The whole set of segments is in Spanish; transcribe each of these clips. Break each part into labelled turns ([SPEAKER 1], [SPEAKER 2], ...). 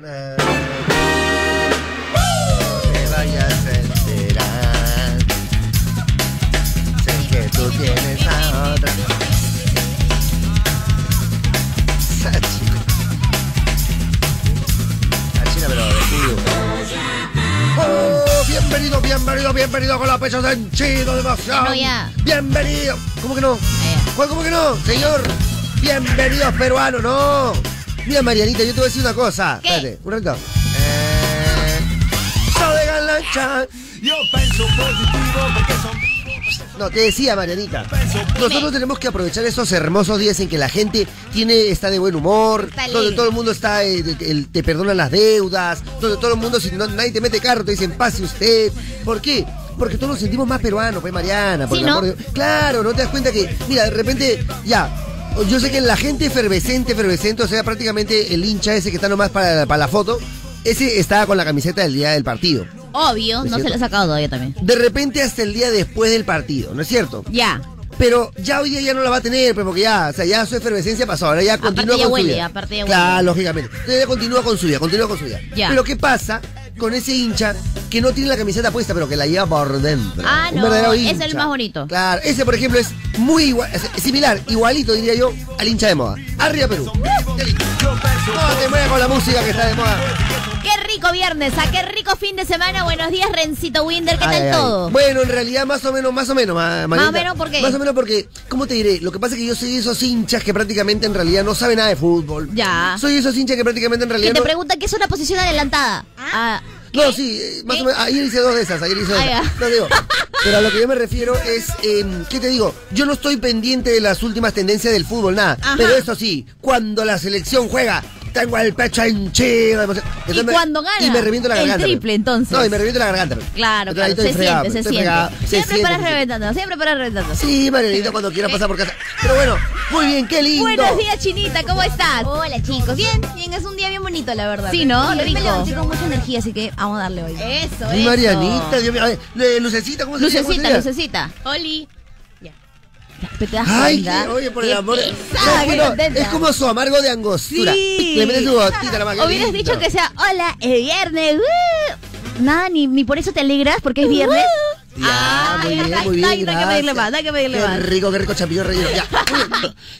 [SPEAKER 1] Na- No te vayas a enterar. Sé que tú tienes a otra. Esa chica. La china, pero de culo. Oh, bienvenido, bienvenido, bienvenido con la pecho sentido demasiado.
[SPEAKER 2] No, ya.
[SPEAKER 1] Bienvenido. ¿Cómo que no?
[SPEAKER 2] Eh,
[SPEAKER 1] ¿Cuál, ¿Cómo que no, señor? Bienvenidos, peruanos, no. Mira, Marianita, yo te voy a decir una cosa.
[SPEAKER 2] ¿Qué?
[SPEAKER 1] Espérate, un ratito. Eh, Yo de galancha.
[SPEAKER 3] Yo pienso positivo porque son
[SPEAKER 1] No, te decía, Marianita. Nosotros tenemos que aprovechar esos hermosos días en que la gente tiene, está de buen humor,
[SPEAKER 2] Está
[SPEAKER 1] donde
[SPEAKER 2] alegre.
[SPEAKER 1] todo el mundo está, eh, de- de- el- te perdonan las deudas, donde todo el mundo, si no, nadie te mete carro, te dicen, pase usted. ¿Por qué? Porque todos nos sentimos más peruanos, pues, Mariana. Por
[SPEAKER 2] Sí,
[SPEAKER 1] el
[SPEAKER 2] ¿no?
[SPEAKER 1] amor de- Claro, no te das cuenta que, mira, de repente, ya. Yo sé que la gente efervescente, efervescente, o sea, prácticamente el hincha ese que está nomás para, para la foto, ese estaba con la camiseta del día del partido.
[SPEAKER 2] obvio,
[SPEAKER 1] Es
[SPEAKER 2] no se
[SPEAKER 1] cierto.
[SPEAKER 2] lo he sacado todavía también.
[SPEAKER 1] De repente hasta el día después del partido, ¿no es cierto?
[SPEAKER 2] Ya.
[SPEAKER 1] Pero ya hoy día ya no la va a tener, pues, porque ya, o sea, ya su efervescencia pasó, ahora ya continúa
[SPEAKER 2] ya
[SPEAKER 1] con su
[SPEAKER 2] huele,
[SPEAKER 1] vida.
[SPEAKER 2] aparte ya
[SPEAKER 1] Claro,
[SPEAKER 2] huele.
[SPEAKER 1] lógicamente. Entonces ya continúa con su vida, continúa con su vida.
[SPEAKER 2] Ya.
[SPEAKER 1] Pero ¿qué pasa con ese hincha que no tiene la camiseta puesta, pero que la lleva por dentro?
[SPEAKER 2] Ah,
[SPEAKER 1] Un
[SPEAKER 2] no,
[SPEAKER 1] verdadero
[SPEAKER 2] ese es
[SPEAKER 1] hincha.
[SPEAKER 2] el más bonito.
[SPEAKER 1] Claro, ese por ejemplo es muy igual, es similar, igualito diría yo, al hincha de moda. Arriba Perú. Qué lindo. No te muevas con la música que está de moda.
[SPEAKER 2] Qué rico viernes, a qué rico fin de semana. Buenos días, Rencito Winder, ¿qué
[SPEAKER 1] Ay,
[SPEAKER 2] tal
[SPEAKER 1] ay.
[SPEAKER 2] todo?
[SPEAKER 1] Bueno, en realidad más o menos, más o menos, ma- Marieta.
[SPEAKER 2] menos, ¿por qué?
[SPEAKER 1] Más o menos porque, ¿cómo te diré? Lo que pasa es que yo soy de esos hinchas que prácticamente en realidad no saben nada de fútbol.
[SPEAKER 2] Ya.
[SPEAKER 1] Soy de esos hinchas que prácticamente en
[SPEAKER 2] Que
[SPEAKER 1] realidad
[SPEAKER 2] te
[SPEAKER 1] no-
[SPEAKER 2] preguntan qué es una posición adelantada. Ah,
[SPEAKER 1] No, sí, eh, más o menos. Ayer hice dos de esas, ayer hice dos. de
[SPEAKER 2] Ah,
[SPEAKER 1] esas.
[SPEAKER 2] ya.
[SPEAKER 1] No digo. Pero a lo que yo me refiero es, em, ¿qué te digo? Yo no estoy pendiente de las últimas tendencias del fútbol, nada.
[SPEAKER 2] Ajá.
[SPEAKER 1] Pero eso sí, cuando la selección juega, tengo el pecho hinchido. emoción- Entonces me-
[SPEAKER 2] cuando gana?
[SPEAKER 1] Y me reviento la
[SPEAKER 2] El
[SPEAKER 1] garganta.
[SPEAKER 2] triple,
[SPEAKER 1] pe.
[SPEAKER 2] entonces.
[SPEAKER 1] No, y me reviento la garganta. pe.
[SPEAKER 2] claro,
[SPEAKER 1] Entonces,
[SPEAKER 2] claro,
[SPEAKER 1] ahí
[SPEAKER 2] se
[SPEAKER 1] estoy fregado,
[SPEAKER 2] siente, se
[SPEAKER 1] estoy
[SPEAKER 2] siente.
[SPEAKER 1] fregado, se
[SPEAKER 2] siempre
[SPEAKER 1] siente,
[SPEAKER 2] paras
[SPEAKER 1] se siente.
[SPEAKER 2] reventando, siempre paras reventando.
[SPEAKER 1] Sí, Marianita, cuando quieras pasar por casa. Pero bueno, muy bien, qué lindo.
[SPEAKER 2] Buenos días, Chinita, ¿cómo estás?
[SPEAKER 4] Hola chicos, bien, bien, es un día bien bonito la verdad.
[SPEAKER 2] Sí, ¿no?
[SPEAKER 4] hoy
[SPEAKER 2] Rico.
[SPEAKER 4] Me levanté con mucha energía, así que vamos a darle hoy.
[SPEAKER 2] Eso,
[SPEAKER 1] Ay,
[SPEAKER 2] eso.
[SPEAKER 1] Marianita, Dios mío. A ver, eh, Lucecita, ¿cómo se llama? ¿Cómo se
[SPEAKER 2] Lucecita,
[SPEAKER 1] llama?
[SPEAKER 2] Lucecita. Oli. Ya. Ya, ¿Te das
[SPEAKER 1] Ay,
[SPEAKER 2] cuenta?
[SPEAKER 1] qué- oye, por el
[SPEAKER 2] Qué
[SPEAKER 1] amor.
[SPEAKER 2] pesada,
[SPEAKER 1] No,
[SPEAKER 2] qué
[SPEAKER 1] bueno,
[SPEAKER 2] contenta.
[SPEAKER 1] es como su amargo de angostura.
[SPEAKER 2] Sí.
[SPEAKER 1] Le metes su gotita la más, qué
[SPEAKER 2] O hubieras
[SPEAKER 1] lindo.
[SPEAKER 2] dicho que sea, hola, es viernes. ¡uh! Nada, ni, ni por eso te alegras, porque es viernes.
[SPEAKER 1] Ya, muy bien,
[SPEAKER 2] está,
[SPEAKER 1] muy
[SPEAKER 2] está,
[SPEAKER 1] bien.
[SPEAKER 2] está, hay que pedirle
[SPEAKER 1] gracias.
[SPEAKER 2] más, hay que pedirle
[SPEAKER 1] qué
[SPEAKER 2] más.
[SPEAKER 1] rico, qué rico champiñón relleno. Ya,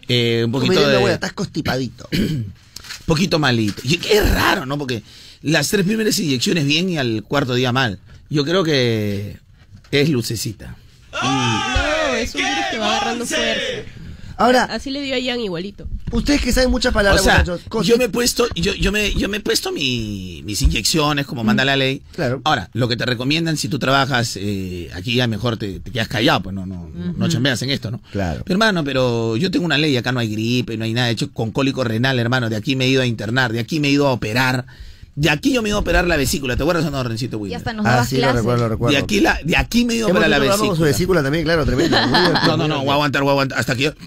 [SPEAKER 3] eh, un
[SPEAKER 1] comiendo
[SPEAKER 3] poquito de,
[SPEAKER 1] huevo, estás constipadito.
[SPEAKER 3] poquito malito. Y es raro, ¿no? Porque las tres primeras inyecciones bien y al cuarto día mal. Yo creo que es lucecita.
[SPEAKER 1] Ah,
[SPEAKER 5] No, es un virus que va agarrando fuerza.
[SPEAKER 1] Ahora,
[SPEAKER 5] Así le dio a Ian igualito.
[SPEAKER 1] ustedes que saben muchas
[SPEAKER 3] O
[SPEAKER 1] palabras,
[SPEAKER 3] sea,
[SPEAKER 1] muchachos. consti-
[SPEAKER 3] yo me he puesto, yo, yo me, yo me he puesto mi- mis inyecciones como manda la ley.
[SPEAKER 1] Mm, Claro.
[SPEAKER 3] Ahora, lo que te recomiendan si tú trabajas eh, aquí ya mejor te, te quedas callado, pues no, no, no
[SPEAKER 1] Mm.
[SPEAKER 3] chambeas en esto, ¿no?
[SPEAKER 1] Claro.
[SPEAKER 3] Pero, hermano, pero yo tengo una ley, acá no hay gripe, no hay nada. De hecho, con cólico renal, hermano, de aquí me he ido a internar, de aquí me he ido a operar. De aquí yo me he ido a operar la vesícula, ¿te acuerdas o no, Rencito Wilmer?
[SPEAKER 4] Ya hasta nos
[SPEAKER 1] Ah,
[SPEAKER 4] dabas
[SPEAKER 1] sí,
[SPEAKER 4] clases.
[SPEAKER 1] lo recuerdo, lo recuerdo.
[SPEAKER 3] De aquí, la, de aquí me he ido a
[SPEAKER 1] Hemos
[SPEAKER 3] operar la
[SPEAKER 1] hecho un programa con su
[SPEAKER 3] vesícula.
[SPEAKER 1] vesícula también, claro, tremendo. muy bien,
[SPEAKER 3] No, no,
[SPEAKER 1] muy
[SPEAKER 3] no,
[SPEAKER 1] bien.
[SPEAKER 3] voy a aguantar, voy a aguantar. Hasta que yo.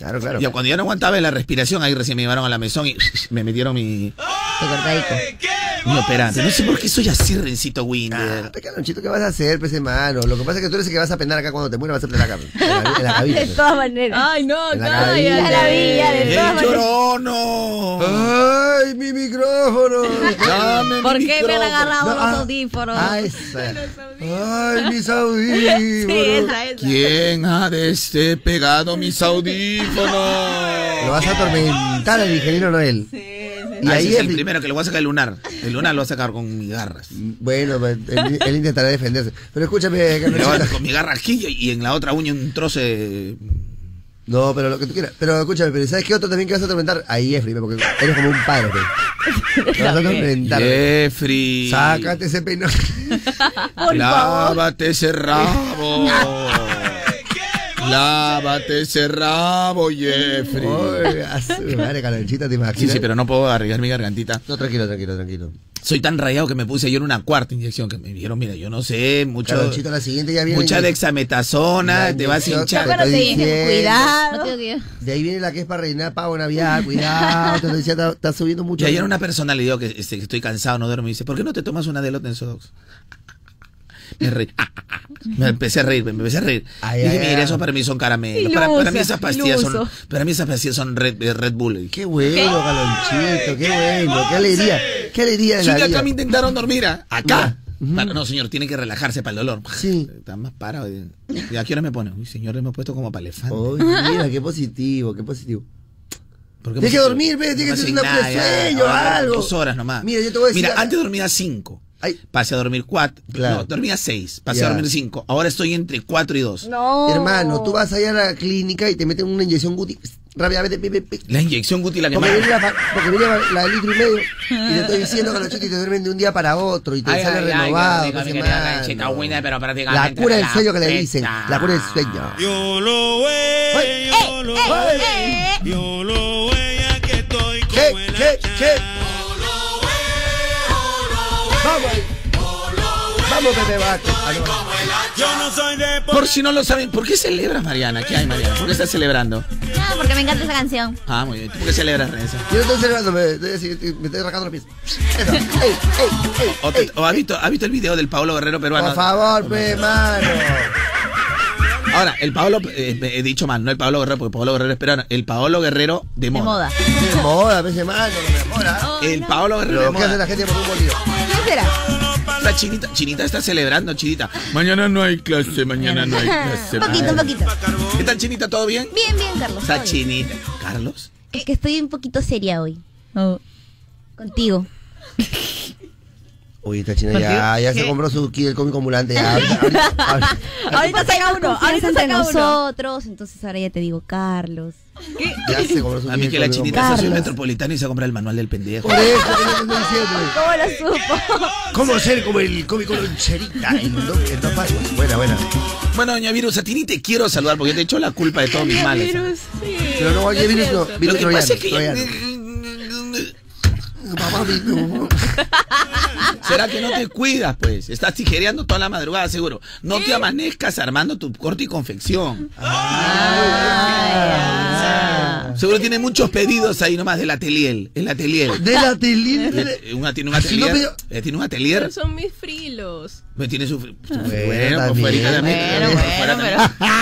[SPEAKER 1] Claro, claro.
[SPEAKER 3] Ya cuando ya no aguantaba la respiración, ahí recién me llevaron a la mesón y me metieron mi,
[SPEAKER 2] Te cortadico.
[SPEAKER 3] mi operante. No sé por qué soy así, Rencito
[SPEAKER 1] Ah,
[SPEAKER 3] Winder.
[SPEAKER 1] pe, Calonchito, ¿qué vas a hacer, pez hermano? Lo que pasa es que tú eres el que vas a penar acá cuando te mueras, vas a penar acá. En la, en la cabina.
[SPEAKER 2] De
[SPEAKER 1] pues.
[SPEAKER 2] todas maneras.
[SPEAKER 5] Ay, no,
[SPEAKER 1] En la cállate.
[SPEAKER 2] Ya
[SPEAKER 1] cabina.
[SPEAKER 2] la vi, ya de
[SPEAKER 3] ¡El
[SPEAKER 2] todas maneras.
[SPEAKER 3] llorono!
[SPEAKER 1] ¡Ay, mi micrófono!
[SPEAKER 3] Dame mi
[SPEAKER 2] ¿Por qué me han
[SPEAKER 3] micrófono.
[SPEAKER 2] agarrado
[SPEAKER 1] No, ah.
[SPEAKER 2] los audífonos?
[SPEAKER 1] Ah, esa. ¡Ay, mis audífonos!
[SPEAKER 2] esa, esa.
[SPEAKER 3] ¿Quién ha despegado mis audífonos?
[SPEAKER 1] Lo vas a atormentar al ingeniero Noel. Y
[SPEAKER 3] Ah, ese
[SPEAKER 1] ahí
[SPEAKER 3] es
[SPEAKER 1] es-
[SPEAKER 3] el primero que le voy a sacar el lunar. El lunar lo voy a sacar con mis garras.
[SPEAKER 1] Bueno, pues, él, él intentará defenderse. Pero escúchame,
[SPEAKER 3] Le voy a-
[SPEAKER 1] Carlonchito.
[SPEAKER 3] con mi garra aquí y en la otra uña un trozo de...
[SPEAKER 1] No, pero lo que tú quieras. Pero escúchame, pero ¿sabes qué otro también que vas a atormentar? A Jeffrey, pe, porque eres como un padre. pe. Lo vas a atormentar.
[SPEAKER 3] Jeffrey.
[SPEAKER 1] Sácate ese peinón.
[SPEAKER 2] Por favor.
[SPEAKER 3] Lávate ese rabo. Lávate ese rabo, Jeffrey.
[SPEAKER 1] Ay, a su Madre, Calonchito, te
[SPEAKER 3] Sí,
[SPEAKER 1] imaginas.
[SPEAKER 3] sí, pero no puedo arriesgar mi gargantita.
[SPEAKER 1] No, tranquilo, tranquilo, tranquilo.
[SPEAKER 3] Soy tan rayado que me puse ayer una cuarta inyección que me dijeron, mira, yo no sé, mucho,
[SPEAKER 1] Calonchito, la siguiente ya viene.
[SPEAKER 3] mucha dexametasona,
[SPEAKER 1] La
[SPEAKER 3] te vas a
[SPEAKER 1] inyección.
[SPEAKER 3] hinchar.
[SPEAKER 1] Te estoy diciendo.
[SPEAKER 2] No tengo que ir.
[SPEAKER 1] De ahí viene la que es para reinar pago Navidad, cuidado, te lo decía, está, está subiendo
[SPEAKER 3] Y
[SPEAKER 1] mucho.
[SPEAKER 3] ayer una persona le dijo que este, que estoy cansado, no duermo, y dice, ¿por qué no te tomas una de Sodox? Me reí. Ah, ah, ah. Me empecé a reír, me empecé a reír.
[SPEAKER 1] Ay,
[SPEAKER 3] Y dije,
[SPEAKER 1] ay,
[SPEAKER 3] mira,
[SPEAKER 1] ay.
[SPEAKER 3] esos para mí son caramelos. Para, para mí
[SPEAKER 5] Iluso,
[SPEAKER 3] esas pastillas son,
[SPEAKER 5] iluso.
[SPEAKER 3] para mí esas pastillas son Red, eh, Red Bull.
[SPEAKER 1] Qué bueno, galonchito, qué bueno, qué alegría, qué alegría de
[SPEAKER 3] Sí,
[SPEAKER 1] la
[SPEAKER 3] que acá
[SPEAKER 1] vida.
[SPEAKER 3] me intentaron dormir, ¿ah? acá. Para- no, señor, tiene que relajarse para el dolor.
[SPEAKER 1] Sí.
[SPEAKER 3] Está más parado. eh. ¿Y a qué hora me pone? Uy, señor, me he puesto como para elefante.
[SPEAKER 1] Oye, mira, qué positivo, qué positivo.
[SPEAKER 3] ¿Por qué
[SPEAKER 1] Tienes que
[SPEAKER 3] me-
[SPEAKER 1] dormir, ve, tienes que hacer
[SPEAKER 3] hacen
[SPEAKER 1] una
[SPEAKER 3] nada,
[SPEAKER 1] prueba de
[SPEAKER 3] ya,
[SPEAKER 1] sueño,
[SPEAKER 3] ahora
[SPEAKER 1] algo.
[SPEAKER 3] Dos horas nomás.
[SPEAKER 1] Mira, yo te voy a decir
[SPEAKER 3] Mira,
[SPEAKER 1] acá-
[SPEAKER 3] antes dormía cinco.
[SPEAKER 1] Ay.
[SPEAKER 3] Pasé a dormir cuatro.
[SPEAKER 1] Claro.
[SPEAKER 3] No, dormía seis. Pasé a
[SPEAKER 1] Ya.
[SPEAKER 3] dormir cinco. Ahora estoy entre cuatro y dos.
[SPEAKER 2] No.
[SPEAKER 1] Hermano, tú vas allá a la clínica y te meten una inyección Guti rápidamente, pi, pi, pi,
[SPEAKER 3] La inyección Guti la que
[SPEAKER 1] porque
[SPEAKER 3] mata.
[SPEAKER 1] viene, la, fa- porque viene la- la del litro y medio y te estoy diciendo que los chicos te duermen de un día para otro y te
[SPEAKER 3] Ay,
[SPEAKER 1] sale
[SPEAKER 3] ay, ay,
[SPEAKER 1] renovado.
[SPEAKER 3] qué rico,
[SPEAKER 1] pues,
[SPEAKER 3] mi querida
[SPEAKER 1] hermano.
[SPEAKER 3] canchita buena, pero
[SPEAKER 1] la
[SPEAKER 3] prácticamente
[SPEAKER 1] cura del
[SPEAKER 3] la
[SPEAKER 1] sueño que le dicen,
[SPEAKER 3] peta.
[SPEAKER 1] la cura del sueño.
[SPEAKER 6] Yo lo ve, yo lo ve, yo lo ve, ya que estoy
[SPEAKER 1] ¿Qué?
[SPEAKER 6] como el
[SPEAKER 1] ¿Qué?
[SPEAKER 6] hacha.
[SPEAKER 1] ¿Qué? Vamos, ahí. vamos, Pepe Vázquez. Ah, no.
[SPEAKER 6] Yo no soy de
[SPEAKER 3] Por si no lo saben, ¿por qué celebras, Mariana? ¿Qué hay, Mariana? ¿Por qué estás celebrando?
[SPEAKER 4] No, porque me encanta esa canción.
[SPEAKER 3] Ah, muy bien. ¿Tú ¿Por qué celebras, Renzo?
[SPEAKER 1] Yo no estoy celebrando, me, estoy- me estoy arrancando los pies. Eso. Ey, ey, ey,
[SPEAKER 3] ¿O, te-
[SPEAKER 1] ey.
[SPEAKER 3] o has, visto, has visto el video del Paolo Guerrero peruano?
[SPEAKER 1] Por favor, pe, mano.
[SPEAKER 3] Ahora, el Paolo, eh, he dicho mal, no el Paolo Guerrero, porque Paolo Guerrero es peruano. El Paolo Guerrero de
[SPEAKER 4] De
[SPEAKER 3] moda.
[SPEAKER 4] moda.
[SPEAKER 1] Me moda, me mano, me moda.
[SPEAKER 3] El Paolo Guerrero de
[SPEAKER 1] Lo que hace
[SPEAKER 3] moda.
[SPEAKER 1] la gente por un bolillo.
[SPEAKER 4] ¿Quién será?
[SPEAKER 3] La chinita, chinita está celebrando, chinita. Mañana no hay clase, mañana no hay clase.
[SPEAKER 4] Un poquito, un poquito.
[SPEAKER 3] ¿Qué tal, chinita? ¿Todo bien?
[SPEAKER 4] Bien, bien, Carlos.
[SPEAKER 3] Está
[SPEAKER 4] todo bien.
[SPEAKER 3] chinita. ¿Carlos?
[SPEAKER 4] Es que estoy un poquito seria hoy.
[SPEAKER 5] Oh.
[SPEAKER 4] Contigo.
[SPEAKER 1] Uy, esta china ya, ya se compró su kit, el cómic ambulante. Ya, ahorita, ahorita-
[SPEAKER 5] Ahorita saca uno,
[SPEAKER 4] Confianza
[SPEAKER 5] ahorita
[SPEAKER 4] entre
[SPEAKER 5] saca uno.
[SPEAKER 4] nosotros, entonces ahora ya te digo, Carlos.
[SPEAKER 1] ya se compró su kit.
[SPEAKER 3] A mí
[SPEAKER 1] el
[SPEAKER 3] que la
[SPEAKER 1] cómic
[SPEAKER 3] chinita es socio
[SPEAKER 4] Carlos.
[SPEAKER 3] metropolitano y se compra el manual del pendejo.
[SPEAKER 1] Por eso, ¿qué es lo que estoy diciendo?
[SPEAKER 4] ¿Cómo lo supo?
[SPEAKER 1] ¿Cómo ser como el cómico loncherita en dos, en dos pasos? Buena, buena.
[SPEAKER 3] Bueno, doña Virus, a ti ni te quiero saludar porque te echo la culpa de todos mis males.
[SPEAKER 1] Pero no, oye, virus no,
[SPEAKER 3] Lo
[SPEAKER 1] virus
[SPEAKER 3] que
[SPEAKER 1] troyano,
[SPEAKER 3] pasa es que...
[SPEAKER 1] troyano. Papá, virus.
[SPEAKER 3] ¿Será que no te cuidas, pues? Estás tijereando toda la madrugada, seguro. No te amanezcas armando tu corte y confección. Seguro tiene muchos pedidos ahí nomás del atelier. El atelier.
[SPEAKER 1] De la telina.
[SPEAKER 3] Eh, una- tiene un
[SPEAKER 1] Si no
[SPEAKER 3] atelier.
[SPEAKER 1] me-
[SPEAKER 3] eh, Tiene un atelier.
[SPEAKER 5] Son mis frilos.
[SPEAKER 3] Me tiene su.
[SPEAKER 1] también.
[SPEAKER 3] Bueno, pues fuerita también.
[SPEAKER 1] Bueno,
[SPEAKER 3] Pues fuera
[SPEAKER 5] bueno,
[SPEAKER 3] también.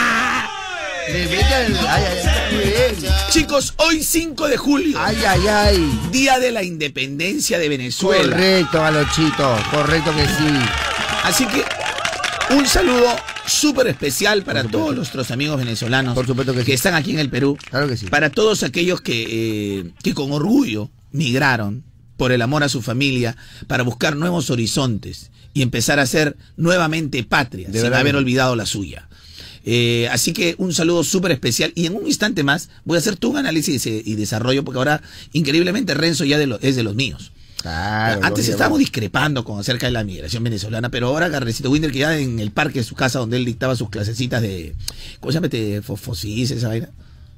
[SPEAKER 1] Le mete al. Ay, ay, ay. muy bien.
[SPEAKER 3] Chicos, hoy 5 de julio,
[SPEAKER 1] Ay, ay, ay.
[SPEAKER 3] Día de la Independencia de Venezuela.
[SPEAKER 1] Correcto, Galochito. Correcto que sí.
[SPEAKER 3] Así que un saludo súper especial para todos nuestros amigos venezolanos
[SPEAKER 1] Por supuesto que sí.
[SPEAKER 3] están aquí en el Perú.
[SPEAKER 1] Claro que sí.
[SPEAKER 3] Para todos aquellos que, eh, que con orgullo migraron por el amor a su familia para buscar nuevos horizontes y empezar a ser nuevamente patria
[SPEAKER 1] De
[SPEAKER 3] sin
[SPEAKER 1] verdad.
[SPEAKER 3] haber olvidado la suya. Eh, así que un saludo súper especial y en un instante más voy a hacer tu análisis y y desarrollo porque ahora increíblemente Renzo ya de lo- es de los míos. Eh,
[SPEAKER 1] Claro.
[SPEAKER 3] Antes
[SPEAKER 1] lógico.
[SPEAKER 3] estábamos discrepando con acerca de la migración venezolana, pero ahora Garrecito Winder, que ya en el parque de su casa donde él dictaba sus clasecitas de. ¿Cómo se llama este? Fosfosis, esa vaina.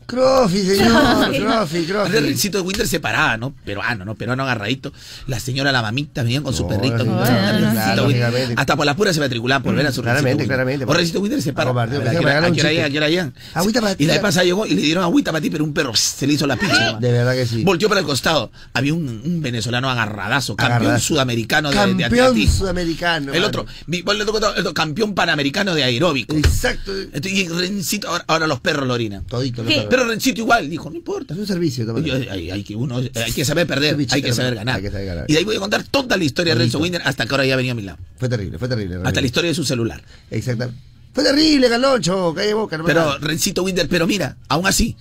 [SPEAKER 1] Crofi, señor. Crofi, Crofi.
[SPEAKER 3] Garrecito Winder se paraba, ¿no? Peruano, ¿no? Peruano agarradito. La señora, la mamita, venían con su
[SPEAKER 1] No,
[SPEAKER 3] perrito.
[SPEAKER 1] no,
[SPEAKER 3] con
[SPEAKER 1] no,
[SPEAKER 3] su
[SPEAKER 1] no,
[SPEAKER 3] perrito,
[SPEAKER 1] no,
[SPEAKER 3] Garrecito
[SPEAKER 1] no,
[SPEAKER 3] Winder.
[SPEAKER 1] claramente.
[SPEAKER 3] Hasta por las puras se me matriculaban por ver a su
[SPEAKER 1] Claramente,
[SPEAKER 3] Garrecito Winder.
[SPEAKER 1] claramente,
[SPEAKER 3] O
[SPEAKER 1] porque-
[SPEAKER 3] Garrecito Winder se para.
[SPEAKER 1] Ah, compartió,
[SPEAKER 3] A ver, ¿a qué
[SPEAKER 1] pensé que me
[SPEAKER 3] hora- a
[SPEAKER 1] regalaron
[SPEAKER 3] qué hora
[SPEAKER 1] un
[SPEAKER 3] llegan? ¿A
[SPEAKER 1] chiste.
[SPEAKER 3] qué hora llegan?
[SPEAKER 1] Agüita para ti.
[SPEAKER 3] Y la vez pasada llegó y le dieron agüita para ti, pero un perro se le hizo la picha. nomás.
[SPEAKER 1] De verdad que sí.
[SPEAKER 3] Volteó para el costado. Había un, un venezolano agarradazo, campeón
[SPEAKER 1] Agarradazo.
[SPEAKER 3] sudamericano de- de, de
[SPEAKER 1] Campeón
[SPEAKER 3] atletismo.
[SPEAKER 1] sudamericano.
[SPEAKER 3] El
[SPEAKER 1] mano.
[SPEAKER 3] otro, mi- ponle tú, otro- otro campeón panamericano de aeróbico.
[SPEAKER 1] Exacto.
[SPEAKER 3] Entonces, Y Rencito, ahora, ahora los perros lo orinan.
[SPEAKER 1] Todito. lo
[SPEAKER 5] ¿Qué?
[SPEAKER 3] Pero
[SPEAKER 1] otro.
[SPEAKER 3] Rencito igual, dijo, no importa.
[SPEAKER 1] Es un servicio. toma.
[SPEAKER 3] Yo- hay, hay que uno, hay que saber perder,
[SPEAKER 1] Bichita,
[SPEAKER 3] hay que saber
[SPEAKER 1] hermano,
[SPEAKER 3] ganar.
[SPEAKER 1] hay que saber ganar.
[SPEAKER 3] Y de ahí voy a contar toda la historia de
[SPEAKER 1] Bonito.
[SPEAKER 3] Renzo Winder hasta que ahora ya ha venido a mi lado.
[SPEAKER 1] Fue terrible, fue terrible.
[SPEAKER 3] Hasta la
[SPEAKER 1] realmente.
[SPEAKER 3] historia de su celular.
[SPEAKER 1] Exacto. Fue terrible, Galocho. Calle boca, hermano.
[SPEAKER 3] Pero Rencito Winder, pero mira, aún así,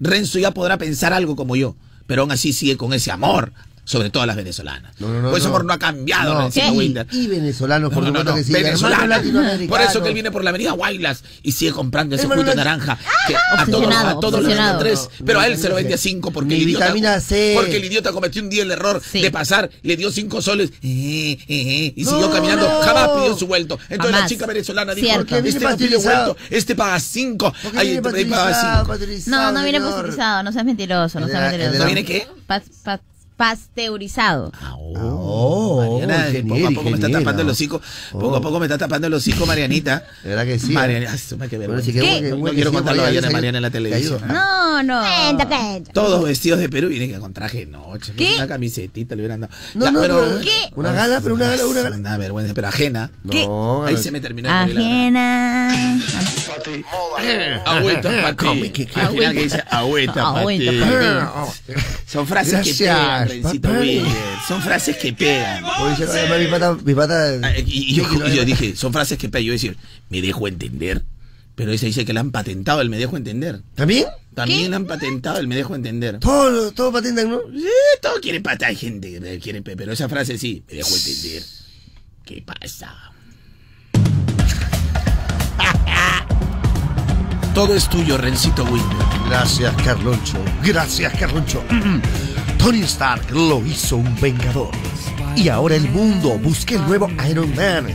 [SPEAKER 3] Renzo ya podrá pensar algo como yo, pero aún así sigue con ese amor, sobre todo a las venezolanas.
[SPEAKER 1] No, no, no,
[SPEAKER 3] pues ese
[SPEAKER 1] no.
[SPEAKER 3] amor no ha cambiado,
[SPEAKER 1] No,
[SPEAKER 3] Rencito
[SPEAKER 1] y,
[SPEAKER 3] Winder.
[SPEAKER 1] y venezolanos, por
[SPEAKER 3] No, no,
[SPEAKER 1] supuesto
[SPEAKER 3] no,
[SPEAKER 1] que sí.
[SPEAKER 3] venezolano.
[SPEAKER 1] Hermanos latinoamericanos.
[SPEAKER 3] Por eso que él viene por la avenida Guaylas y sigue comprando ese
[SPEAKER 1] Hermano
[SPEAKER 3] juguito de
[SPEAKER 1] latino-
[SPEAKER 3] naranja. Que a todos, a
[SPEAKER 2] Obsesionado,
[SPEAKER 3] todos los
[SPEAKER 2] obsesionado.
[SPEAKER 3] tres,
[SPEAKER 1] No,
[SPEAKER 3] pero a él
[SPEAKER 1] vitamina
[SPEAKER 3] se lo vende a
[SPEAKER 1] C.
[SPEAKER 3] cinco porque
[SPEAKER 1] Ni
[SPEAKER 3] el idiota.
[SPEAKER 1] vitamina C.
[SPEAKER 3] Porque el idiota cometió un día el error
[SPEAKER 2] Sí.
[SPEAKER 3] de pasar, le dio cinco soles eh, eh, eh, y siguió
[SPEAKER 1] No.
[SPEAKER 3] caminando. Jamás pidió su vuelto. Entonces la
[SPEAKER 2] Jamás.
[SPEAKER 3] chica venezolana dijo:
[SPEAKER 2] Cierto.
[SPEAKER 1] Porque
[SPEAKER 3] Este
[SPEAKER 1] viene
[SPEAKER 3] no pide
[SPEAKER 1] pasteurizado.
[SPEAKER 3] vuelto, este paga cinco.
[SPEAKER 1] ¿Por qué
[SPEAKER 3] Ahí
[SPEAKER 1] viene
[SPEAKER 3] te- ahí paga
[SPEAKER 1] pasteurizado,
[SPEAKER 3] cinco.
[SPEAKER 1] pasteurizado,
[SPEAKER 2] No, no viene
[SPEAKER 1] señor?
[SPEAKER 2] pasteurizado, no seas mentiroso, no
[SPEAKER 1] El de la-
[SPEAKER 2] seas
[SPEAKER 1] el de
[SPEAKER 2] mentiroso.
[SPEAKER 1] la-
[SPEAKER 3] ¿No viene qué?
[SPEAKER 2] Pas- pas- pasteurizado.
[SPEAKER 3] Ah, oh.
[SPEAKER 1] Oh. No,
[SPEAKER 3] Mariana, poco a
[SPEAKER 1] ingeniero,
[SPEAKER 3] poco me está
[SPEAKER 1] ingeniero.
[SPEAKER 3] tapando el hocico. Poco a
[SPEAKER 1] Oh.
[SPEAKER 3] poco me está tapando el hocico, Marianita.
[SPEAKER 1] De verdad que sí.
[SPEAKER 3] Mariana, ay, su madre, qué vergüenza.
[SPEAKER 1] sí, qué bueno, qué
[SPEAKER 3] No
[SPEAKER 1] bueno que
[SPEAKER 3] quiero
[SPEAKER 1] sí,
[SPEAKER 3] contarlo a
[SPEAKER 1] Mariana,
[SPEAKER 3] Diana
[SPEAKER 1] ahí-
[SPEAKER 3] Mariana en la
[SPEAKER 1] ahí-
[SPEAKER 3] televisión.
[SPEAKER 1] ahí-
[SPEAKER 2] No, no.
[SPEAKER 4] Cuenta, cuenta.
[SPEAKER 3] Todos vestidos de Perú y vienen que con traje de noche. pues,
[SPEAKER 2] ¿Qué?
[SPEAKER 3] Una camisetita le hubieran dado.
[SPEAKER 1] No,
[SPEAKER 3] Ya,
[SPEAKER 1] no,
[SPEAKER 3] pero-
[SPEAKER 1] no. ¿Qué? Una gala, pero una gala, una gala.
[SPEAKER 3] Una vergüenza, pero ajena.
[SPEAKER 1] No,
[SPEAKER 3] Ahí
[SPEAKER 1] no.
[SPEAKER 3] se me terminó de morir la gana.
[SPEAKER 2] Ajena.
[SPEAKER 3] Agüita para ti.
[SPEAKER 1] Come, que- que-
[SPEAKER 3] Al final que dice agüita para
[SPEAKER 2] Agüita
[SPEAKER 3] ti.
[SPEAKER 1] Ah,
[SPEAKER 3] Son frases que
[SPEAKER 1] Gracias,
[SPEAKER 3] pegan, Rencito
[SPEAKER 1] papá.
[SPEAKER 3] Wilder. Son frases que pegan.
[SPEAKER 1] Hoy dice, además, mi pata, mi pata.
[SPEAKER 3] Ah, Y, y yo,
[SPEAKER 1] Tranquilo,
[SPEAKER 3] y yo
[SPEAKER 1] eh.
[SPEAKER 3] dije, son frases que pegan. Yo decir, me dejo entender. Pero ese dice que la han patentado el me dejo entender.
[SPEAKER 1] ¿También?
[SPEAKER 3] También la han patentado el me dejo entender.
[SPEAKER 1] Todo, lo- todo patentan, ¿no?
[SPEAKER 3] Sí, todo quiere patar hay gente, que te quiere, pe- pero esa frase sí, me dejo entender. ¿Qué pasa? Todo es tuyo, Rencito Wilder.
[SPEAKER 1] Gracias, Carloncho. Gracias, Carloncho. Tony Stark lo hizo un vengador. Y ahora el mundo busca el nuevo Iron Man.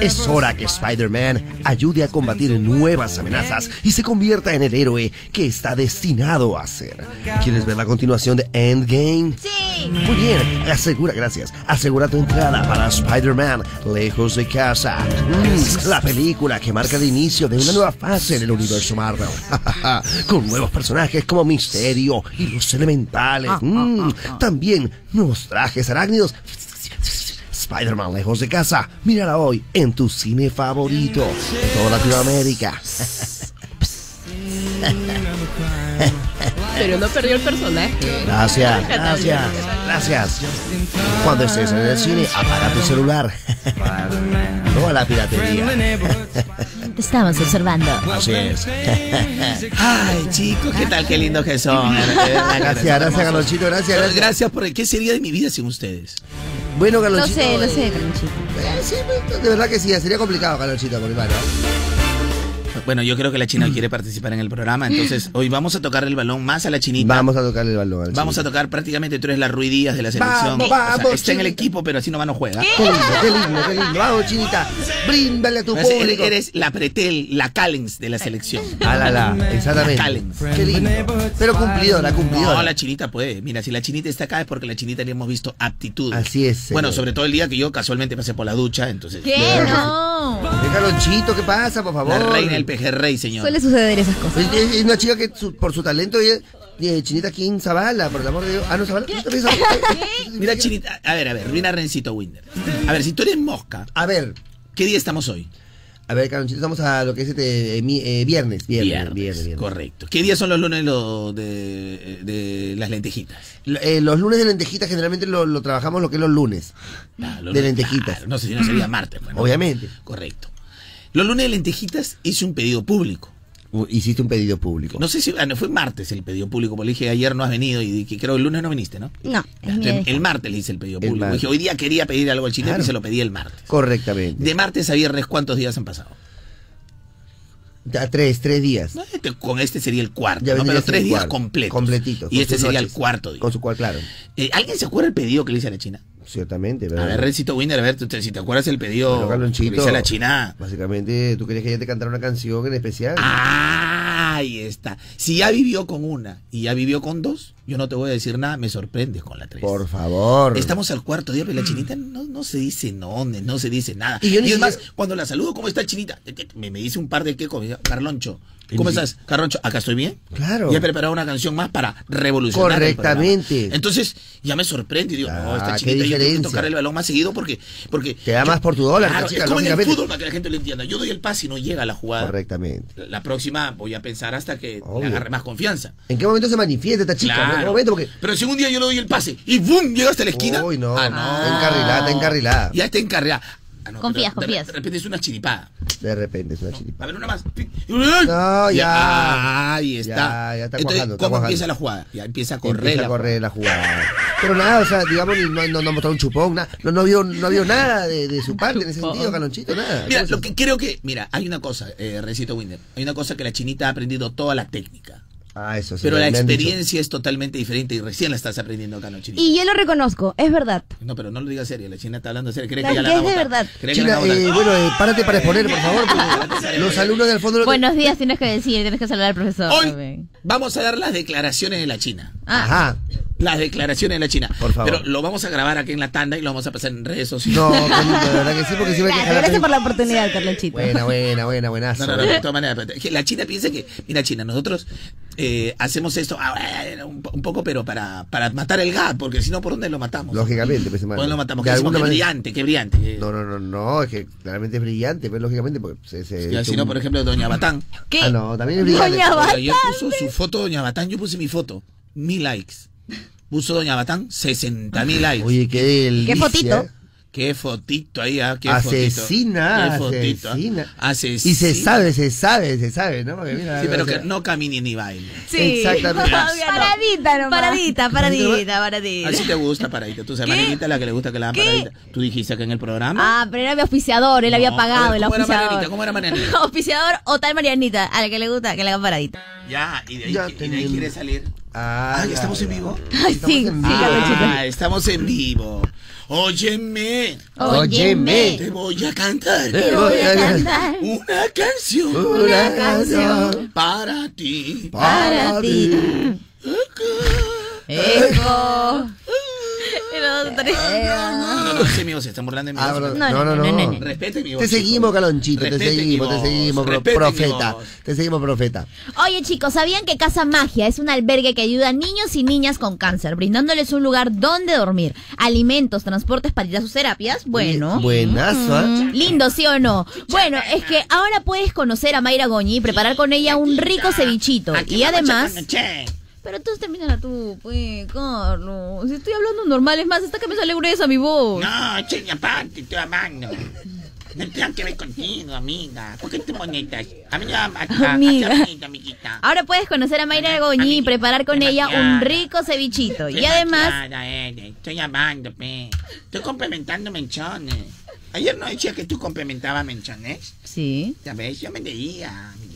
[SPEAKER 1] Es hora que Spider-Man ayude a combatir nuevas amenazas y se convierta en el héroe que está destinado a ser. ¿Quieres ver la continuación de Endgame?
[SPEAKER 4] Sí.
[SPEAKER 1] Muy bien, asegura, gracias. Asegura tu entrada para Spider-Man Lejos de Casa. Mm, la película que marca el inicio de una nueva fase en el universo Marvel. Con nuevos personajes como Misterio y los elementales. Mm, también nuevos trajes arácnidos. Spider-Man Lejos de Casa. Mírala hoy en tu cine favorito de toda Latinoamérica.
[SPEAKER 5] Pero no perdió el personaje.
[SPEAKER 1] Gracias, gracias, gracias. Cuando estés en el cine, apaga tu celular. No a la piratería.
[SPEAKER 2] Te estabas observando.
[SPEAKER 1] Así es.
[SPEAKER 3] Ay, chicos, qué tal, qué lindos que son. Gracias,
[SPEAKER 1] Gracias, gracias, Carlonchito, gracias, gracias.
[SPEAKER 3] Gracias por ¿Qué sería de mi vida sin ustedes?
[SPEAKER 1] Bueno,
[SPEAKER 2] No
[SPEAKER 1] Carlonchito.
[SPEAKER 2] sé, no sé,
[SPEAKER 1] eh,
[SPEAKER 2] Carlonchito.
[SPEAKER 1] eh, sí, pues, de verdad que sí, sería complicado, Carlonchito, por mi mano.
[SPEAKER 3] Bueno, yo creo que la China quiere participar en el programa, entonces hoy vamos a tocar el balón más a la Chinita.
[SPEAKER 1] Vamos a tocarle el balón. al
[SPEAKER 3] Vamos a
[SPEAKER 1] chico.
[SPEAKER 3] tocar prácticamente tú eres la ruidías de la selección.
[SPEAKER 1] Vamos, vamos,
[SPEAKER 3] está en el
[SPEAKER 1] Chinita.
[SPEAKER 3] equipo, pero así nomás no juega.
[SPEAKER 1] Qué lindo, qué lindo, qué lindo. Vamos, chinita. Bríndale a tu
[SPEAKER 3] Eres- Eres,
[SPEAKER 1] público.
[SPEAKER 3] Pues, eh, eres la Pretel, la Callens de la selección.
[SPEAKER 1] Ah, la, la, exactamente.
[SPEAKER 3] Callens.
[SPEAKER 1] Qué lindo. Pero cumplidora,
[SPEAKER 3] No,
[SPEAKER 1] cumplidora.
[SPEAKER 3] la chinita puede. Mira, si la chinita está acá es porque la chinita le hemos visto aptitud.
[SPEAKER 1] Así es,
[SPEAKER 3] Bueno,
[SPEAKER 1] señor.
[SPEAKER 3] sobre todo el día que yo casualmente pasé por la ducha, entonces.
[SPEAKER 2] ¿Qué? No.
[SPEAKER 1] Eh, Carlonchito, ¿qué pasa, por favor?
[SPEAKER 3] La reina del pejerrey, señor.
[SPEAKER 2] Suele suceder esas cosas.
[SPEAKER 1] Es, es- es una chica que su- por su talento ella, eh, Chinita King Zavala, por el amor de Dios. Ah, no, Zavala. ¿tú también Zavala?
[SPEAKER 3] Mira, chinita. A ver, a ver, mira Rencito Winder. A ver, si tú eres mosca,
[SPEAKER 1] A ver,
[SPEAKER 3] ¿qué día estamos hoy?
[SPEAKER 1] a ver, Carlonchito, estamos a lo que es este, eh, mi- eh, viernes, viernes, viernes, viernes.
[SPEAKER 3] Correcto. ¿Qué día son los lunes lo de, de eh, las lentejitas?
[SPEAKER 1] Lo- eh, los lunes de lentejitas generalmente lo, lo trabajamos lo que es los lunes.
[SPEAKER 3] Ah, los
[SPEAKER 1] De
[SPEAKER 3] lunes,
[SPEAKER 1] lentejitas.
[SPEAKER 3] claro, no sé si no sería martes. bueno.
[SPEAKER 1] Obviamente.
[SPEAKER 3] Correcto. Los lunes de lentejitas hice un pedido público.
[SPEAKER 1] U- Uh, Hiciste un pedido público.
[SPEAKER 3] No sé si ah, no, fue martes el pedido público, porque le dije ayer no has venido y dije, creo que el lunes no viniste, ¿no?
[SPEAKER 2] No, es mi
[SPEAKER 3] Entonces,
[SPEAKER 2] derecho.
[SPEAKER 3] Este, el martes le hice el pedido
[SPEAKER 1] El
[SPEAKER 3] público.
[SPEAKER 1] martes.
[SPEAKER 3] Dije, hoy día quería pedir algo al chileno
[SPEAKER 1] Claro.
[SPEAKER 3] y se lo pedí el martes.
[SPEAKER 1] Correctamente.
[SPEAKER 3] De martes a viernes, ¿cuántos días han pasado?
[SPEAKER 1] A tres, tres días.
[SPEAKER 3] No, este- con este sería el cuarto,
[SPEAKER 1] Ya
[SPEAKER 3] ¿no?
[SPEAKER 1] vendría
[SPEAKER 3] pero
[SPEAKER 1] a ser
[SPEAKER 3] tres
[SPEAKER 1] el
[SPEAKER 3] días
[SPEAKER 1] cuarto,
[SPEAKER 3] completos.
[SPEAKER 1] Completito.
[SPEAKER 3] Y
[SPEAKER 1] con
[SPEAKER 3] este
[SPEAKER 1] sus
[SPEAKER 3] sería
[SPEAKER 1] noches.
[SPEAKER 3] el cuarto día.
[SPEAKER 1] Con su cual, claro.
[SPEAKER 3] Eh, ¿Alguien se acuerda el pedido que le hice a la China?
[SPEAKER 1] Ciertamente,
[SPEAKER 3] A
[SPEAKER 1] ¿verdad?
[SPEAKER 3] ver, Rencito Winder, a ver, tú te- si te acuerdas el pedido
[SPEAKER 1] Pero,
[SPEAKER 3] que
[SPEAKER 1] Carlonchito,
[SPEAKER 3] le hice a la China.
[SPEAKER 1] Básicamente, ¿tú querías que ella te cantara una canción en especial?
[SPEAKER 3] Ah. Ahí está. Si ya vivió con una y ya vivió con dos, yo no te voy a decir nada, me sorprendes con la tres.
[SPEAKER 1] Por favor.
[SPEAKER 3] Estamos al cuarto día, pero la chinita no, no se dice no, no se dice nada.
[SPEAKER 1] Y
[SPEAKER 3] Y,
[SPEAKER 1] yo ni
[SPEAKER 3] es más,
[SPEAKER 1] siquiera-
[SPEAKER 3] cuando la saludo, ¿cómo está chinita? Me, me dice un par de qué comida. Carloncho, ¿cómo
[SPEAKER 1] Y-
[SPEAKER 3] estás? Carloncho, ¿acá estoy bien?
[SPEAKER 1] Claro.
[SPEAKER 3] Ya he preparado una canción más para revolucionar. el
[SPEAKER 1] Correctamente.
[SPEAKER 3] programa. Entonces, ya me sorprende y digo, no,
[SPEAKER 1] Ah,
[SPEAKER 3] esta
[SPEAKER 1] qué
[SPEAKER 3] chinita yo tengo que
[SPEAKER 1] diferencia.
[SPEAKER 3] tocar el balón más seguido porque. porque
[SPEAKER 1] Te da
[SPEAKER 3] yo-
[SPEAKER 1] más por tu dólar,
[SPEAKER 3] Claro,
[SPEAKER 1] chica,
[SPEAKER 3] es como en el
[SPEAKER 1] lógicamente.
[SPEAKER 3] fútbol para que la gente lo entienda. Yo doy el pase y no llega a la jugada.
[SPEAKER 1] Correctamente.
[SPEAKER 3] La próxima voy a pensar hasta que le
[SPEAKER 1] Obvio.
[SPEAKER 3] agarre más confianza.
[SPEAKER 1] ¿En qué momento se manifiesta esta chica? ¿En qué
[SPEAKER 3] Claro.
[SPEAKER 1] momento? Porque...
[SPEAKER 3] Pero si un día yo le doy el pase y ¡boom! Llega hasta la esquina.
[SPEAKER 1] Uy, no.
[SPEAKER 3] Ah,
[SPEAKER 1] Está encarrilada, está encarrilada.
[SPEAKER 3] Ya está encarrilada. Ah, no,
[SPEAKER 4] Confías,
[SPEAKER 3] pero de-
[SPEAKER 4] confías.
[SPEAKER 3] De repente es una chiripada.
[SPEAKER 1] De repente es una
[SPEAKER 3] A
[SPEAKER 1] chiripa.
[SPEAKER 3] ver, una más.
[SPEAKER 1] No,
[SPEAKER 7] Ah,
[SPEAKER 1] ya.
[SPEAKER 3] Ahí está.
[SPEAKER 1] Ya, ya está
[SPEAKER 3] Entonces,
[SPEAKER 1] cuajando, está
[SPEAKER 3] ¿cómo
[SPEAKER 1] cuajando.
[SPEAKER 3] empieza la jugada? Ya empieza a correr.
[SPEAKER 1] Empieza
[SPEAKER 3] la
[SPEAKER 1] a correr la jugada. Pero nada, o sea, digamos, ni- no, no, no mostró un chupón, nada. No, no, vio, no vio nada de, de su parte en ese
[SPEAKER 7] Oh.
[SPEAKER 1] sentido, Calonchito, nada.
[SPEAKER 3] Mira,
[SPEAKER 1] ¿Cómo
[SPEAKER 3] lo
[SPEAKER 1] se-
[SPEAKER 3] que creo que. Mira, hay una cosa, eh, Recito Winder. Hay una cosa que la chinita ha aprendido toda la técnica.
[SPEAKER 1] Ah, eso sí.
[SPEAKER 3] pero
[SPEAKER 1] me-
[SPEAKER 3] la
[SPEAKER 1] me han dicho.
[SPEAKER 3] experiencia es totalmente diferente y recién la estás aprendiendo acá, ¿no, chinita?
[SPEAKER 2] Y yo lo reconozco, es verdad.
[SPEAKER 3] No, pero no lo digas serio. La china está hablando serio. ¿Crees
[SPEAKER 2] La
[SPEAKER 3] que ya
[SPEAKER 2] que
[SPEAKER 3] la
[SPEAKER 2] es de
[SPEAKER 3] van a votar?
[SPEAKER 2] verdad.
[SPEAKER 3] ¿Crees que la
[SPEAKER 1] China,
[SPEAKER 3] van a
[SPEAKER 1] eh,
[SPEAKER 3] votar?
[SPEAKER 1] bueno, eh, párate para exponer, por favor. porque los alumnos del fondo. lo que-
[SPEAKER 4] Buenos días, tienes que decir, tienes que saludar al profesor.
[SPEAKER 3] Hoy
[SPEAKER 4] también.
[SPEAKER 2] Ah.
[SPEAKER 3] vamos a dar las declaraciones de la China.
[SPEAKER 1] Ajá.
[SPEAKER 7] Las declaraciones de la China.
[SPEAKER 1] Ah. Por favor.
[SPEAKER 7] Pero lo vamos a grabar aquí en la tanda y lo vamos a pasar en redes sociales.
[SPEAKER 1] No, Carlito, de verdad que sí, porque siempre hay que
[SPEAKER 3] Gracias,
[SPEAKER 1] jalar
[SPEAKER 3] gracias por la
[SPEAKER 1] película.
[SPEAKER 3] oportunidad, Carlonchito.
[SPEAKER 1] Buena, buena, buena, buenazo.
[SPEAKER 7] No, no, no, de todas maneras. pero es que La China piensa que, mira, China, nosotros eh, hacemos esto ah, bueno, un, po- un poco, pero para, para matar el gas, porque si no, ¿por dónde lo matamos?
[SPEAKER 1] Lógicamente, pues,
[SPEAKER 7] ¿Por
[SPEAKER 1] hermano.
[SPEAKER 7] dónde lo matamos?
[SPEAKER 1] De
[SPEAKER 7] Que decimos
[SPEAKER 1] alguna
[SPEAKER 7] que
[SPEAKER 1] manera-
[SPEAKER 7] brillante, que eh. brillante.
[SPEAKER 1] No, no, no, no, es que claramente es brillante, pero lógicamente, porque se. se
[SPEAKER 7] Ya, si no, por ejemplo, Doña Batán.
[SPEAKER 3] ¿Qué?
[SPEAKER 1] Ah, no, también es brillante.
[SPEAKER 3] Doña Batán.
[SPEAKER 7] Ayer puso su foto Doña Batán, yo puse mi foto. Mil likes. Puso Doña Batán 60 mil likes.
[SPEAKER 1] Oye, qué delicia.
[SPEAKER 3] Qué fotito.
[SPEAKER 7] Qué fotito ahí, ah, qué
[SPEAKER 1] Asesina,
[SPEAKER 7] fotito. Qué fotito, ah.
[SPEAKER 1] asesina.
[SPEAKER 7] Asesina.
[SPEAKER 1] Y se sabe, se sabe, se sabe, ¿no? Porque mira,
[SPEAKER 7] Sí, pero
[SPEAKER 1] o sea,
[SPEAKER 7] que no camine ni baile.
[SPEAKER 3] Sí.
[SPEAKER 1] Exactamente.
[SPEAKER 3] Todavía no. Paradita nomás. Paradita, paradita, paradita.
[SPEAKER 7] Así te gusta, paradita. Tu hermanita, la que le gusta que la hagan paradita. Tú dijiste que en el programa.
[SPEAKER 3] Ah, pero él había auspiciador, él
[SPEAKER 7] No,
[SPEAKER 3] había
[SPEAKER 7] a
[SPEAKER 3] pagado
[SPEAKER 7] ver,
[SPEAKER 3] el
[SPEAKER 7] ¿cómo era
[SPEAKER 3] auspiciador.
[SPEAKER 7] Marianita? ¿Cómo era Marianita?
[SPEAKER 3] auspiciador o tal Marianita, a la que le gusta que le hagan paradita.
[SPEAKER 7] Ya, y de ahí,
[SPEAKER 1] Ya
[SPEAKER 7] y de ahí
[SPEAKER 1] tenía-
[SPEAKER 7] quiere salir.
[SPEAKER 1] Ah,
[SPEAKER 7] Ah,
[SPEAKER 1] ya,
[SPEAKER 7] ¿estamos en
[SPEAKER 1] ya.
[SPEAKER 7] vivo?
[SPEAKER 3] Ay,
[SPEAKER 1] Estamos
[SPEAKER 3] sí,
[SPEAKER 1] en
[SPEAKER 3] sí,
[SPEAKER 1] vivo.
[SPEAKER 3] Carlonchito.
[SPEAKER 7] Ah, estamos en vivo. Óyeme,
[SPEAKER 1] Óyeme.
[SPEAKER 7] te voy a cantar
[SPEAKER 1] Te voy a cantar
[SPEAKER 3] Uh,
[SPEAKER 7] una canción
[SPEAKER 1] una canción
[SPEAKER 7] para ti.
[SPEAKER 1] para ti.
[SPEAKER 3] Pero,
[SPEAKER 7] No, no, no, sí, mi voz, se están burlando de mi
[SPEAKER 1] Ah,
[SPEAKER 7] voz.
[SPEAKER 1] bro, no, no, no.
[SPEAKER 7] Respete mi voz.
[SPEAKER 1] Te seguimos,
[SPEAKER 7] chicos.
[SPEAKER 1] Calonchito, te
[SPEAKER 7] Respete mi
[SPEAKER 1] seguimos, te
[SPEAKER 7] voz,
[SPEAKER 1] seguimos, pro-
[SPEAKER 7] respete mi
[SPEAKER 1] profeta.
[SPEAKER 7] voz.
[SPEAKER 1] Te seguimos, profeta.
[SPEAKER 4] Oye chicos, ¿sabían que Casa Magia es un albergue que ayuda a niños y niñas con cáncer, brindándoles un lugar donde dormir, alimentos, transportes para ir a sus terapias? Bueno.
[SPEAKER 7] ¿ah?
[SPEAKER 4] Mm,
[SPEAKER 1] Buenazo, ¿eh?
[SPEAKER 4] Lindo, ¿sí o no? Bueno, es que ahora puedes conocer a Mayra Goñi y preparar con ella un rico cevichito.
[SPEAKER 7] Aquí
[SPEAKER 4] Y
[SPEAKER 7] vamos,
[SPEAKER 4] además...
[SPEAKER 7] che.
[SPEAKER 4] Pero entonces termínala tú, pues, Carlos. Si estoy hablando normal, es más, hasta que me sale gruesa mi voz.
[SPEAKER 7] No, che, aparte, estoy amando. No tengo que ver contigo, amiga. ¿Por qué te monetas? Amiga, acá,
[SPEAKER 4] Amiga.
[SPEAKER 7] hacia bonita, amiguita.
[SPEAKER 3] Ah,
[SPEAKER 4] Ahora puedes conocer a Mayra Goñi y preparar con ella un rico cevichito.
[SPEAKER 7] Qué
[SPEAKER 4] Y además,
[SPEAKER 7] maquillada eres. eh, Estoy amando, pe. Estoy complementando menchones. Ayer no decía que tú complementabas menchones.
[SPEAKER 4] sí.
[SPEAKER 7] Ya ves, yo me leía, amiguita.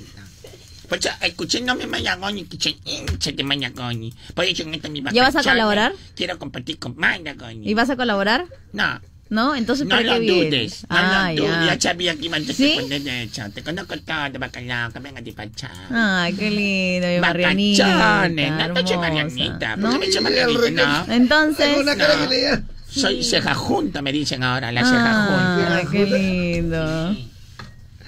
[SPEAKER 7] Pocha, escuché no me mayagoni, escuché hincha de mayagoni. Por eso en esta mi
[SPEAKER 4] ¿Ya vas a
[SPEAKER 7] vacaciones
[SPEAKER 4] colaborar?
[SPEAKER 7] Quiero compartir con mayagoni.
[SPEAKER 4] ¿Y vas a colaborar?
[SPEAKER 7] No,
[SPEAKER 4] ¿No? Entonces,
[SPEAKER 7] no
[SPEAKER 4] ¿para
[SPEAKER 7] lo
[SPEAKER 4] qué vienes?
[SPEAKER 7] dudes. No
[SPEAKER 4] Ah,
[SPEAKER 7] lo dudes.
[SPEAKER 4] ya.
[SPEAKER 7] Ya sabía que iban a
[SPEAKER 4] ¿Sí?
[SPEAKER 7] poner de hecho. Te conozco todo, bacalao, que venga de pachá.
[SPEAKER 4] Ay, qué lindo, mi Marianita.
[SPEAKER 7] Vacaciones, no te eches
[SPEAKER 4] hermosa.
[SPEAKER 7] Marianita. ¿Por qué
[SPEAKER 4] ¿No?
[SPEAKER 7] me eches Marianita? No.
[SPEAKER 4] Entonces,
[SPEAKER 1] Una cara que le da.
[SPEAKER 7] Soy ceja junta, me dicen ahora, la ceja junta.
[SPEAKER 4] ah, qué lindo.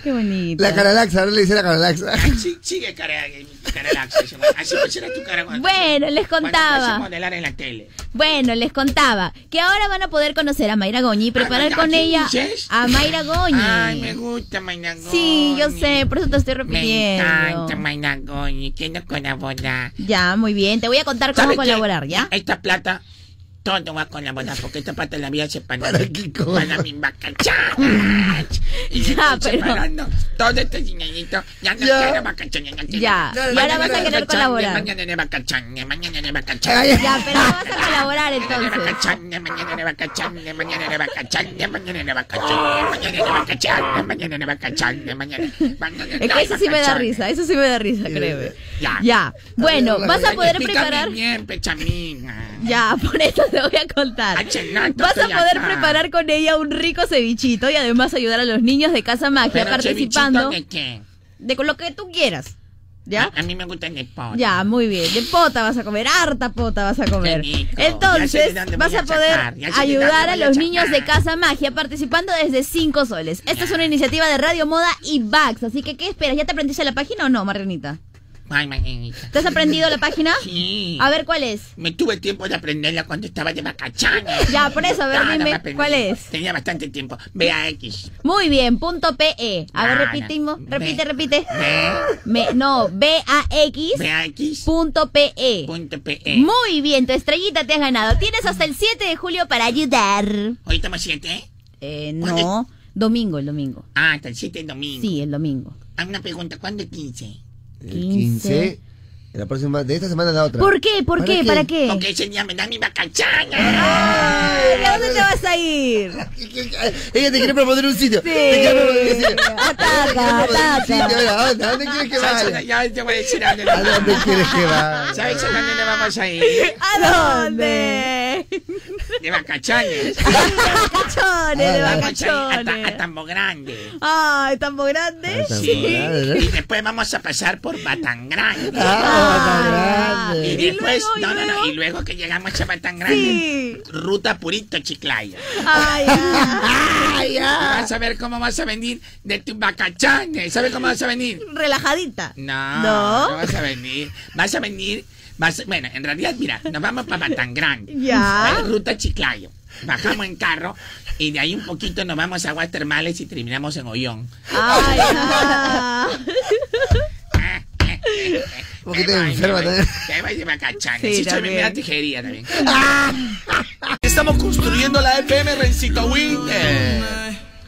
[SPEAKER 4] Qué bonito.
[SPEAKER 1] La caralaxa, ahora le dice la caralaxa.
[SPEAKER 7] Así Ah, sigue cara, eh, cara laxa, ese man. Así pues era tu cara cuando-
[SPEAKER 4] Bueno, les
[SPEAKER 7] cuando empecé a
[SPEAKER 4] contaba.
[SPEAKER 7] modelar en la tele.
[SPEAKER 4] Bueno, les contaba que ahora van a poder conocer a Mayra Goñi y preparar
[SPEAKER 7] Ah,
[SPEAKER 4] con
[SPEAKER 7] ¿sí
[SPEAKER 4] ella
[SPEAKER 7] dices?
[SPEAKER 4] a Mayra
[SPEAKER 7] Ay, me
[SPEAKER 4] Goñi.
[SPEAKER 7] gusta Mainagoni.
[SPEAKER 4] Sí, yo sé, por eso te estoy
[SPEAKER 7] Me
[SPEAKER 4] repitiendo.
[SPEAKER 7] encanta Mainagoni, que no colabora.
[SPEAKER 4] Ya, muy bien. Te voy a contar cómo
[SPEAKER 7] ¿Sabe
[SPEAKER 4] colaborar,
[SPEAKER 7] qué?
[SPEAKER 4] ¿ya?
[SPEAKER 7] Esta plata, todo va a colaborar, porque esta plata la voy a hacer para,
[SPEAKER 1] ¿Para
[SPEAKER 7] mí,
[SPEAKER 1] qué cosa?
[SPEAKER 7] para mi bacachán. Y
[SPEAKER 4] Ya,
[SPEAKER 7] ya,
[SPEAKER 4] pero-
[SPEAKER 7] todo este dinerito, ya no
[SPEAKER 1] Ya.
[SPEAKER 7] quiero bacachán, ya no quiero.
[SPEAKER 4] Ya,
[SPEAKER 1] y ahora
[SPEAKER 7] Mañana
[SPEAKER 1] vas a
[SPEAKER 7] de
[SPEAKER 4] querer
[SPEAKER 7] bacachán,
[SPEAKER 4] colaborar.
[SPEAKER 7] Mañana de bacachán, mañana de bacachán.
[SPEAKER 1] Ay, ay,
[SPEAKER 4] Ya, pero ahora vas a colaborar entonces.
[SPEAKER 7] Es
[SPEAKER 4] Es que eso sí me da risa, eso sí me da risa, créeme. Ya. Bueno, vas a poder preparar.
[SPEAKER 7] Bien, pechamina.
[SPEAKER 4] Ya, por eso te voy a contar. Vas a poder preparar con ella un rico cevichito y además ayudar a los niños de Casa Magia
[SPEAKER 7] Pero
[SPEAKER 4] participando
[SPEAKER 7] cevichito de qué?
[SPEAKER 4] de lo que tú quieras. ¿Ya?
[SPEAKER 7] A, a mí me gusta el deporte.
[SPEAKER 4] Ya, muy bien. De pota vas a comer, harta pota vas a comer.
[SPEAKER 7] Oh, Qué rico. Ya sé de
[SPEAKER 4] Entonces,
[SPEAKER 7] dónde
[SPEAKER 4] vas
[SPEAKER 7] voy a
[SPEAKER 4] a poder
[SPEAKER 7] sacar, ya sé de
[SPEAKER 4] ayudar
[SPEAKER 7] dónde
[SPEAKER 4] a
[SPEAKER 7] voy a
[SPEAKER 4] los niños de
[SPEAKER 7] sacar.
[SPEAKER 4] Casa Magia participando desde 5 soles. Esta
[SPEAKER 7] Ah.
[SPEAKER 4] es una iniciativa de Radio Moda y Vax. Así que, ¿qué esperas? ¿Ya te aprendiste la página o no, Marianita?
[SPEAKER 7] Ay, mañanita.
[SPEAKER 4] ¿Te has aprendido la página?
[SPEAKER 7] Sí.
[SPEAKER 4] A ver, ¿cuál es?
[SPEAKER 7] Me tuve tiempo de aprenderla cuando estaba de vacaciones.
[SPEAKER 4] Ya, por eso, a ver,
[SPEAKER 7] Nada,
[SPEAKER 4] dime,
[SPEAKER 7] me aprendí.
[SPEAKER 4] ¿cuál es?
[SPEAKER 7] Tenía bastante tiempo. VAX.
[SPEAKER 4] Muy bien, punto PE. A ver,
[SPEAKER 7] Ah,
[SPEAKER 4] repetimos,
[SPEAKER 7] ve.
[SPEAKER 4] repite, repite.
[SPEAKER 7] Ve-
[SPEAKER 4] Me- no, BAX
[SPEAKER 7] VAX.
[SPEAKER 4] punto PE.
[SPEAKER 7] Punto PE.
[SPEAKER 4] Muy bien, tu estrellita te has ganado. Tienes hasta el 7 de julio para ayudar.
[SPEAKER 7] Hoy estamos 7.
[SPEAKER 4] Eh,
[SPEAKER 7] ¿Cuándo
[SPEAKER 4] no, domingo, el domingo.
[SPEAKER 7] Ah, hasta el 7 de domingo.
[SPEAKER 4] Sí, el domingo.
[SPEAKER 7] Hay una pregunta, ¿cuándo es 15?
[SPEAKER 1] El
[SPEAKER 4] 15.
[SPEAKER 1] 15. La próxima, de esta semana a la otra.
[SPEAKER 4] ¿Por qué? ¿Por qué? ¿Para qué?
[SPEAKER 7] Porque ese día me da mi vacaciones.
[SPEAKER 4] Ay, ¿A dónde te vas a ir?
[SPEAKER 1] Ella te quiere proponer un sitio. Te quiere proponer un sitio.
[SPEAKER 4] Ataca,
[SPEAKER 1] Un sitio,
[SPEAKER 4] ataca.
[SPEAKER 1] mira, ¿a ¿dónde, ¿A dónde quieres que
[SPEAKER 7] ¿Sabes?
[SPEAKER 1] vaya?
[SPEAKER 7] Ya te voy a decir a dónde
[SPEAKER 1] ¿A
[SPEAKER 7] le
[SPEAKER 1] dónde
[SPEAKER 7] vamos.
[SPEAKER 1] quieres que vaya?
[SPEAKER 7] ¿Sabes a dónde le vamos a ir?
[SPEAKER 4] ¿A dónde?
[SPEAKER 3] De vacaciones.
[SPEAKER 2] Cachones, de
[SPEAKER 1] Ah,
[SPEAKER 2] vacaciones.
[SPEAKER 3] Tambo Grande.
[SPEAKER 2] Ay, tambo
[SPEAKER 7] Ah,
[SPEAKER 2] grande. Sí.
[SPEAKER 3] Y después vamos a pasar por Batán Grande.
[SPEAKER 1] Ah,
[SPEAKER 3] Y
[SPEAKER 1] tan grande.
[SPEAKER 3] después,
[SPEAKER 2] luego, y
[SPEAKER 3] no, no, no,
[SPEAKER 2] luego.
[SPEAKER 3] y luego que llegamos a Batán Grande,
[SPEAKER 2] Sí.
[SPEAKER 3] ruta Purito Chiclayo.
[SPEAKER 2] Ay, ay.
[SPEAKER 3] ¡Ay, ay! Vas a ver cómo vas a venir de tus vacaciones. ¿Sabes cómo vas a venir?
[SPEAKER 2] relajadita.
[SPEAKER 3] No,
[SPEAKER 2] No.
[SPEAKER 3] no vas a venir. Vas a venir. Vas, bueno, en realidad, mira, nos vamos para Batán Grande.
[SPEAKER 2] Ya.
[SPEAKER 3] Eh, Ruta Chiclayo. Bajamos en carro y de ahí un poquito nos vamos a aguas termales y terminamos en Ollón.
[SPEAKER 2] Ay, ay.
[SPEAKER 1] Un poquito enferma también.
[SPEAKER 3] Que vaya me cachan.
[SPEAKER 2] Sí,
[SPEAKER 3] Sí, también me da
[SPEAKER 2] también.
[SPEAKER 3] tijería también. Estamos construyendo la FM Rencito Winter.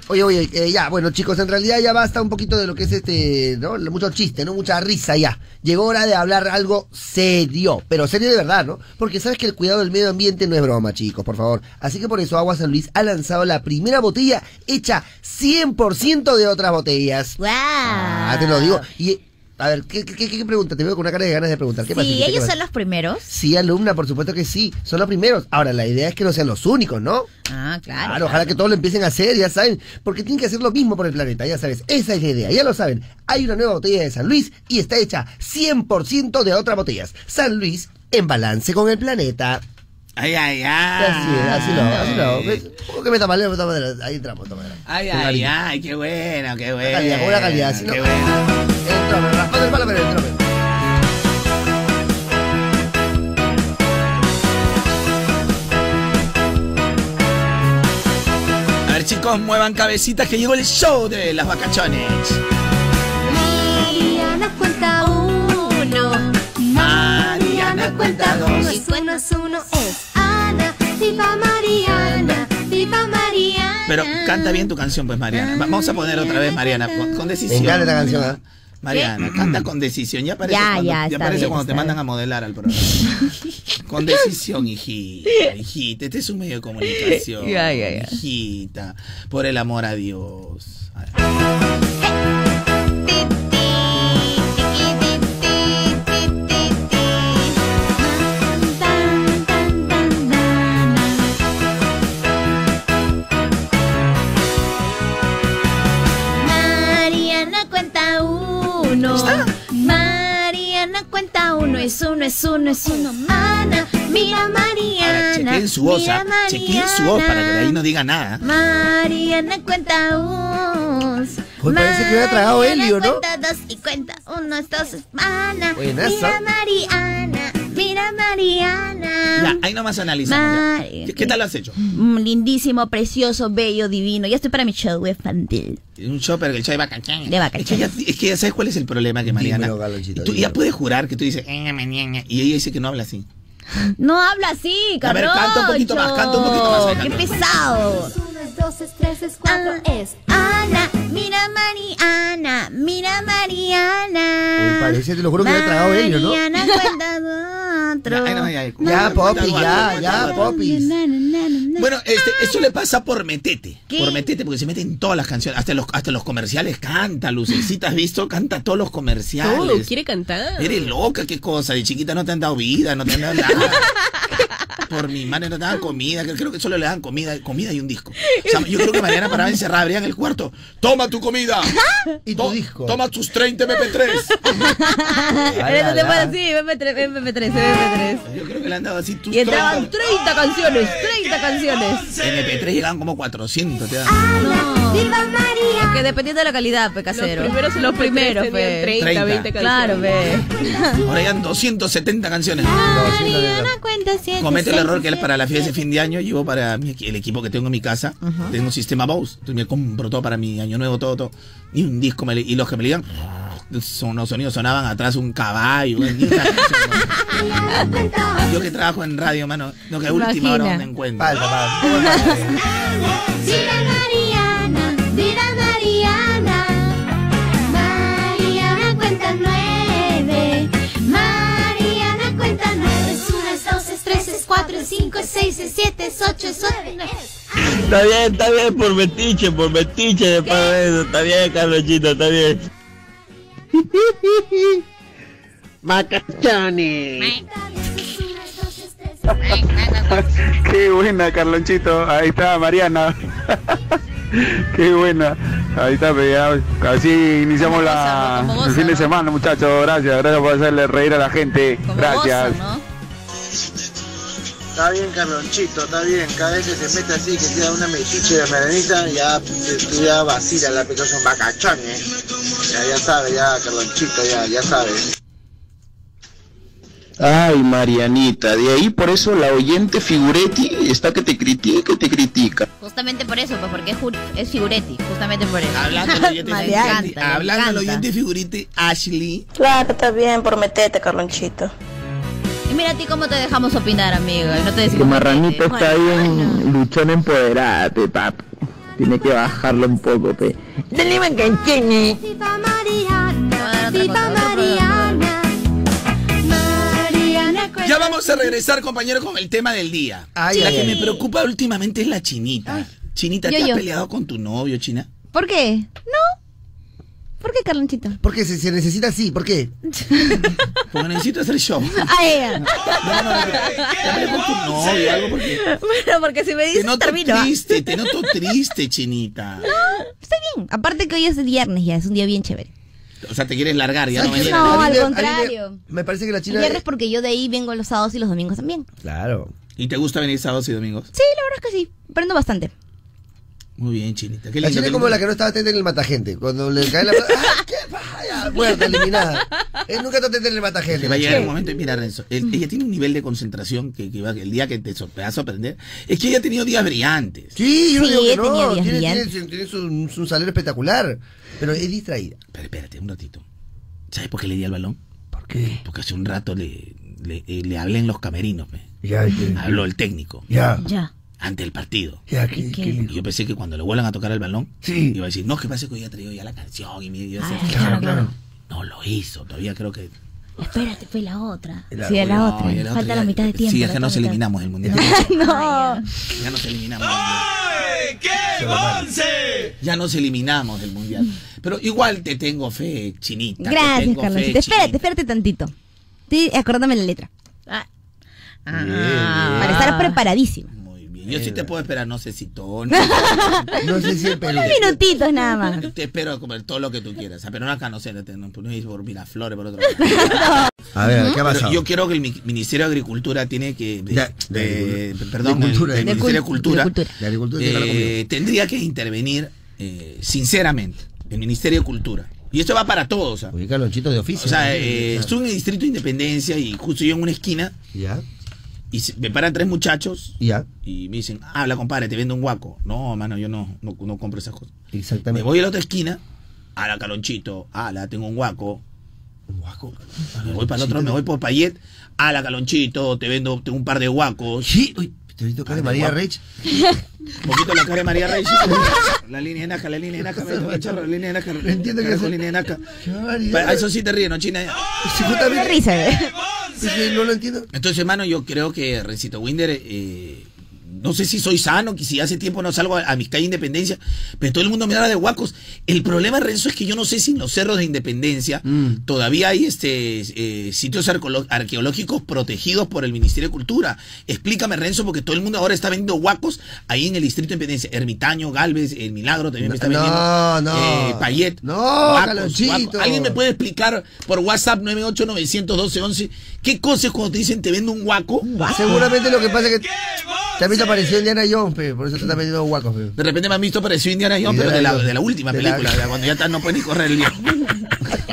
[SPEAKER 1] Oye, oye, eh, ya, bueno, chicos, en realidad ya basta un poquito de lo que es este, ¿no? Mucho chiste, ¿no? Mucha risa ya. Llegó hora de hablar algo serio, pero serio de verdad, ¿no? Porque sabes que el cuidado del medio ambiente no es broma, chicos, por favor. Así que por eso Agua San Luis ha lanzado la primera botella hecha 100% de otras botellas.
[SPEAKER 4] ¡Wow!
[SPEAKER 1] Ah, te lo digo. Y, a ver, ¿qué, qué, qué- qué pregunta? Te veo con una cara de ganas de preguntar. ¿Qué pasa?
[SPEAKER 4] Sí,
[SPEAKER 1] chiquita? ¿Qué
[SPEAKER 4] ellos
[SPEAKER 1] pasa?
[SPEAKER 4] son los primeros.
[SPEAKER 1] Sí, alumna, por supuesto que sí. Son los primeros. Ahora, la idea es que no sean los únicos, ¿no?
[SPEAKER 4] Ah,
[SPEAKER 1] Claro,
[SPEAKER 4] claro.
[SPEAKER 1] ojalá que todos lo empiecen a hacer, ya saben, porque tienen que hacer lo mismo por el planeta, ya sabes, esa es la idea, ya lo saben. Hay una nueva botella de San Luis y está hecha 100% de otras botellas. San Luis en balance con el planeta.
[SPEAKER 3] Ay, ay, ay.
[SPEAKER 1] Así, es, así lo, así lo. ¿Ves? Un poco que me tambaleo, me tambaleo. Ahí entramos, toma.
[SPEAKER 2] Ah,
[SPEAKER 3] Ay, ay, ay, qué bueno, qué bueno.
[SPEAKER 1] Una calidad, con una calidad, así no.
[SPEAKER 3] Qué bueno.
[SPEAKER 1] Entra, me raspando el palo, pero entra, pero-
[SPEAKER 3] A ver, chicos, muevan cabecitas que llegó el show de las vacaciones.
[SPEAKER 8] Mariana cuenta uno,
[SPEAKER 3] Mariana cuenta dos.
[SPEAKER 8] los buenos uno es Ana, viva Mariana, viva Mariana.
[SPEAKER 3] Pero canta bien tu canción, pues, Mariana. Va- Vamos a poner otra vez, Mariana, con, con
[SPEAKER 1] Me
[SPEAKER 3] decisión.
[SPEAKER 1] encanta esta canción, ¿ah?
[SPEAKER 3] Mariana, canta con decisión. Ya aparece
[SPEAKER 4] Ya,
[SPEAKER 3] cuando,
[SPEAKER 4] ya, está
[SPEAKER 3] aparece
[SPEAKER 4] bien,
[SPEAKER 3] cuando te
[SPEAKER 4] está
[SPEAKER 3] mandan a modelar al programa. con decisión, hijita, hijita. Este es un medio de comunicación.
[SPEAKER 4] Ya, ya, ya.
[SPEAKER 3] Hijita, por el amor a Dios. A ver.
[SPEAKER 8] Tan, tan, tan, tan, tan.
[SPEAKER 4] Mariana cuenta uno. Mariana cuenta uno. Es uno, es uno, es uno. Ana, mira
[SPEAKER 3] Ahora,
[SPEAKER 4] Mariana.
[SPEAKER 3] chequen su voz,
[SPEAKER 4] mira
[SPEAKER 3] ah. chequen su voz para que de ahí no diga nada.
[SPEAKER 4] Mariana cuenta uno.
[SPEAKER 1] Uy, parece que hubiera tragado helio, ¿no?
[SPEAKER 4] Cuenta dos y cuenta uno, dos. Ana,
[SPEAKER 1] Buenazo.
[SPEAKER 4] mira Mariana. Mira Mariana.
[SPEAKER 3] Ya, ahí nomás analizamos. ya.
[SPEAKER 4] Mari-
[SPEAKER 3] ¿Qué- ¿Qué tal lo has hecho?
[SPEAKER 4] Mm, lindísimo, precioso, bello, divino. Ya estoy para mi show infantil.
[SPEAKER 3] Un shopper que el show de vacaciones.
[SPEAKER 4] De vacaciones.
[SPEAKER 3] Es que, ya, es que ya sabes cuál es el problema que Mariana.
[SPEAKER 1] Dímelo, Galonchito,
[SPEAKER 3] tú ya
[SPEAKER 1] dímelo.
[SPEAKER 3] puedes jurar que tú dices, "Ña, ña, ña, ña", y ella dice que no habla así.
[SPEAKER 4] No habla así,
[SPEAKER 3] A ver,
[SPEAKER 4] cabrón.
[SPEAKER 3] canta un poquito más, canta un poquito más, ahí,
[SPEAKER 4] Qué
[SPEAKER 3] canta.
[SPEAKER 4] pesado.
[SPEAKER 8] Uno es dos, es tres, es cuatro,
[SPEAKER 4] Ah.
[SPEAKER 8] es
[SPEAKER 4] Ana, mira Mariana, mira Mariana.
[SPEAKER 2] Mm.
[SPEAKER 1] Uy, parece, te lo juro que había tragado helio, ¿no?
[SPEAKER 4] Mariana cuenta de otro.
[SPEAKER 3] Ya, ahí no, ya, ya.
[SPEAKER 1] Ya, Poppy,
[SPEAKER 3] Cuéntalo,
[SPEAKER 1] ya,
[SPEAKER 3] cuéntalo,
[SPEAKER 1] ya,
[SPEAKER 3] cuéntalo.
[SPEAKER 1] Popis.
[SPEAKER 4] Na, na, na, na, na.
[SPEAKER 3] Bueno, este, eso le pasa por metete.
[SPEAKER 4] ¿Qué?
[SPEAKER 3] Por metete, porque se mete en todas las canciones. Hasta los, hasta los comerciales canta, Lucecita, ¿has visto? Canta todos los comerciales.
[SPEAKER 5] Todo, quiere cantar.
[SPEAKER 3] Eres loca, qué cosa. De chiquita no te han dado vida, no te han dado nada. Por mi madre no te daban comida, que- creo que solo le daban comida, comida y un disco. O sea, yo creo que Mariana paraba encerrada, abría en el cuarto. ¡Toma tu comida!
[SPEAKER 1] Y tu
[SPEAKER 3] To-
[SPEAKER 1] disco.
[SPEAKER 3] Toma tus 30 MP3.
[SPEAKER 1] Ala,
[SPEAKER 4] Ahora te
[SPEAKER 1] ala.
[SPEAKER 4] pones así, MP3, MP3, MP3.
[SPEAKER 3] Yo creo que le han dado así tus
[SPEAKER 4] Y entraban
[SPEAKER 3] 30.
[SPEAKER 4] 30 canciones, 30 canciones.
[SPEAKER 3] MP3 llegaban como 400. Te dan.
[SPEAKER 8] Viva María.
[SPEAKER 4] Que dependiendo de la calidad, pe,
[SPEAKER 5] Los
[SPEAKER 4] casero.
[SPEAKER 5] primeros son los primeros,
[SPEAKER 4] pe.
[SPEAKER 5] 30,
[SPEAKER 3] 30.
[SPEAKER 5] 20 canciones.
[SPEAKER 4] Claro, ve.
[SPEAKER 3] Ahora llegan 270 canciones.
[SPEAKER 4] Mariana cuenta siete,
[SPEAKER 3] Comete el
[SPEAKER 4] seis,
[SPEAKER 3] error que él
[SPEAKER 4] siete.
[SPEAKER 3] para la fiesta de fin de año llevo para mi equi- el equipo que tengo en mi casa. Tengo un sistema Bose. Entonces me compro todo para mi año nuevo, todo, todo. Y un disco. me le- y los que me ligan, son, los sonidos sonaban atrás un caballo. ni una canción, mano. Yo que trabajo en radio, mano. Lo que a última hora
[SPEAKER 4] Imagina.
[SPEAKER 3] me encuentro.
[SPEAKER 1] Falta, falta.
[SPEAKER 8] Viva Mariana, viva Mariana. Mariana cuenta nueve. Mariana cuenta nueve. Es uno, es dos, es tres, es cuatro, es cinco, es seis, es siete, es ocho, es nueve. es-
[SPEAKER 9] Está bien, está bien, por metiche, por metiche, después de eso. Está bien, Carlonchito, está bien.
[SPEAKER 8] Está bien, es uno, es dos, es tres,
[SPEAKER 10] Qué buena, Carlonchito. Ahí está Mariana. Qué buena. Ahí está, pues, ya. así iniciamos la,
[SPEAKER 4] Como goza,
[SPEAKER 10] el fin de
[SPEAKER 4] ¿no?
[SPEAKER 10] semana, muchachos. Gracias, gracias por hacerle reír a la gente.
[SPEAKER 4] Como
[SPEAKER 10] Gracias.
[SPEAKER 4] gozo, ¿no?
[SPEAKER 11] Está bien, Carlonchito, está bien. Cada vez que se mete así, que te da una metiche de merenita, ya, tú ya vacila la pecosa son bacachones. eh. Ya, ya sabe, ya, Carlonchito, ya, ya sabe.
[SPEAKER 12] Ay, Marianita, de ahí por eso la oyente Figuretti está que te critica y te critica.
[SPEAKER 4] Justamente por eso, pues porque es, ju- es figuretti, justamente por eso.
[SPEAKER 3] Hablando del oyente
[SPEAKER 4] Me
[SPEAKER 3] figuriti,
[SPEAKER 4] encanta, me
[SPEAKER 3] hablando del
[SPEAKER 4] encanta.
[SPEAKER 3] oyente figuriti, Ashley.
[SPEAKER 5] Claro, está bien, por meterte, Carlonchito.
[SPEAKER 4] Y mira a ti cómo te dejamos opinar, amigo. y No te
[SPEAKER 12] Tu
[SPEAKER 4] decimos
[SPEAKER 12] marranito
[SPEAKER 4] metete.
[SPEAKER 12] está ahí en luchón empoderada, pe, pap. Tiene que bajarlo un poco, pe.
[SPEAKER 8] Viva Mariana, viva Mariana. Mariana cuenta-
[SPEAKER 3] Ya vamos a regresar, compañero, con el tema del día.
[SPEAKER 1] Ay,
[SPEAKER 3] la
[SPEAKER 1] ay,
[SPEAKER 3] que
[SPEAKER 1] ay.
[SPEAKER 3] me preocupa últimamente es la chinita. Chinita, ¿te
[SPEAKER 2] Yo,
[SPEAKER 3] has
[SPEAKER 2] yo.
[SPEAKER 3] peleado con tu novio, China?
[SPEAKER 2] ¿Por qué? No. ¿Por qué, Carlonchito?
[SPEAKER 1] ¿Por qué? Si se necesita así, ¿por qué?
[SPEAKER 3] Porque necesito hacer show.
[SPEAKER 2] A ella.
[SPEAKER 3] Te
[SPEAKER 8] Ah.
[SPEAKER 3] peleas con tu novio, algo porque.
[SPEAKER 2] bueno, porque si me
[SPEAKER 3] Te
[SPEAKER 2] dices,
[SPEAKER 3] noto
[SPEAKER 2] termino. ¿ah?
[SPEAKER 3] triste, te noto triste, Chinita.
[SPEAKER 2] Está bien. Aparte que hoy es viernes ya, es un día bien chévere.
[SPEAKER 3] O sea, te quieres largar, ya no me
[SPEAKER 1] ¿Sabes qué?
[SPEAKER 3] llegas.
[SPEAKER 2] No,
[SPEAKER 1] A
[SPEAKER 2] al
[SPEAKER 1] mí me- a mí me-
[SPEAKER 2] contrario.
[SPEAKER 1] Me parece que la
[SPEAKER 2] El
[SPEAKER 1] china...
[SPEAKER 2] viernes porque yo de ahí vengo los sábados y los domingos también.
[SPEAKER 1] Claro.
[SPEAKER 3] ¿Y te gusta venir sábados y domingos?
[SPEAKER 2] Sí, la verdad es que sí. Aprendo bastante.
[SPEAKER 3] Muy bien, Chinita. Qué
[SPEAKER 1] La
[SPEAKER 3] lindo.
[SPEAKER 1] china
[SPEAKER 3] qué
[SPEAKER 1] es como la
[SPEAKER 3] lindo.
[SPEAKER 1] que no estaba atenta en el matagente. Cuando le cae la... ¡Ah, qué paja! Muerta, eliminada. Él nunca está atenta en el
[SPEAKER 3] Te
[SPEAKER 1] matagente.
[SPEAKER 3] va a llegar un momento y mira, Renzo, el- ella tiene un nivel de concentración que, que va- el día que te so- te vas a sorprender. Es que ella ha tenido días brillantes.
[SPEAKER 1] Sí, yo no
[SPEAKER 2] Sí,
[SPEAKER 1] digo que
[SPEAKER 2] he tenido
[SPEAKER 1] no.
[SPEAKER 2] días
[SPEAKER 1] Tiene, tiene,
[SPEAKER 2] brillantes.
[SPEAKER 1] tiene, su, su salario espectacular. Pero es distraída.
[SPEAKER 3] Pero espérate un ratito. ¿Sabes por qué le di al balón?
[SPEAKER 1] ¿Por qué?
[SPEAKER 3] Porque hace un rato le, le, eh, le hablé en los camerinos. pe.
[SPEAKER 1] Ya, ya.
[SPEAKER 3] Habló el técnico
[SPEAKER 1] Ya,
[SPEAKER 2] Ya.
[SPEAKER 3] ante el partido.
[SPEAKER 1] ya, ¿qué, qué le-
[SPEAKER 3] Y yo pensé que cuando le vuelvan a tocar el balón,
[SPEAKER 1] Sí.
[SPEAKER 3] iba a decir, no, que pasa que hoy ha traído ya la canción y me dio ese-
[SPEAKER 1] Claro, claro.
[SPEAKER 3] No lo hizo, todavía creo que.
[SPEAKER 2] Espérate, fue la otra.
[SPEAKER 1] La-
[SPEAKER 2] sí, la otra.
[SPEAKER 3] Ay, el otro
[SPEAKER 2] Falta
[SPEAKER 3] ya-
[SPEAKER 2] la mitad de tiempo.
[SPEAKER 3] Sí,
[SPEAKER 2] la
[SPEAKER 3] es que
[SPEAKER 2] otra
[SPEAKER 3] nos
[SPEAKER 2] mitad.
[SPEAKER 3] eliminamos del mundial.
[SPEAKER 2] No.
[SPEAKER 3] Ya nos eliminamos. del mundial.
[SPEAKER 6] ¡Qué bonce!
[SPEAKER 3] Ya nos eliminamos del mundial. Pero igual te tengo fe, chinita. te
[SPEAKER 2] Gracias,
[SPEAKER 3] tengo fe,
[SPEAKER 2] Carlonchito. Espérate,
[SPEAKER 3] chinita.
[SPEAKER 2] espérate tantito. Sí, acuérdame la letra.
[SPEAKER 4] Ah.
[SPEAKER 2] Para estar preparadísima.
[SPEAKER 3] Muy bien. Yo sí te puedo esperar, no sé si todo.
[SPEAKER 1] No sé si el Perú.
[SPEAKER 2] Unos minutitos nada más.
[SPEAKER 3] Te espero a comer todo lo que tú quieras. Ah, Pero no acá no sé, no te- no ir por Miraflores, por otro lado.
[SPEAKER 1] A ver, ¿qué ha
[SPEAKER 3] Pero
[SPEAKER 1] pasado?
[SPEAKER 3] yo creo que el mi- Ministerio de Agricultura tiene que. de-
[SPEAKER 1] Ya,
[SPEAKER 3] de-
[SPEAKER 1] de-
[SPEAKER 3] perdón,
[SPEAKER 1] de
[SPEAKER 3] el-
[SPEAKER 1] cultura,
[SPEAKER 3] el
[SPEAKER 1] de
[SPEAKER 3] Ministerio de
[SPEAKER 2] cul-
[SPEAKER 3] Cultura.
[SPEAKER 2] de cultura.
[SPEAKER 1] De agricultura llega la comida.
[SPEAKER 3] eh, tendría que intervenir, eh, sinceramente, el Ministerio de Cultura. Y esto va para todos. ¿ah?
[SPEAKER 1] Oye, Carlonchito de oficio.
[SPEAKER 3] O sea,
[SPEAKER 1] ¿no?
[SPEAKER 3] eh,
[SPEAKER 1] Claro.
[SPEAKER 3] estuve en el distrito de Independencia y justo yo en una esquina
[SPEAKER 1] Ya,
[SPEAKER 3] y se- me paran tres muchachos
[SPEAKER 1] ya,
[SPEAKER 3] y me dicen, habla compadre, te vendo un guaco. No, mano, yo no, no, no compro esas cosas. Me
[SPEAKER 1] exactamente.
[SPEAKER 3] voy a la otra esquina, a la Calonchito, a la tengo un guaco.
[SPEAKER 1] Guaco.
[SPEAKER 3] Me voy para el otro, me voy por Payet, a la Calonchito, te vendo tengo un par de guacos.
[SPEAKER 1] Sí, uy, te vi tocar de
[SPEAKER 3] Ah,
[SPEAKER 1] María
[SPEAKER 3] guaco.
[SPEAKER 1] Rich.
[SPEAKER 3] Un poquito la cara de María Reyes. La línea de Naca, la línea de Naca, me toca el chorro, la línea de Naca.
[SPEAKER 1] Entiendo que
[SPEAKER 3] carajo,
[SPEAKER 1] es-
[SPEAKER 3] línea de Naca.
[SPEAKER 1] Qué barbaridad.
[SPEAKER 3] Pero a Eso sí te ríe, ¿no, China?
[SPEAKER 1] Sí,
[SPEAKER 2] Una
[SPEAKER 1] justamente.
[SPEAKER 2] risa, ¿eh?
[SPEAKER 1] Es que no lo entiendo.
[SPEAKER 3] Entonces, hermano, yo creo que Rencito Winder, eh, no sé si soy sano, que si hace tiempo no salgo a, a mis calles de Independencia, pero todo el mundo me habla de huacos. El problema, Renzo, es que yo no sé si en los cerros de Independencia
[SPEAKER 1] Mm.
[SPEAKER 3] todavía hay este eh, sitios arqueolo- arqueológicos protegidos por el Ministerio de Cultura. Explícame, Renzo, porque todo el mundo ahora está vendiendo huacos ahí en el Distrito de Independencia. Ermitaño, Galvez, El Milagro también me está
[SPEAKER 1] No,
[SPEAKER 3] vendiendo.
[SPEAKER 1] no.
[SPEAKER 3] Eh, Payet.
[SPEAKER 1] No,
[SPEAKER 3] Huacos,
[SPEAKER 1] Calonchito.
[SPEAKER 3] huacos. ¿Alguien me puede explicar por WhatsApp 98912 11 qué cosas cuando te dicen te vendo un guaco?
[SPEAKER 1] Seguramente lo que pasa es que también te apareció Indiana Jones, pe, por eso te está vendiendo guacos, pe.
[SPEAKER 3] De repente me han visto parecido Indiana Jones,
[SPEAKER 1] Indiana
[SPEAKER 3] pero de la,
[SPEAKER 1] Jones.
[SPEAKER 3] de la última
[SPEAKER 1] De la-
[SPEAKER 3] película, de la- cuando ya está- no puedes ni correr el día.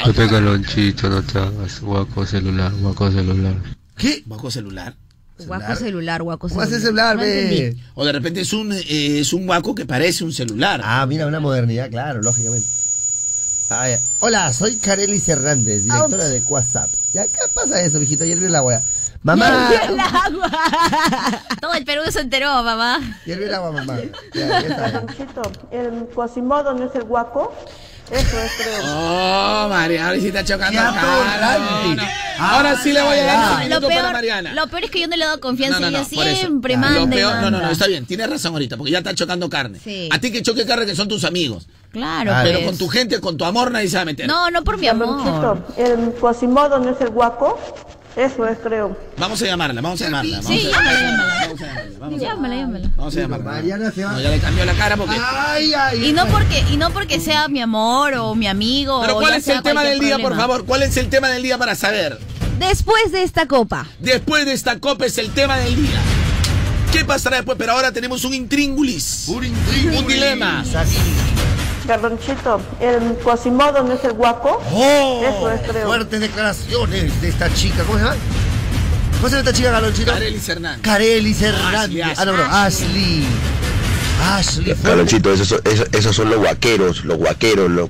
[SPEAKER 13] No te calonchito, no te hagas guaco celular, guaco celular.
[SPEAKER 1] ¿Qué?
[SPEAKER 3] Guaco celular.
[SPEAKER 2] Guaco celular, guaco
[SPEAKER 1] ¿Cómo
[SPEAKER 2] celular.
[SPEAKER 1] hace
[SPEAKER 4] Ah,
[SPEAKER 1] celular,
[SPEAKER 2] No entendí.
[SPEAKER 1] pe?
[SPEAKER 3] O de repente es un, eh, es un guaco que parece un celular.
[SPEAKER 1] Ah, mira, una modernidad, claro, lógicamente. Ah, ya. Hola, soy Carelis Hernández, directora de WhatsApp. ¿Ya qué pasa eso, mijito? Ayer vio la agua. Mamá,
[SPEAKER 4] Todo el Perú se enteró, mamá.
[SPEAKER 1] ayer vio el agua, mamá. Ya, ya está.
[SPEAKER 5] el Quasimodo no es el guaco. Eso es, creo.
[SPEAKER 3] Oh, Mariana, ahora sí está chocando
[SPEAKER 1] Ya,
[SPEAKER 3] acá.
[SPEAKER 1] todo
[SPEAKER 3] No,
[SPEAKER 1] grande.
[SPEAKER 3] no. Ahora sí le voy a dar un
[SPEAKER 4] Lo
[SPEAKER 3] minuto para
[SPEAKER 4] peor,
[SPEAKER 3] Mariana.
[SPEAKER 4] lo peor es que yo no le he dado confianza y
[SPEAKER 3] No, no, no,
[SPEAKER 4] ella
[SPEAKER 3] por eso.
[SPEAKER 4] siempre
[SPEAKER 3] Lo
[SPEAKER 4] manda y
[SPEAKER 3] peor-
[SPEAKER 4] manda.
[SPEAKER 3] no, no, no, está bien, tienes razón ahorita, porque ya está chocando carne.
[SPEAKER 4] Sí.
[SPEAKER 3] A ti que choque carne que son tus amigos.
[SPEAKER 4] Claro,
[SPEAKER 1] Ah,
[SPEAKER 3] Pero
[SPEAKER 4] pues.
[SPEAKER 3] con tu gente, con tu amor, nadie se va a meter.
[SPEAKER 4] No, no por mi amor.
[SPEAKER 5] el Quasimodo no es el guaco.
[SPEAKER 14] Eso es, creo.
[SPEAKER 3] Vamos a llamarla, vamos a llamarla. Vamos
[SPEAKER 4] Sí,
[SPEAKER 3] a llamarla.
[SPEAKER 4] llámala, llámala.
[SPEAKER 3] vamos
[SPEAKER 4] Llámala, llámala.
[SPEAKER 3] Vamos a llamarla. Mariana se va. Ah. No, ya le cambió la cara porque.
[SPEAKER 1] Ay, ay.
[SPEAKER 4] Y no porque, y no porque sea mi amor o mi amigo.
[SPEAKER 3] Pero
[SPEAKER 4] o
[SPEAKER 3] ¿cuál
[SPEAKER 4] ya
[SPEAKER 3] es
[SPEAKER 4] sea
[SPEAKER 3] el tema del
[SPEAKER 4] cualquier
[SPEAKER 3] día, por
[SPEAKER 4] problema.
[SPEAKER 3] favor? ¿Cuál es el tema del día para saber?
[SPEAKER 4] Después de esta copa.
[SPEAKER 3] Después de esta copa es el tema del día. ¿Qué pasará después? Pero ahora tenemos un intríngulis. Un dilema.
[SPEAKER 14] Carlonchito,
[SPEAKER 15] eh.
[SPEAKER 14] el Quasimodo no es el guaco.
[SPEAKER 1] ¡Oh!
[SPEAKER 14] Eso es, creo.
[SPEAKER 1] Fuertes declaraciones de esta chica. ¿Cómo se llama? ¿Cómo se llama esta chica, Galonchito? Carelis
[SPEAKER 3] Hernández.
[SPEAKER 1] Carelis Hernández.
[SPEAKER 3] Ashley,
[SPEAKER 1] Ah, no, no, Ashley. Ashley.
[SPEAKER 16] Carlonchito, esos, son- esos, esos son los guaqueros, los guaqueros, lo,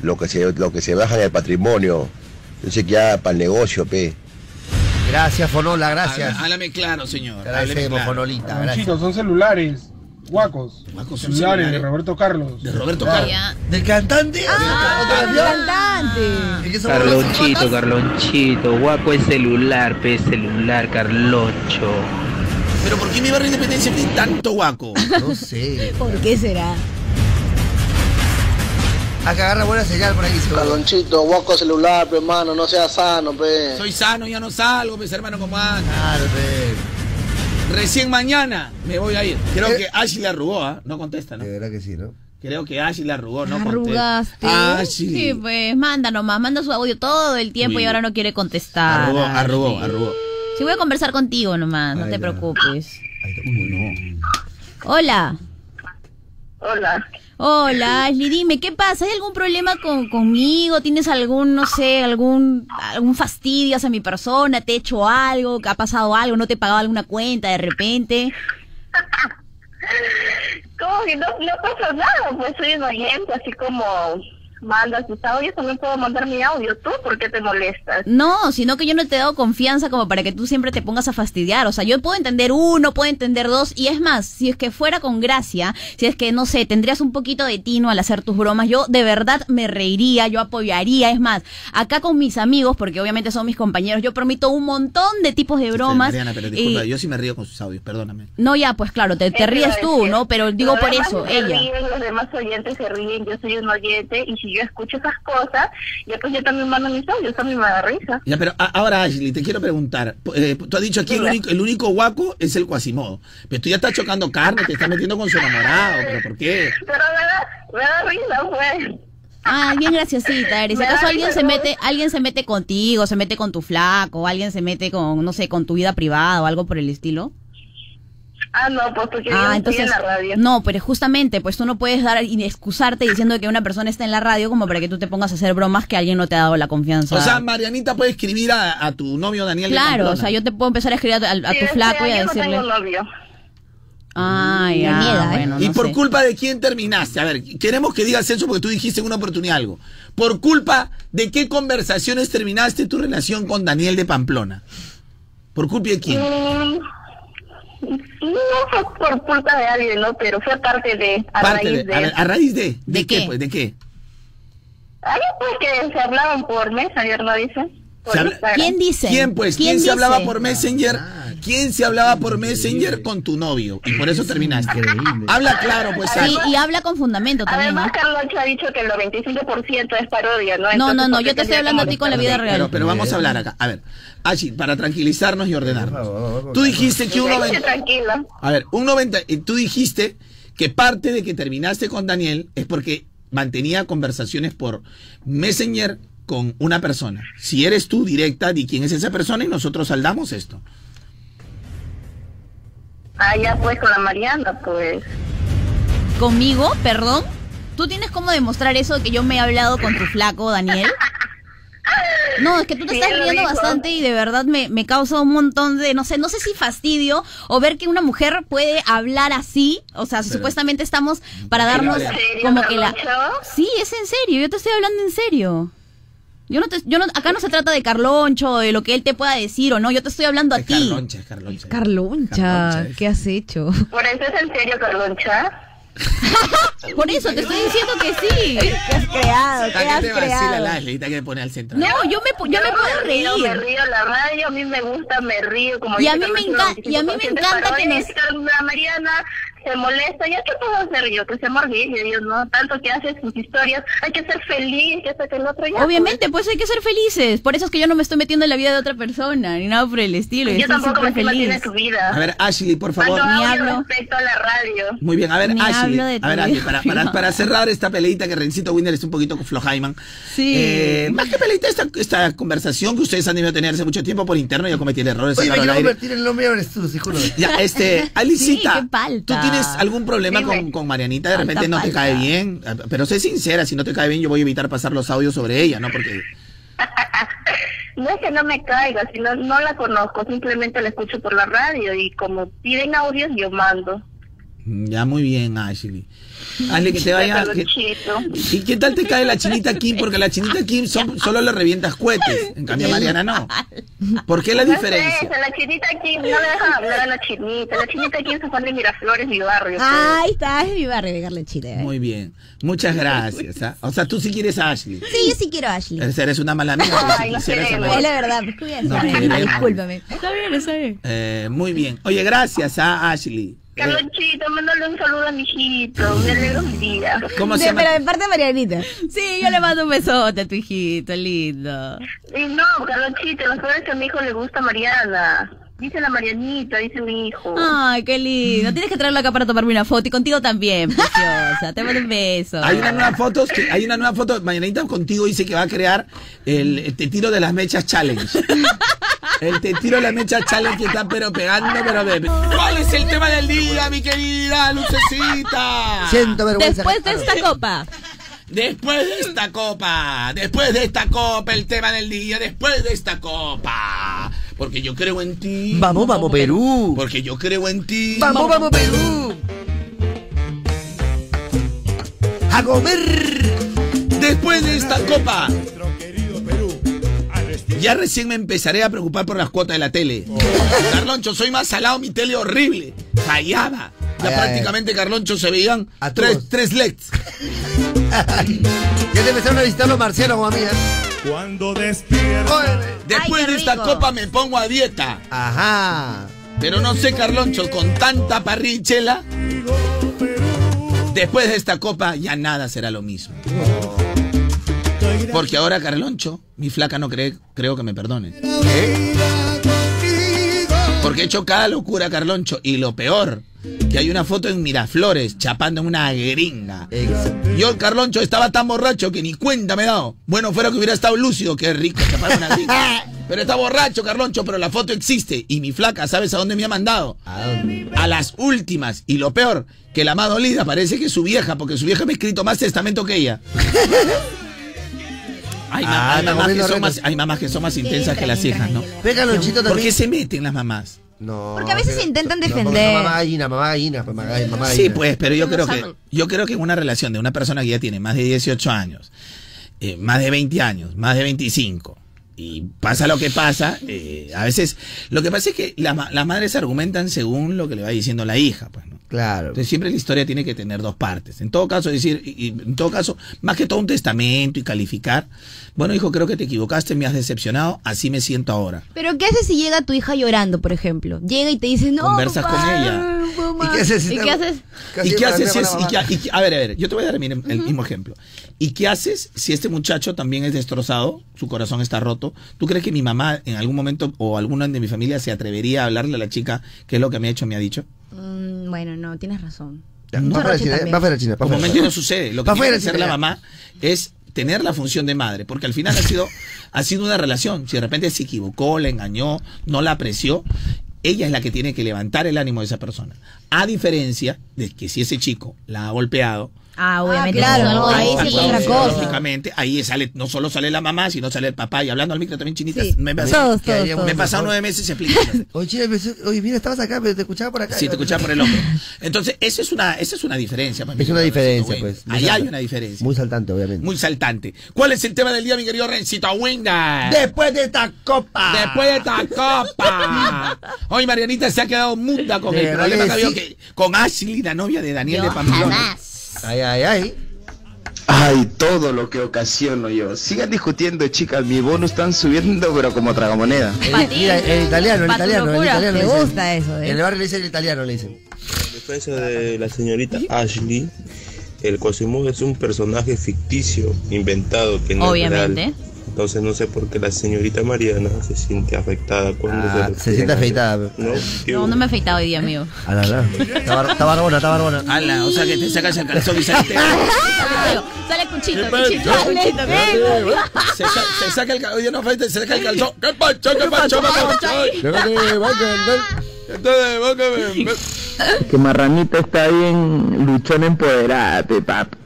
[SPEAKER 16] lo que se, lo que se bajan del patrimonio. Yo sé que ya para el negocio, pe.
[SPEAKER 1] Gracias, Fonola, gracias.
[SPEAKER 3] Háblame, claro, señor.
[SPEAKER 1] Agradecemos,
[SPEAKER 3] Háblame claro.
[SPEAKER 1] Fonolita.
[SPEAKER 17] Carlonchito, son celulares. Guacos.
[SPEAKER 3] Guacos
[SPEAKER 1] son
[SPEAKER 17] celulares, de
[SPEAKER 1] celulares.
[SPEAKER 17] Roberto Carlos. De
[SPEAKER 3] Roberto
[SPEAKER 1] ¿Del cantante?
[SPEAKER 4] Ah,
[SPEAKER 1] ¿Del cantante. ¿Y qué somos
[SPEAKER 18] Carlonchito,
[SPEAKER 1] los
[SPEAKER 18] Carlonchito, guaco es celular, pe celular, Carloncho.
[SPEAKER 3] Pero ¿por qué mi barrio Independencia tiene tanto guaco?
[SPEAKER 1] No sé.
[SPEAKER 4] ¿Por qué será?
[SPEAKER 1] Acá agarra buena señal por ahí.
[SPEAKER 11] Carlonchito, guaco celular, pe, hermano, no seas sano, pe.
[SPEAKER 3] Soy sano, ya no salgo, mis hermanos como antes. Recién mañana me voy a ir. Creo que Ashley la arrugó, ¿ah? No contesta, ¿no? De
[SPEAKER 1] Eh. verdad que sí, ¿no?
[SPEAKER 3] Creo que Ashley la arrugó, no Eh, contesta.
[SPEAKER 4] Arrugaste.
[SPEAKER 3] Ashley.
[SPEAKER 4] Sí, pues, manda nomás, manda su audio todo el tiempo
[SPEAKER 3] Uy.
[SPEAKER 4] y ahora no quiere contestar.
[SPEAKER 3] Arrugó, arrugó, arrugó.
[SPEAKER 4] Sí, voy a conversar contigo nomás, no
[SPEAKER 3] Ay,
[SPEAKER 4] te
[SPEAKER 3] ya.
[SPEAKER 4] preocupes.
[SPEAKER 3] Uy, no.
[SPEAKER 4] Hola.
[SPEAKER 14] Hola.
[SPEAKER 4] Hola, Ashley, dime, ¿qué pasa? ¿Hay algún problema con, conmigo? ¿Tienes algún, no sé, algún, algún fastidio hacia mi persona? ¿Te he hecho algo? ¿Ha pasado algo? ¿No te he pagado alguna cuenta de repente?
[SPEAKER 19] Como que no, no pasa nada, pues soy inocente, así como mandas tus audios, también puedo mandar mi audio. ¿Tú por qué te molestas?
[SPEAKER 4] No, sino que yo no te he dado confianza como para que tú siempre te pongas a fastidiar. O sea, yo puedo entender uno, puedo entender dos, y es más, si es que fuera con gracia, si es que, no sé, tendrías un poquito de tino al hacer tus bromas, yo de verdad me reiría, yo apoyaría. Es más, acá con mis amigos, porque obviamente son mis compañeros, yo permito un montón de tipos de bromas.
[SPEAKER 3] Mariana, pero disculpa,
[SPEAKER 4] y-
[SPEAKER 3] yo sí me río con sus audios, perdóname.
[SPEAKER 4] No, ya, pues claro, te, te
[SPEAKER 19] Eso
[SPEAKER 4] ríes
[SPEAKER 19] es
[SPEAKER 4] tú,
[SPEAKER 19] que
[SPEAKER 4] ¿no? Pero digo
[SPEAKER 19] los
[SPEAKER 4] por
[SPEAKER 19] demás
[SPEAKER 4] eso,
[SPEAKER 19] se
[SPEAKER 4] ella.
[SPEAKER 19] ríen, los demás oyentes se ríen, yo soy un oyente, y si yo escucho esas cosas, ya pues yo también mando mis audios, a mí me da risa.
[SPEAKER 3] Ya, pero a- ahora, Ashley, te quiero preguntar. P- eh, tú has dicho aquí el único, el único guaco es el Quasimodo. Pero tú ya estás chocando carne, te estás metiendo con su enamorado. ¿Pero por qué?
[SPEAKER 19] Pero me da, me da risa, pues.
[SPEAKER 4] Ah, bien graciosita eres. Si
[SPEAKER 19] Me da
[SPEAKER 4] acaso alguien
[SPEAKER 19] risa,
[SPEAKER 4] se
[SPEAKER 19] ¿no?
[SPEAKER 4] mete, alguien se mete contigo, se mete con tu flaco, alguien se mete con, no sé, con tu vida privada o algo por el estilo.
[SPEAKER 19] Ah, no, pues porque yo
[SPEAKER 4] Ah,
[SPEAKER 19] no estoy en
[SPEAKER 4] entonces,
[SPEAKER 19] la radio.
[SPEAKER 4] no, pero justamente, pues tú no puedes dar y excusarte diciendo que una persona está en la radio como para que tú te pongas a hacer bromas que alguien no te ha dado la confianza.
[SPEAKER 3] O sea, Marianita puede escribir a, a tu novio Daniel. de
[SPEAKER 4] claro, o
[SPEAKER 3] Pamplona.
[SPEAKER 4] sea, yo te puedo empezar a escribir a, tu- a- a tu flaco y a decirle, ah, ya,
[SPEAKER 19] ¿eh?
[SPEAKER 4] bueno,
[SPEAKER 3] ¿Y
[SPEAKER 4] no
[SPEAKER 3] por
[SPEAKER 4] sé.
[SPEAKER 3] culpa de quién terminaste? A ver, queremos que digas eso porque tú dijiste en una oportunidad algo. ¿Por culpa de qué conversaciones terminaste tu relación con Daniel de Pamplona? ¿Por culpa de quién?
[SPEAKER 19] Mm, No fue por culpa de alguien, ¿no? Pero fue parte de, a
[SPEAKER 3] Parte
[SPEAKER 19] raíz
[SPEAKER 3] de-
[SPEAKER 19] de...
[SPEAKER 3] a, ver, a raíz de. ¿De, qué? pues? ¿De qué?
[SPEAKER 19] Ay, pues que se hablaban por Messenger, ¿no dicen? Por
[SPEAKER 3] Se habla-
[SPEAKER 19] Instagram.
[SPEAKER 3] ¿Quién, pues? ¿Quién, se hablaba por Messenger? ¿Quién se hablaba por Messenger con tu novio? Y por eso terminaste. Habla claro, pues.
[SPEAKER 4] Sí,
[SPEAKER 3] Sara.
[SPEAKER 4] y habla con fundamento también, ¿no?
[SPEAKER 19] Además, Carlos ha dicho que el 95% es parodia, ¿no?
[SPEAKER 4] No,
[SPEAKER 19] Entonces,
[SPEAKER 4] no, no,
[SPEAKER 19] ¿por qué
[SPEAKER 4] yo te estoy
[SPEAKER 19] tendría
[SPEAKER 4] hablando a
[SPEAKER 19] que
[SPEAKER 4] ti con la
[SPEAKER 19] molestarme?
[SPEAKER 4] vida real.
[SPEAKER 3] Pero, pero vamos a hablar acá. A ver, Ashi, para tranquilizarnos y ordenarnos. Tú dijiste que uno...
[SPEAKER 19] Yo dije, tranquila.
[SPEAKER 3] A ver, un 90, eh, tú dijiste que parte de que terminaste con Daniel es porque mantenía conversaciones por Messenger con una persona. Si eres tú directa, di quién es esa persona y nosotros saldamos esto.
[SPEAKER 19] Ah, ya, pues, con la Mariana, pues.
[SPEAKER 4] ¿Conmigo? ¿Perdón? ¿Tú tienes cómo demostrar eso de que yo me he hablado con tu flaco, Daniel? No, es que tú te
[SPEAKER 19] Sí,
[SPEAKER 4] estás
[SPEAKER 19] lo
[SPEAKER 4] riendo
[SPEAKER 19] dijo.
[SPEAKER 4] bastante y de verdad me, me causa un montón de, no sé, no sé si fastidio o ver que una mujer puede hablar así, o sea,
[SPEAKER 19] Pero-
[SPEAKER 4] supuestamente estamos para darnos
[SPEAKER 19] ¿En serio,
[SPEAKER 4] como que la...
[SPEAKER 19] Carloncho?
[SPEAKER 4] Sí, es en serio, yo te estoy hablando en serio. Yo no te, yo no, acá no se trata de Carloncho, de lo que él te pueda decir o no, yo te estoy hablando a ti.
[SPEAKER 3] Carloncha, Carloncha.
[SPEAKER 4] Carloncha, ¿qué has hecho?
[SPEAKER 19] ¿Por eso es en serio, Carloncha?
[SPEAKER 4] Por eso te estoy diciendo que sí. ¿Qué has creado?
[SPEAKER 3] Está que te vacila la Ashley, está que pone al centro.
[SPEAKER 4] No, yo me, pu- yo me puedo
[SPEAKER 19] río,
[SPEAKER 4] reír.
[SPEAKER 19] Me río en la radio, a mí me gusta, me río. Como
[SPEAKER 4] Y a
[SPEAKER 19] dice
[SPEAKER 4] mí me
[SPEAKER 19] Carloncho,
[SPEAKER 4] encan- y a mí me
[SPEAKER 19] 95%
[SPEAKER 4] encanta que
[SPEAKER 19] parodia,
[SPEAKER 4] nos-
[SPEAKER 19] y con La Mariana se molesta, ¿ya qué puedo hacer yo? Que se morgue, Dios, ¿no? Tanto que hace sus historias, hay que ser feliz, que hasta que el otro ya.
[SPEAKER 4] Obviamente, pues hay que ser felices. Por eso es que yo no me estoy metiendo en la vida de otra persona, ni nada por el estilo.
[SPEAKER 19] Yo
[SPEAKER 4] estoy
[SPEAKER 19] tampoco me
[SPEAKER 4] súper
[SPEAKER 19] estoy metiendo en su vida.
[SPEAKER 3] A ver, Ashley, por favor.
[SPEAKER 19] Cuando hablo respecto a la radio.
[SPEAKER 3] Muy bien, a ver,
[SPEAKER 19] Ni
[SPEAKER 3] Ashley,
[SPEAKER 19] hablo de tu
[SPEAKER 3] a ver, Ashley,
[SPEAKER 19] vida
[SPEAKER 3] para, para,
[SPEAKER 19] privada.
[SPEAKER 3] para cerrar esta peleita que Rencito Winder es un poquito flojaiman.
[SPEAKER 4] Sí.
[SPEAKER 3] Eh, más que peleita, esta, esta conversación que ustedes han debido tener hace mucho tiempo por interno, ya cometí el error de
[SPEAKER 1] Oye, me
[SPEAKER 3] sacarlo al
[SPEAKER 1] quiero
[SPEAKER 3] aire.
[SPEAKER 1] convertir en el hombre de Jesús, te juro.
[SPEAKER 3] Ya, este, Alicita, ¿tú tienes algún problema
[SPEAKER 1] Dime.
[SPEAKER 3] con, con Marianita? De
[SPEAKER 1] Falta,
[SPEAKER 3] repente no te
[SPEAKER 1] falta.
[SPEAKER 3] cae bien, Ah, pero sé sincera, si no te cae bien yo voy a evitar pasar los audios sobre ella, ¿no? Porque
[SPEAKER 19] No es que no me caiga, sino no la conozco, simplemente la escucho por la radio y como piden audios, yo mando.
[SPEAKER 3] mm, ya muy bien, Ashley. Ashley, que te vaya... que-
[SPEAKER 19] Calonchito.
[SPEAKER 3] ¿Y qué tal te cae la chinita Kim? Porque la chinita Kim son- solo le revientas cohetes, en cambio a Mariana no. ¿Por qué la
[SPEAKER 19] No sé,
[SPEAKER 3] diferencia?
[SPEAKER 19] esa, la chinita aquí, no me dejan hablar a la chinita. La chinita aquí se pone en Miraflores, mi barrio. pues.
[SPEAKER 2] Ahí está, es mi barrio de Carla Chile. eh.
[SPEAKER 3] Muy bien, muchas gracias. ¿ah? O sea, tú sí quieres a Ashley.
[SPEAKER 2] Sí, yo sí quiero a Ashley.
[SPEAKER 3] Eres- Eres una mala amiga. pero sí
[SPEAKER 2] Ay, no
[SPEAKER 3] quisieras a
[SPEAKER 2] queremos.
[SPEAKER 3] Mariana.
[SPEAKER 2] Es la verdad, pues, ¿qué voy a
[SPEAKER 3] No
[SPEAKER 2] hacer?
[SPEAKER 3] queremos.
[SPEAKER 2] Discúlpame. Está bien, está bien.
[SPEAKER 3] Eh, muy bien. Oye, gracias a Ashley. Eh,
[SPEAKER 19] Carlonchito, mándale un saludo a mi hijito. Me alegro mi día.
[SPEAKER 3] ¿Cómo se llama?
[SPEAKER 4] de parte de Marianita. Sí, yo le mando un besote a tu hijito, lindo.
[SPEAKER 19] Y no, Carlonchito, lo peor es que a mi hijo le gusta Mariana. Dice la Marianita, dice mi hijo.
[SPEAKER 4] Ay, qué lindo. Tienes que traerlo acá para tomarme una foto y contigo también, preciosa. Te mando un beso.
[SPEAKER 3] hay una nueva foto, que- hay una nueva foto, Marianita contigo dice que va a crear el, el te tiro de las mechas challenge. El te tiro de las mechas challenge que está pero pegando, pero de... ¿Cuál es el tema del día, mi querida lucecita?
[SPEAKER 1] Siento vergüenza.
[SPEAKER 4] Después de esta copa.
[SPEAKER 3] Después de esta copa, después de esta copa, el tema del día, después de esta copa. Porque yo creo en ti.
[SPEAKER 1] Vamos, vamos, Perú.
[SPEAKER 3] Porque yo creo en ti.
[SPEAKER 1] Vamos, vamos, Perú. A comer.
[SPEAKER 3] Después de esta copa. Ya recién me empezaré a preocupar por las cuotas de la tele. Carloncho, soy más salado, mi tele horrible. Fallaba. Ya
[SPEAKER 1] Ay, ay,
[SPEAKER 3] prácticamente, Carloncho, se veían tres, tres E LEDs.
[SPEAKER 1] Ya te empezaron a visitar los marcianos, como amiga.
[SPEAKER 6] Cuando despierto.
[SPEAKER 3] Después de esta copa me pongo a dieta. Ajá. Pero no sé, Carloncho, con tanta parrichela. Después de esta copa ya nada será lo mismo. Porque ahora, Carloncho, mi flaca no cree, creo que me perdone. Porque he hecho cada locura, Carloncho. Y lo peor, que hay una foto en Miraflores chapando en una gringa. Yo, el Carloncho, estaba tan borracho que ni cuenta me he dado. Bueno, fuera que hubiera estado lúcido, qué rico chapar una gringa. Pero está borracho, Carloncho, pero la foto existe. Y mi flaca, ¿sabes a dónde me ha mandado? A las últimas. Y lo peor, que la más dolida parece que es su vieja, porque su vieja me ha escrito más testamento que ella. Hay, ma-
[SPEAKER 1] Ah,
[SPEAKER 3] hay
[SPEAKER 1] está
[SPEAKER 3] mamás que
[SPEAKER 1] comiendo
[SPEAKER 3] son
[SPEAKER 1] renos.
[SPEAKER 3] más, hay mamás que son más intensas que las hijas, ¿no?
[SPEAKER 1] Pégalo, chito,
[SPEAKER 3] ¿Por qué
[SPEAKER 1] también.
[SPEAKER 3] se meten las mamás?
[SPEAKER 1] No.
[SPEAKER 2] Porque a veces se intentan
[SPEAKER 1] No,
[SPEAKER 2] defender.
[SPEAKER 1] mamá gallina, mamá gallina, mamá gallina. mamá
[SPEAKER 3] Sí,
[SPEAKER 1] gallina.
[SPEAKER 3] pues, pero yo
[SPEAKER 1] No
[SPEAKER 3] creo
[SPEAKER 1] saben.
[SPEAKER 3] que yo creo que en una relación de una persona que ya tiene más de 18 años, eh, más de 20 años, más de 25, y pasa lo que pasa, eh, a veces lo que pasa es que la ma- las madres argumentan según lo que le va diciendo la hija, pues, ¿no?
[SPEAKER 1] Claro.
[SPEAKER 3] Entonces siempre la historia tiene que tener dos partes. En todo caso, decir, y- y en todo caso, más que todo un testamento y calificar, bueno, hijo, creo que te equivocaste, me has decepcionado, así me siento ahora.
[SPEAKER 2] Pero ¿qué haces si llega tu hija llorando, por ejemplo? Llega y te dice, no,
[SPEAKER 3] Conversas
[SPEAKER 2] papá,
[SPEAKER 3] con ella.
[SPEAKER 2] mamá.
[SPEAKER 3] ¿Y qué haces si
[SPEAKER 2] ¿Y
[SPEAKER 3] te-
[SPEAKER 2] qué haces?
[SPEAKER 3] ¿Y qué haces si
[SPEAKER 1] con la
[SPEAKER 3] es, y qué- y qué- a ver, a ver, yo te voy a dar miren, el mismo ejemplo. ¿Y qué haces si este muchacho también es destrozado, su corazón está roto? ¿Tú crees que mi mamá en algún momento o alguna de mi familia se atrevería a hablarle a la chica qué es lo que me ha hecho, me ha dicho?
[SPEAKER 2] Mm, bueno, no, tienes razón.
[SPEAKER 1] Ya, Va fuera de China, va fuera de China. va
[SPEAKER 3] Como
[SPEAKER 1] fuera.
[SPEAKER 3] momento no sucede. Lo que
[SPEAKER 1] Va
[SPEAKER 3] tiene
[SPEAKER 1] fuera,
[SPEAKER 3] que hacer
[SPEAKER 1] China,
[SPEAKER 3] la
[SPEAKER 1] ya.
[SPEAKER 3] mamá es tener la función de madre, porque al final ha sido, ha sido una relación. Si de repente se equivocó, la engañó, no la apreció, ella es la que tiene que levantar el ánimo de esa persona. A diferencia de que si ese chico la ha golpeado,
[SPEAKER 2] Ah, obviamente.
[SPEAKER 4] claro,
[SPEAKER 2] no,
[SPEAKER 4] no,
[SPEAKER 2] ahí sí
[SPEAKER 3] Ahí
[SPEAKER 2] es otra cosa.
[SPEAKER 3] Lógicamente, ahí sale, no solo sale la mamá, sino sale el papá. Y hablando al micro también, chinitas. me he pasado,
[SPEAKER 1] Todos, todos, todos.
[SPEAKER 3] me he pasado nueve meses y explico.
[SPEAKER 1] Oye, China, pero- oye, mira, estabas acá, pero te escuchaba por acá.
[SPEAKER 3] Si te escuchaba por el hombro. Entonces, esa es una, esa es una diferencia. para mí,
[SPEAKER 1] Es una
[SPEAKER 3] señor
[SPEAKER 1] diferencia,
[SPEAKER 3] Rencito
[SPEAKER 1] pues.
[SPEAKER 3] Wenda. Ahí hay una diferencia.
[SPEAKER 1] Muy saltante, obviamente.
[SPEAKER 3] Muy saltante. ¿Cuál es el tema del día, mi querido Rencito Awenda?
[SPEAKER 1] Después de esta copa.
[SPEAKER 3] Después de esta copa. Hoy Marianita se ha quedado muda con
[SPEAKER 1] De
[SPEAKER 3] el
[SPEAKER 1] verdad
[SPEAKER 3] problema que
[SPEAKER 1] que
[SPEAKER 3] había
[SPEAKER 1] sí.
[SPEAKER 3] que- con Ashley, la novia de Daniel de Pamplona.
[SPEAKER 1] Ay, ay, ay.
[SPEAKER 12] Ay, todo lo que ocasiono yo. Sigan discutiendo, chicas. Mi bono están subiendo, pero como tragamoneda.
[SPEAKER 1] El, Eh, mira, el italiano, el
[SPEAKER 2] Pa' tu
[SPEAKER 1] italiano, el
[SPEAKER 2] locura.
[SPEAKER 1] italiano.
[SPEAKER 2] Me
[SPEAKER 1] le dicen.
[SPEAKER 2] gusta eso, ¿eh?
[SPEAKER 1] En el barrio le dicen el italiano, le dicen.
[SPEAKER 20] defensa de la señorita Ashley, el Cosimo es un personaje ficticio, inventado, que no
[SPEAKER 4] Obviamente.
[SPEAKER 20] es real. Entonces no sé por qué la señorita Mariana se siente afectada cuando
[SPEAKER 1] Ah,
[SPEAKER 20] se, le
[SPEAKER 1] se siente
[SPEAKER 20] refieren a-
[SPEAKER 1] afectada.
[SPEAKER 20] No,
[SPEAKER 4] No, no me he afeitado hoy día, amigo.
[SPEAKER 1] A la, la. Está, bar- está barbona, está barbona.
[SPEAKER 3] Ala, o sea que te sacas el calzón y sale.
[SPEAKER 4] Sale cuchito,
[SPEAKER 3] ¿Qué
[SPEAKER 4] cuchito.
[SPEAKER 3] pasa?
[SPEAKER 4] Dale,
[SPEAKER 3] Cuchito,
[SPEAKER 4] dale.
[SPEAKER 3] Se, sa- se saca el calzón, no, frente, se saca el calzón. ¿Qué pacho, qué pacho, este
[SPEAKER 21] Que Marranita está bien luchón empoderada, pe, papi.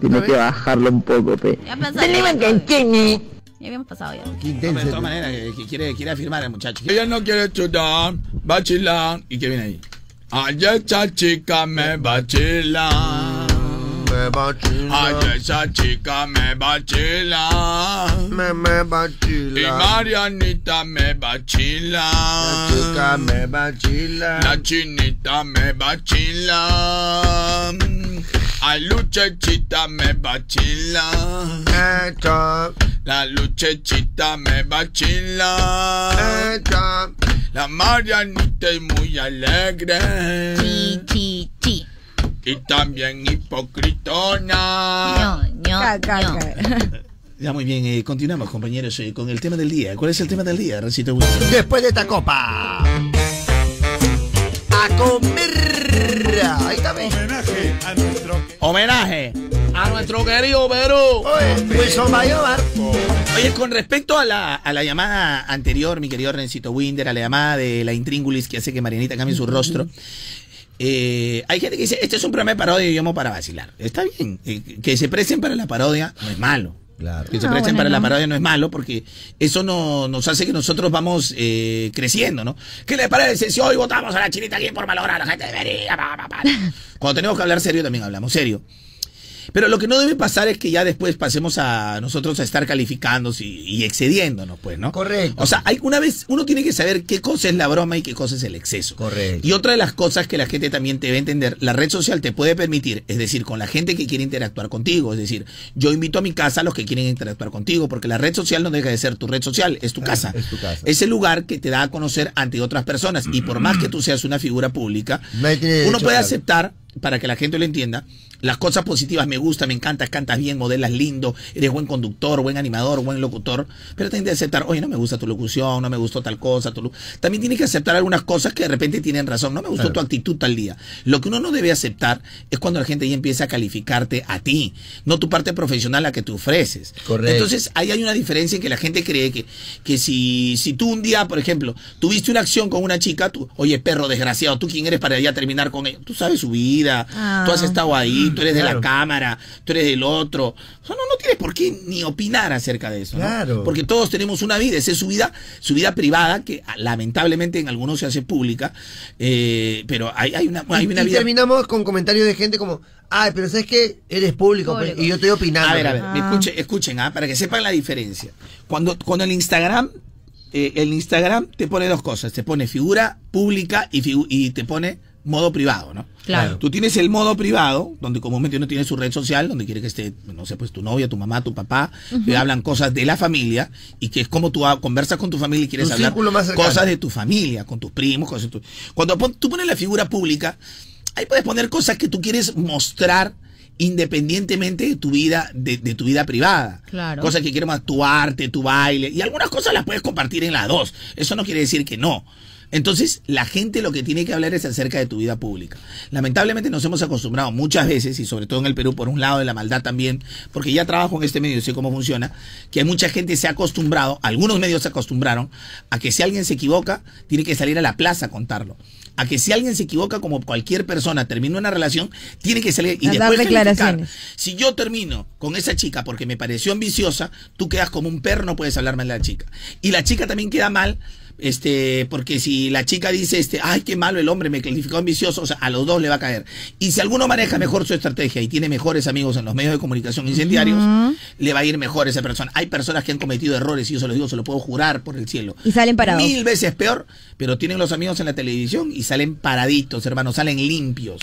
[SPEAKER 21] Tiene que bajarlo un poco, pe.
[SPEAKER 4] Ya pasó.
[SPEAKER 21] Tenemos que
[SPEAKER 4] Ya habíamos pasado ya.
[SPEAKER 3] De todas maneras, eh, que, que quiere, quiere afirmar al muchacho. Ella no quiere chutar, vacilar. ¿Y qué viene ahí? Ay, esa chica me vacila. Me vacila. Ay, esa chica me vacila. Me, me vacila. Y Marianita me vacila. La chica me vacila. La chinita me vacila. Ay, luchechita me vacila. La luchechita me vacila. La Marianita es muy alegre.
[SPEAKER 4] Chi, chi, chi.
[SPEAKER 3] Y también hipocritona. Ya muy bien, eh, continuamos compañeros eh, con el tema del día. ¿Cuál es el tema del día, Recito
[SPEAKER 1] Después de esta copa. A comer. Ahí también.
[SPEAKER 6] Homenaje a nuestro
[SPEAKER 3] Homenaje a nuestro querido Perú.
[SPEAKER 1] Wilson Bayobar.
[SPEAKER 3] Oye, con respecto a la, a la llamada anterior, mi querido Rencito Winder, a la llamada de la intríngulis que hace que Marianita cambie su rostro, eh, hay gente que dice, este es un programa de parodia y yo amo para vacilar. Está bien, eh, que se presten para la parodia no es malo.
[SPEAKER 1] Claro.
[SPEAKER 3] Que se
[SPEAKER 1] Ah,
[SPEAKER 3] presten para
[SPEAKER 1] bueno,
[SPEAKER 3] la
[SPEAKER 1] no.
[SPEAKER 3] parodia no es malo porque eso no, nos hace que nosotros vamos eh, creciendo, ¿no? ¿Qué le parece si hoy votamos a la chinita aquí por malograr? La gente debería... pa, pa, pa. Cuando tenemos que hablar serio también hablamos serio. Pero lo que no debe pasar es que ya después pasemos a nosotros a estar calificando y, y excediéndonos, pues, ¿no? Correcto. O sea, hay una vez, uno tiene que saber qué cosa es la broma y qué cosa es el exceso. Correcto. Y otra de las cosas que la gente también debe entender, la red social te puede permitir, es decir, con la gente que quiere interactuar contigo, es decir, yo invito a mi casa a los que quieren interactuar contigo, porque la red social no deja de ser tu red social, es tu casa.
[SPEAKER 1] Es tu casa.
[SPEAKER 3] Es el lugar que te da a conocer ante otras personas. Y por más que tú seas una figura pública,
[SPEAKER 1] Nadie tiene derecho
[SPEAKER 3] uno
[SPEAKER 1] a
[SPEAKER 3] puede
[SPEAKER 1] hablar.
[SPEAKER 3] aceptar, para que la gente lo entienda, las cosas positivas, me gusta, me encantas, cantas bien, modelas lindo, eres buen conductor, buen animador, buen locutor, pero también de aceptar, oye, no me gusta tu locución, no me gustó tal cosa, tu lu-". también tienes que aceptar algunas cosas que de repente tienen razón, no me gustó
[SPEAKER 1] Claro.
[SPEAKER 3] tu actitud tal día. Lo que uno no debe aceptar es cuando la gente ya empieza a calificarte a ti, no tu parte profesional la que tú ofreces.
[SPEAKER 1] Correcto.
[SPEAKER 3] Entonces, ahí hay una diferencia en que la gente cree que, que si, si tú un día, por ejemplo, tuviste una acción con una chica, tú, oye, perro desgraciado, ¿tú quién eres para ya terminar con ella? Tú sabes su vida,
[SPEAKER 1] Ah.
[SPEAKER 3] tú has estado ahí, tú eres de la
[SPEAKER 1] Claro.
[SPEAKER 3] cámara, tú eres del otro. O sea, no, no tienes por qué ni opinar acerca de eso. ¿no?
[SPEAKER 1] Claro.
[SPEAKER 3] Porque todos tenemos una vida, esa es su vida, su vida privada, que ah, lamentablemente en algunos se hace pública, eh, pero hay, hay una, hay
[SPEAKER 1] Y,
[SPEAKER 3] una
[SPEAKER 1] y
[SPEAKER 3] vida
[SPEAKER 1] terminamos con comentarios de gente como, ay, pero sabes que eres público, pues, y yo estoy opinando.
[SPEAKER 3] A ver, a ver,
[SPEAKER 1] pues.
[SPEAKER 3] me escuchen, escuchen, ah, para que sepan la diferencia. Cuando, cuando el Instagram, eh, el Instagram te pone dos cosas, te pone figura pública y, figu- y te pone modo privado, ¿no?
[SPEAKER 15] Claro.
[SPEAKER 3] Tú tienes el modo privado, donde comúnmente uno tiene su red social, donde quiere que esté, no sé, pues tu novia, tu mamá, tu papá,
[SPEAKER 15] Ujú.
[SPEAKER 3] que hablan cosas de la familia y que es como tú ah, conversas con tu familia y quieres
[SPEAKER 1] Tu
[SPEAKER 3] hablar
[SPEAKER 1] círculo más cercano.
[SPEAKER 3] cosas de tu familia, con tus primos, cosas de tu- Cuando pon- tú pones la figura pública, ahí puedes poner cosas que tú quieres mostrar independientemente de tu vida, de, de tu vida privada.
[SPEAKER 4] Claro.
[SPEAKER 3] Cosas que quieres más, tu arte, tu baile. Y algunas cosas las puedes compartir en las dos. Eso no quiere decir que no. Entonces, la gente lo que tiene que hablar es acerca de tu vida pública. Lamentablemente nos hemos acostumbrado muchas veces, y sobre todo en el Perú, por un lado de la maldad también, porque ya trabajo en este medio y sé cómo funciona, que mucha gente se ha acostumbrado, algunos medios se acostumbraron, a que si alguien se equivoca, tiene que salir a la plaza a contarlo. A que si alguien se equivoca, como cualquier persona, termina una relación, tiene que salir y
[SPEAKER 22] A dar
[SPEAKER 3] después calificar.
[SPEAKER 22] declaraciones.
[SPEAKER 3] Si yo termino con esa chica porque me pareció ambiciosa, tú quedas como un perro, no puedes hablar mal de la chica. Y la chica también queda mal, este, porque si la chica dice, este, ay, qué malo el hombre, me calificó ambicioso, o sea, a los dos le va a caer. Y si alguno maneja mejor su estrategia y tiene mejores amigos en los medios de comunicación incendiarios, le va a ir mejor a esa persona. Hay personas que han cometido errores, y yo se los digo, se lo puedo jurar por el cielo.
[SPEAKER 22] Y salen parados.
[SPEAKER 3] Mil veces peor, pero tienen los amigos en la televisión y salen paraditos, hermanos, salen limpios.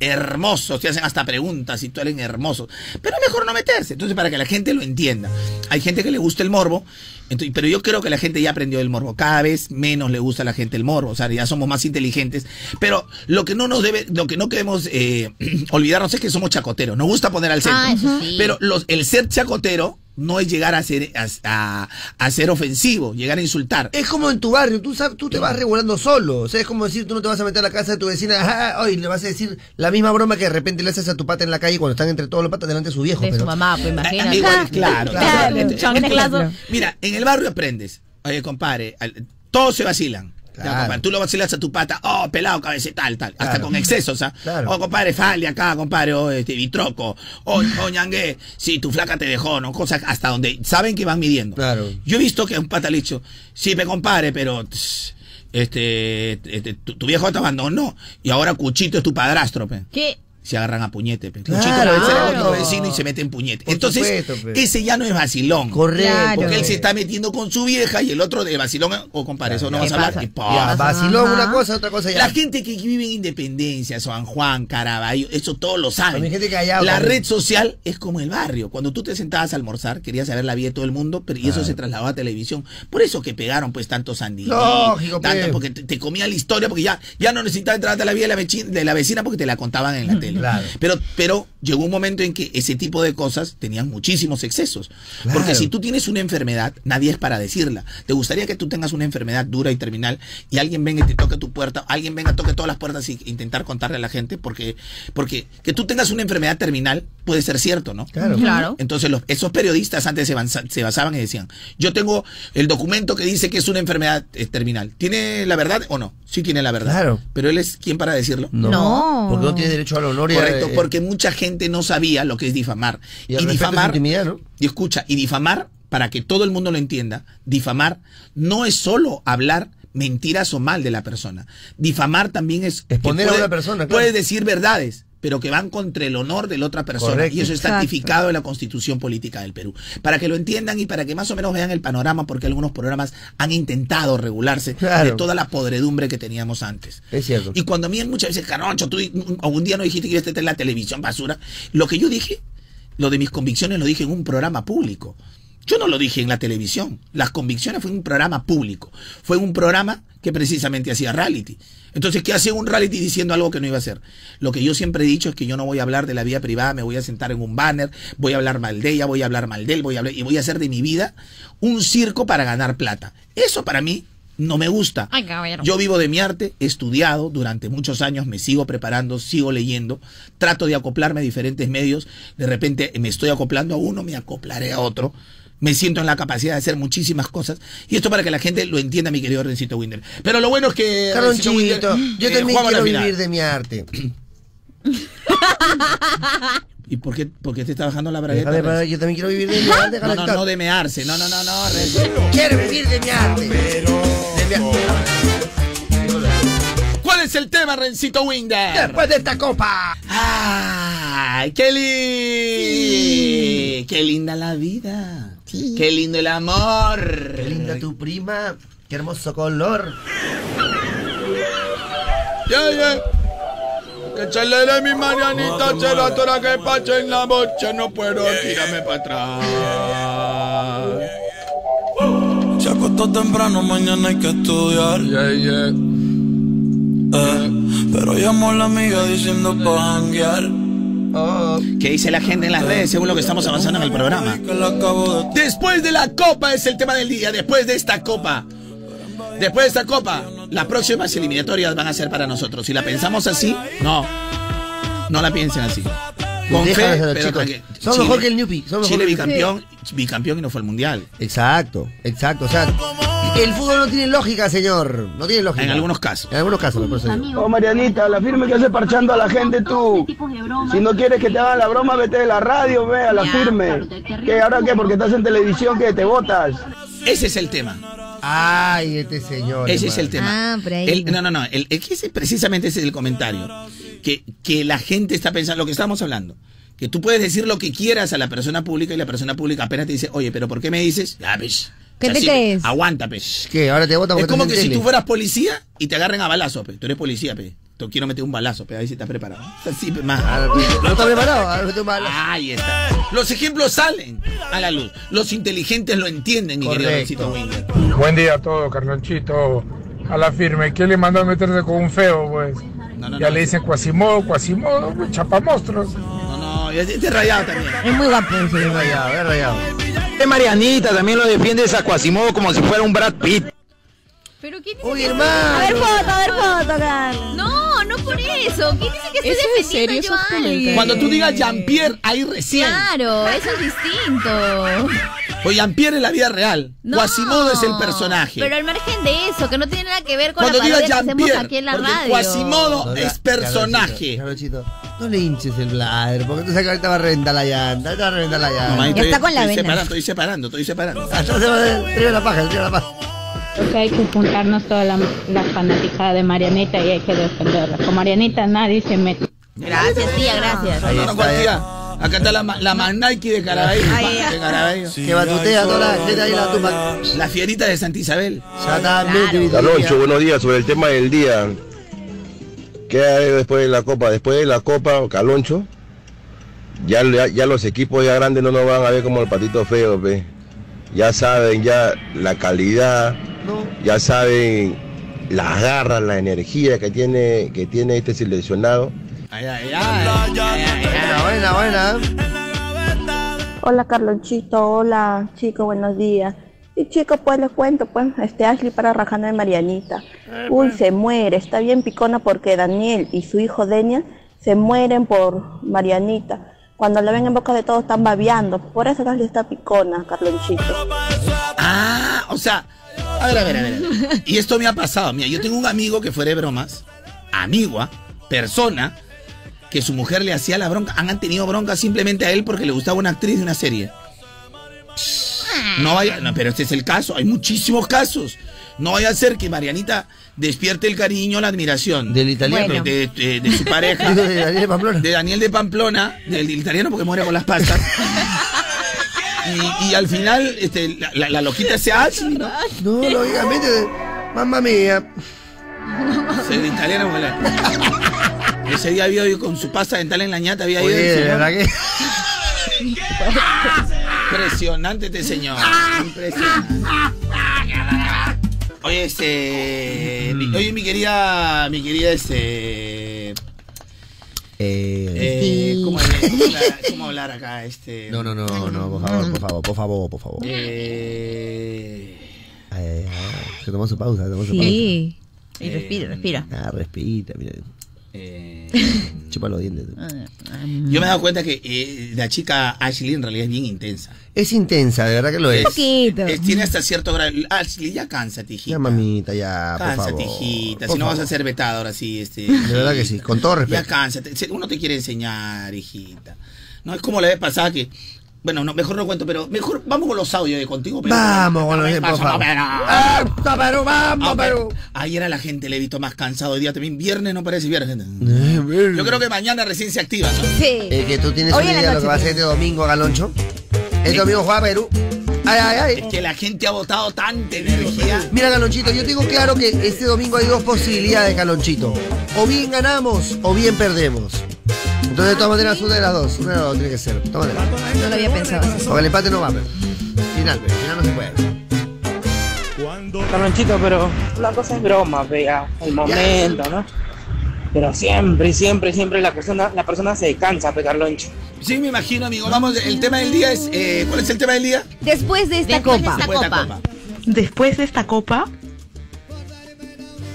[SPEAKER 3] hermosos, te hacen hasta preguntas y tú eres hermosos. Pero es mejor no meterse, entonces para que la gente lo entienda. Hay gente que le gusta el morbo, entonces, pero yo creo que la gente ya aprendió el morbo. Cada vez menos le gusta a la gente el morbo, o sea, ya somos más inteligentes. Pero lo que no nos debe, lo que no queremos eh, olvidarnos es que somos chacoteros. Nos gusta poner al centro.
[SPEAKER 5] Ah, eso sí.
[SPEAKER 3] Pero los, el ser chacotero no es llegar a ser, a, a- a ser ofensivo, llegar a insultar.
[SPEAKER 15] Es como en tu barrio, tú, sabes, tú te vas regulando solo. O sea, es como decir, tú no te vas a meter a la casa de tu vecina, "Ah, ah", hoy le vas a decir la misma broma que de repente le haces a tu pata en la calle cuando están entre todos los patas delante de su viejo.
[SPEAKER 2] De su
[SPEAKER 15] pero-
[SPEAKER 2] mamá, pues
[SPEAKER 3] Ah,
[SPEAKER 2] imagínate.
[SPEAKER 3] igual, claro, claro.
[SPEAKER 2] un
[SPEAKER 3] Entonces,
[SPEAKER 2] chanclazo.
[SPEAKER 3] claro. Mira, en el barrio aprendes. Oye, compadre, al- todos se vacilan. Ya, compadre, tú lo vacilas a tu pata, oh, pelado, cabeza, tal, tal, hasta con excesos, ¿ah? Oh, compadre, falle acá, compadre, oh, este, vitroco, oh, oh, ñangue, sí, tu flaca te dejó, ¿no? Cosas hasta donde saben que van midiendo. Yo he visto que un pata le he dicho, sí, me compare, pero tss, este, este, tu, tu viejo te abandonó y ahora Cuchito es tu padrastro, pe.
[SPEAKER 2] ¿Qué?
[SPEAKER 3] Se agarran a puñete, pues. pe.
[SPEAKER 15] Claro,
[SPEAKER 3] Cuchito va a ser
[SPEAKER 15] claro.
[SPEAKER 3] otro vecino y se meten puñete.
[SPEAKER 15] Por
[SPEAKER 3] Entonces,
[SPEAKER 15] supuesto, pe.
[SPEAKER 3] ese ya no es vacilón.
[SPEAKER 15] Correcto. pues. Claro.
[SPEAKER 3] Porque él se está metiendo con su vieja y el otro de vacilón, o compadre, eso no
[SPEAKER 15] ¿Qué
[SPEAKER 3] vas a hablar.
[SPEAKER 15] pasa?
[SPEAKER 3] Y pa.
[SPEAKER 15] Ya, vacilón, Ajá. una cosa, otra cosa ya.
[SPEAKER 3] La gente que vive en Independencia, San Juan, Caraballo, eso todos lo saben.
[SPEAKER 15] También gente que allá,
[SPEAKER 3] la
[SPEAKER 15] pues.
[SPEAKER 3] red social es como el barrio. Cuando tú te sentabas a almorzar, querías saber la vida de todo el mundo, pero y eso se trasladó a televisión. Por eso que pegaron pues tantos Sandy.
[SPEAKER 15] Lógico,
[SPEAKER 3] tanto,
[SPEAKER 15] pe.
[SPEAKER 3] porque te, te comía la historia, porque ya, ya no necesitabas entrar a la vida de la, vecina, de la vecina porque te la contaban
[SPEAKER 15] Mm,
[SPEAKER 3] en la tele. Pero, pero llegó un momento en que ese tipo de cosas tenían muchísimos excesos. Porque si tú tienes una enfermedad, nadie es para decirla. Te gustaría que tú tengas una enfermedad dura y terminal y alguien venga y te toque tu puerta, alguien venga, toque todas las puertas y intentar contarle a la gente, porque, porque que tú tengas una enfermedad terminal puede ser cierto, ¿no?
[SPEAKER 15] Claro. Claro.
[SPEAKER 3] Entonces los, esos periodistas antes se, bansa- se basaban y decían, yo tengo el documento que dice que es una enfermedad eh, terminal. ¿Tiene la verdad o no? Sí tiene la verdad.
[SPEAKER 15] Claro.
[SPEAKER 3] Pero él es quien para decirlo.
[SPEAKER 15] No. No. Porque no tiene derecho al honor y a-
[SPEAKER 3] Correcto,
[SPEAKER 15] eh,
[SPEAKER 3] porque mucha gente no sabía lo que es difamar. Y,
[SPEAKER 15] al respeto a su
[SPEAKER 3] difamar, y escucha, y difamar, para que todo el mundo lo entienda, difamar no es solo hablar mentiras o mal de la persona. Difamar también es... que
[SPEAKER 15] Exponer a
[SPEAKER 3] puede-
[SPEAKER 15] una persona, claro.
[SPEAKER 3] Puedes decir verdades, pero que van contra el honor de la otra persona.
[SPEAKER 15] Correcto.
[SPEAKER 3] Y eso está
[SPEAKER 15] Exacto.
[SPEAKER 3] tipificado en la Constitución Política del Perú. Para que lo entiendan y para que más o menos vean el panorama, porque algunos programas han intentado regularse de
[SPEAKER 15] Claro.
[SPEAKER 3] toda la podredumbre que teníamos antes.
[SPEAKER 15] Es cierto.
[SPEAKER 3] Y cuando a mí muchas veces, Caroncho, tú algún día no dijiste que ibas a estar en la televisión basura. Lo que yo dije, lo de mis convicciones lo dije en un programa público. Yo no lo dije en la televisión. Las convicciones fue un programa público. Fue un programa que precisamente hacía reality. Entonces, ¿qué hace un reality diciendo algo que no iba a hacer? Lo que yo siempre he dicho es que yo no voy a hablar de la vida privada, me voy a sentar en un banner, voy a hablar mal de ella, voy a hablar mal de él, voy a hablar, y voy a hacer de mi vida un circo para ganar plata. Eso para mí no me gusta.
[SPEAKER 5] Ay, caballero.
[SPEAKER 3] Yo vivo de mi arte, he estudiado durante muchos años, me sigo preparando, sigo leyendo, trato de acoplarme a diferentes medios, de repente me estoy acoplando a uno, me acoplaré a otro. Me siento en la capacidad de hacer muchísimas cosas. Y esto para que la gente lo entienda, mi querido Rencito Winder. Pero lo bueno es que. Rencito Winder,
[SPEAKER 15] Carlonchito, yo
[SPEAKER 3] eh,
[SPEAKER 15] también
[SPEAKER 3] jugaba la
[SPEAKER 15] quiero
[SPEAKER 3] final.
[SPEAKER 15] vivir de mi arte.
[SPEAKER 3] ¿Y por qué, por qué te está bajando la bragueta?
[SPEAKER 15] Déjale,
[SPEAKER 3] Renzo?
[SPEAKER 15] para- yo también quiero vivir de mi arte.
[SPEAKER 3] No, no,
[SPEAKER 15] Carlonchito.
[SPEAKER 3] no de mearse. No, no, no, no, Renzo.
[SPEAKER 15] Quiero vivir de mi arte. De mi arte.
[SPEAKER 3] ¿Cuál es el tema, Rencito Winder? Después
[SPEAKER 15] de esta copa.
[SPEAKER 3] ¡Ay, qué lindo! ¡Qué linda la vida! ¡Qué lindo el amor!
[SPEAKER 15] Qué linda tu prima. Qué hermoso color.
[SPEAKER 3] Ya, ya. Que se le dé mi marianita, se la tora que pache en la bocha, no puedo tirarme para atrás.
[SPEAKER 22] Se acostó temprano, mañana hay que estudiar. Eh, pero llamó la amiga diciendo pa' janguear.
[SPEAKER 3] ¿Qué dice la gente en las redes según lo que estamos avanzando en el programa? Después de la copa es el tema del día, después de esta copa. Después de esta copa, las próximas eliminatorias van a ser para nosotros. Si la pensamos así, no. No la piensen así. Con fe,
[SPEAKER 15] Déjalos a los
[SPEAKER 3] pero
[SPEAKER 15] chicos.
[SPEAKER 3] tranqui-
[SPEAKER 15] Son
[SPEAKER 3] Chile-
[SPEAKER 15] mejor que el Newpi. Son mejor
[SPEAKER 3] Chile
[SPEAKER 15] que el
[SPEAKER 3] bicampeón, bicampeón y no fue al mundial.
[SPEAKER 15] Exacto, exacto. O sea, el fútbol no tiene lógica, señor. No tiene lógica.
[SPEAKER 3] En algunos casos.
[SPEAKER 15] En algunos casos, por eso digo.
[SPEAKER 22] Oh, Marianita, la firme que hace parchando a la gente tú. Si no quieres que te hagan la broma, vete de la radio, ve a la firme. ¿Qué, ahora qué? Porque estás en televisión, que te botas.
[SPEAKER 3] Ese es el tema.
[SPEAKER 15] Ay, este señor.
[SPEAKER 3] Ese es
[SPEAKER 15] hermano.
[SPEAKER 4] Ah,
[SPEAKER 3] el tema. El- no, no, no. El, el que ese- precisamente ese es el comentario. Que, que la gente está pensando, lo que estamos hablando. Que tú puedes decir lo que quieras a la persona pública y la persona pública apenas te dice, oye, pero ¿por qué me dices? Ya, pues.
[SPEAKER 15] ¿Qué
[SPEAKER 3] O sea,
[SPEAKER 15] te
[SPEAKER 3] sí,
[SPEAKER 15] crees?
[SPEAKER 3] Aguanta, pues.
[SPEAKER 15] ¿Qué? Ahora te vota
[SPEAKER 3] Es
[SPEAKER 15] porque
[SPEAKER 3] como
[SPEAKER 15] estás
[SPEAKER 3] que
[SPEAKER 15] en
[SPEAKER 3] si
[SPEAKER 15] tele.
[SPEAKER 3] pues. tú fueras policía y te agarren a balazo, pe. Tú eres policía, pe. Tú te quiero meter un balazo, pero ahí sí estás preparado. Así, pe, más.
[SPEAKER 1] No está preparado,
[SPEAKER 15] ah,
[SPEAKER 1] ahora mete un balazo.
[SPEAKER 3] Ahí está. Los ejemplos salen a la luz. Los inteligentes lo entienden, mi querido
[SPEAKER 23] Correcto.
[SPEAKER 3] Luisito Winger.
[SPEAKER 23] Buen día a todos, Carlonchito. A la firme. ¿Quién le mandó a meterse con un feo, pues?
[SPEAKER 3] no,
[SPEAKER 23] ya
[SPEAKER 3] no.
[SPEAKER 23] le dicen Quasimodo, Quasimodo, pues, chapamostros.
[SPEAKER 3] No, ya te he rayado también.
[SPEAKER 1] Es muy guapo ese. Es rayado, es rayado.
[SPEAKER 24] Este Marianita también lo defiende a Quasimodo como si fuera un Brad Pitt.
[SPEAKER 4] Pero ¿quién dice
[SPEAKER 1] Oye,
[SPEAKER 4] que-
[SPEAKER 1] hermano.
[SPEAKER 2] A ver foto, a ver foto, Carlos.
[SPEAKER 4] No, no por eso. ¿Quién dice que estoy
[SPEAKER 25] Eso es
[SPEAKER 4] defendiendo
[SPEAKER 25] serio,
[SPEAKER 4] yo
[SPEAKER 25] esos
[SPEAKER 4] a
[SPEAKER 25] comentarios.
[SPEAKER 4] alguien?
[SPEAKER 3] Cuando tú digas Jean-Pierre, ahí recién.
[SPEAKER 4] Claro, eso es distinto.
[SPEAKER 3] O Jean-Pierre es la vida real.
[SPEAKER 4] No,
[SPEAKER 3] Quasimodo es el personaje.
[SPEAKER 4] Pero al margen de eso, que no tiene nada que ver con
[SPEAKER 3] Cuando
[SPEAKER 4] la
[SPEAKER 3] digas
[SPEAKER 4] parodia que hacemos
[SPEAKER 3] Jean-Pierre,
[SPEAKER 4] aquí en la
[SPEAKER 3] porque
[SPEAKER 4] radio.
[SPEAKER 3] Quasimodo
[SPEAKER 1] No,
[SPEAKER 3] es
[SPEAKER 1] ya-
[SPEAKER 3] personaje.
[SPEAKER 1] Carlonchito, Carlonchito, no le hinches el bladder, porque tú sabes que ahorita va a reventar la llanta, ahorita va a reventar la llanta.
[SPEAKER 3] Mamá, estoy- estoy
[SPEAKER 1] vena.
[SPEAKER 3] Separando, estoy separando, estoy separando.
[SPEAKER 1] Entonces va a trío de la paja, el trío de la paja.
[SPEAKER 26] Creo que hay que juntarnos toda la, la fanaticada de Marianita y hay que defenderla. Con Marianita nadie se mete.
[SPEAKER 4] Gracias, tía, gracias.
[SPEAKER 3] No, no,
[SPEAKER 1] eh.
[SPEAKER 3] cualquiera. Acá está la, ma- la más Nike de Caraballo.
[SPEAKER 4] Ahí,
[SPEAKER 3] de Caraballo.
[SPEAKER 1] Que batutea toda la gente ahí, la tumba.
[SPEAKER 3] La fierita de Santa Isabel.
[SPEAKER 16] Carloncho, buenos días. Sobre el tema del día, ¿qué hay después de la Copa? Después de la Copa, Caloncho, ya, ya, ya los equipos ya grandes no nos van a ver como el patito feo, pe. Ya saben ya la calidad, ya saben las garras, la energía que tiene, que tiene este seleccionado.
[SPEAKER 3] Ay, ay, ay.
[SPEAKER 1] Buena, buena, buena.
[SPEAKER 5] Hola Carlonchito, hola chicos, buenos días. Y chicos, pues les cuento, pues, este Ashley para rajando de Marianita. Uy,
[SPEAKER 4] pues,
[SPEAKER 5] se muere, está bien picona porque Daniel y su hijo Daniel se mueren por Marianita. Cuando la ven en boca de todos están babeando. Por eso Ashley está picona, Carlonchito.
[SPEAKER 3] Ah, o sea, a ver, a ver, a ver. a ver. Y esto me ha pasado. Mira, yo tengo un amigo que fuera de bromas, amigua, persona, que su mujer le hacía la bronca. Han tenido bronca simplemente a él porque le gustaba una actriz de una serie.
[SPEAKER 2] Mm.
[SPEAKER 3] No vaya, no, pero este es el caso. Hay muchísimos casos. No vaya a ser que Marianita despierte el cariño, la admiración. Del
[SPEAKER 1] italiano. Bueno.
[SPEAKER 3] De, de- de su pareja.
[SPEAKER 1] De Daniel de Pamplona.
[SPEAKER 3] De Daniel de Pamplona. Del italiano porque muere con las pastas. Y, y al final, este, la, la- la loquita se hace, ¿no?
[SPEAKER 1] No, lógicamente, mamá mía.
[SPEAKER 3] Se le italiana abuela. Ese día había ido con su pasta dental en la ñata, había ido.
[SPEAKER 1] Oye,
[SPEAKER 3] el
[SPEAKER 1] de
[SPEAKER 3] señor.
[SPEAKER 1] verdad que.
[SPEAKER 3] Impresionante este señor. Impresionante. Oye, este.
[SPEAKER 1] Mm.
[SPEAKER 3] mi- Oye, mi querida. Mi querida, este. Eh,
[SPEAKER 1] Eh,
[SPEAKER 3] ¿cómo, hablar, cómo hablar- cómo hablar acá? Este.
[SPEAKER 1] No, no, no, no, por favor, por favor, por favor, por favor.
[SPEAKER 3] Eh,
[SPEAKER 1] Ay, ay, ay. Se tomó su pausa, se tomó su pausa.
[SPEAKER 4] Sí. Y respira, respira.
[SPEAKER 1] Ah, respira, mira. Chupa los dientes.
[SPEAKER 4] Ah,
[SPEAKER 1] tú.
[SPEAKER 3] Yo me he dado cuenta que eh, la chica Ashley en realidad es bien intensa.
[SPEAKER 1] Es intensa, de verdad que lo es.
[SPEAKER 2] poquito.
[SPEAKER 3] Es- tiene hasta cierto grado. Ashley, ya cánsate, hijita.
[SPEAKER 1] Ya, mamita, ya, Ah, por favor.
[SPEAKER 3] Cánsate, hijita.
[SPEAKER 1] Por
[SPEAKER 3] Si no vas
[SPEAKER 1] favor.
[SPEAKER 3] a ser vetada ahora sí, este.
[SPEAKER 1] De verdad que sí, con todo
[SPEAKER 3] Ya
[SPEAKER 1] respeto.
[SPEAKER 3] cánsate. Se- Uno te quiere enseñar, hijita. No es como la vez pasada que. Bueno, no, mejor no cuento, pero mejor vamos con los audios de contigo. Perú.
[SPEAKER 1] Vamos con los
[SPEAKER 3] Vamos,
[SPEAKER 1] audios, por
[SPEAKER 3] vamos,
[SPEAKER 1] favor.
[SPEAKER 3] Perú.
[SPEAKER 1] ¡Vamos, Perú!
[SPEAKER 3] Ah,
[SPEAKER 1] ¡Vamos, Perú!
[SPEAKER 3] Ayer a la gente le he visto más cansado. Hoy día también viernes no parece viernes.
[SPEAKER 1] Eh,
[SPEAKER 3] Yo creo que mañana recién se activa, ¿no?
[SPEAKER 2] Sí.
[SPEAKER 1] Es que tú tienes
[SPEAKER 3] Hoy
[SPEAKER 1] una
[SPEAKER 3] en la
[SPEAKER 1] idea de lo
[SPEAKER 3] noche,
[SPEAKER 1] que va a ser este domingo, Galoncho. Este domingo juega Perú. Ay, ay, ay.
[SPEAKER 3] Es que la gente ha votado tanta energía.
[SPEAKER 1] Mira, Galonchito, yo tengo claro que este domingo hay dos posibilidades, Galonchito. O bien ganamos o bien perdemos. Entonces, de todas maneras, una de las dos. Una de las dos tiene que ser. De todas maneras.
[SPEAKER 2] No lo había pensado así.
[SPEAKER 1] Porque el empate no va, pero. Final, pero. Final no se puede.
[SPEAKER 7] Carlonchito, pero la cosa es broma, vea, el momento, ¿no? Pero siempre, siempre, siempre la persona, la persona se cansa, pe Carloncho.
[SPEAKER 3] Sí, me imagino, amigo. Vamos, el tema del día es. eh, ¿Cuál es el tema del día?
[SPEAKER 2] Después de esta
[SPEAKER 3] Después de
[SPEAKER 2] copa.
[SPEAKER 3] esta copa.
[SPEAKER 27] Después de esta copa,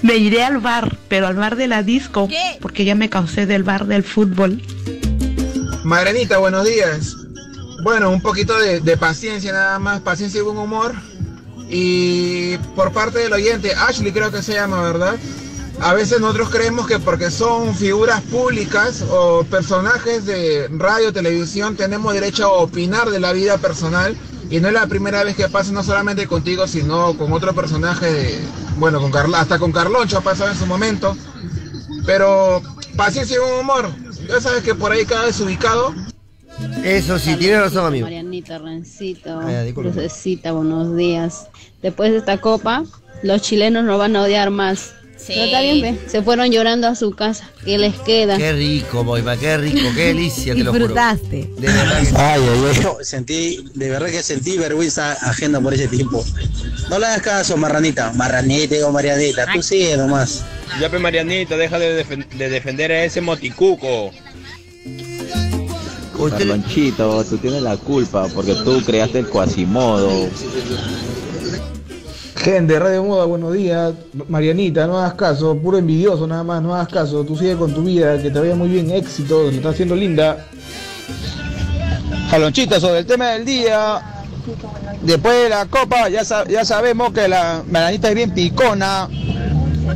[SPEAKER 27] me iré al bar, pero al bar de la disco, porque ya me cansé del bar del fútbol.
[SPEAKER 28] Marenita, buenos días. Bueno, un poquito de, de paciencia nada más, paciencia y buen humor. Y por parte del oyente, Ashley creo que se llama, ¿verdad? A veces nosotros creemos que porque son figuras públicas o personajes de radio, televisión, tenemos derecho a opinar de la vida personal. Y no es la primera vez que pasa, no solamente contigo, sino con otro personaje de, bueno, con Carla, hasta con Carloncho ha pasado en su momento. Pero paciencia y buen humor. Ya sabes que por ahí cada desubicado
[SPEAKER 1] Eso sí, tiene razón, amigo.
[SPEAKER 7] Marianita, Rancito,
[SPEAKER 1] Ah, ya, disculpe.
[SPEAKER 7] Lucecita, buenos días. Después de esta copa, los chilenos nos van a odiar más.
[SPEAKER 5] Pero está bien, ve. Se fueron llorando a su casa. ¿Qué les queda?
[SPEAKER 1] Qué rico, Boima, qué rico, qué delicia, te lo juro.
[SPEAKER 5] Disfrutaste.
[SPEAKER 1] De verdad que-
[SPEAKER 16] Ay, ay, ay, sentí, de verdad que sentí vergüenza ajena por ese tiempo. No le hagas caso, marranita. Marranita, digo, Marianita, tú sigue nomás.
[SPEAKER 29] Ya, pe Marianita, deja de, defen- de defender a ese moticuco.
[SPEAKER 30] Carlonchito, tú tienes la culpa porque tú creaste el Quasimodo.
[SPEAKER 28] Gente, Radio Moda, buenos días. Marianita, no hagas caso, puro envidioso nada más, no hagas caso. Tú sigue con tu vida, que te vaya muy bien, éxito, te estás haciendo linda.
[SPEAKER 19] Jalonchito, sobre el tema del día. Después de la copa, ya, sa- ya sabemos que la maranita es bien picona.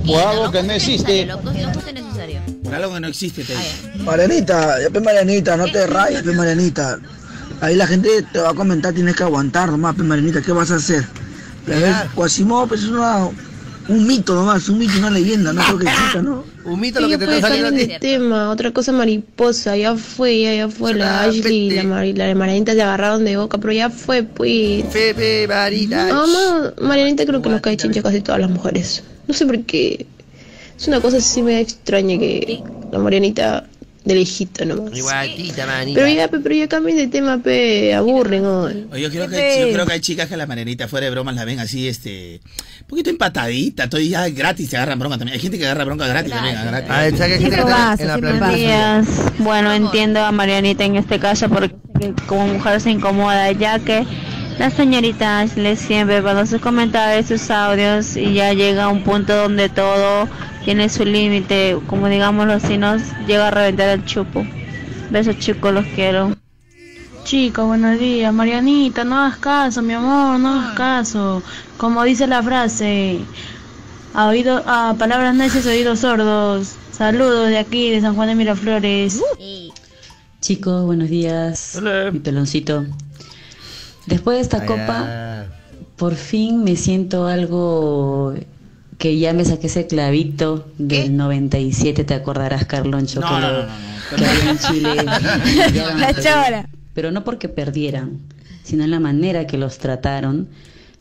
[SPEAKER 19] O algo que no existe.
[SPEAKER 3] Por algo que no existe, te digo.
[SPEAKER 15] Marianita, ya pe Marianita, no te rayes, pe Marianita. Ahí la gente te va a comentar, tienes que aguantar nomás, pe Marianita, ¿qué vas a hacer? Pero es- Quasimodo pues, es una- un mito nomás, un mito, una leyenda, no creo que exista, ¿no?
[SPEAKER 1] Un
[SPEAKER 5] Sí, pues, cambien de tema, otra cosa mariposa, ya fue, ya, ya fue la Ashley y la, Mar la Marianita se agarraron de boca, pero ya fue, pues.
[SPEAKER 1] Pepe, varita.
[SPEAKER 5] Mamá, Marianita creo que nos cae chincha casi todas las mujeres. No sé por qué. Es una cosa así medio extraña que la Marianita de lejito nomás.
[SPEAKER 1] Igualita, manita.
[SPEAKER 5] Pero ya, pe, pero ya cambien de tema, pe, aburren, hoy.
[SPEAKER 3] Oye, yo creo, que, yo creo que hay chicas que a la Marianita, fuera de bromas, la ven así, este. Un poquito empatadita, todo y ya gratis, se agarran bronca también. Hay gente que agarra bronca gratis también. Gratis.
[SPEAKER 1] Ah, esa que hay gente que está en la
[SPEAKER 18] Buenos
[SPEAKER 1] plataforma.
[SPEAKER 18] días. Bueno, entiendo a Marianita en este caso porque como mujer se incomoda, ya que la señorita Ashley siempre va dando sus comentarios, sus audios y ya llega a un punto donde todo tiene su límite, como digámoslo así, nos llega a reventar el chupo. Besos chicos, los quiero.
[SPEAKER 15] Chicos, buenos días. Marianita, no hagas caso, mi amor, no hagas caso. Como dice la frase, a, oído, a palabras necias, oídos sordos. Saludos de aquí, de San Juan de Miraflores.
[SPEAKER 18] Chicos, buenos días. Mi peloncito. Después de esta copa, por fin me siento algo que ya me saqué ese clavito del 97, te acordarás, Carloncho,
[SPEAKER 31] No,
[SPEAKER 18] que,
[SPEAKER 31] no, no,
[SPEAKER 18] lo-
[SPEAKER 31] no, no.
[SPEAKER 18] que había en Chile. Y llegaban a
[SPEAKER 31] La
[SPEAKER 18] Perú.
[SPEAKER 31] chora.
[SPEAKER 18] Ah, Pero no porque perdieran, sino en la manera que los trataron.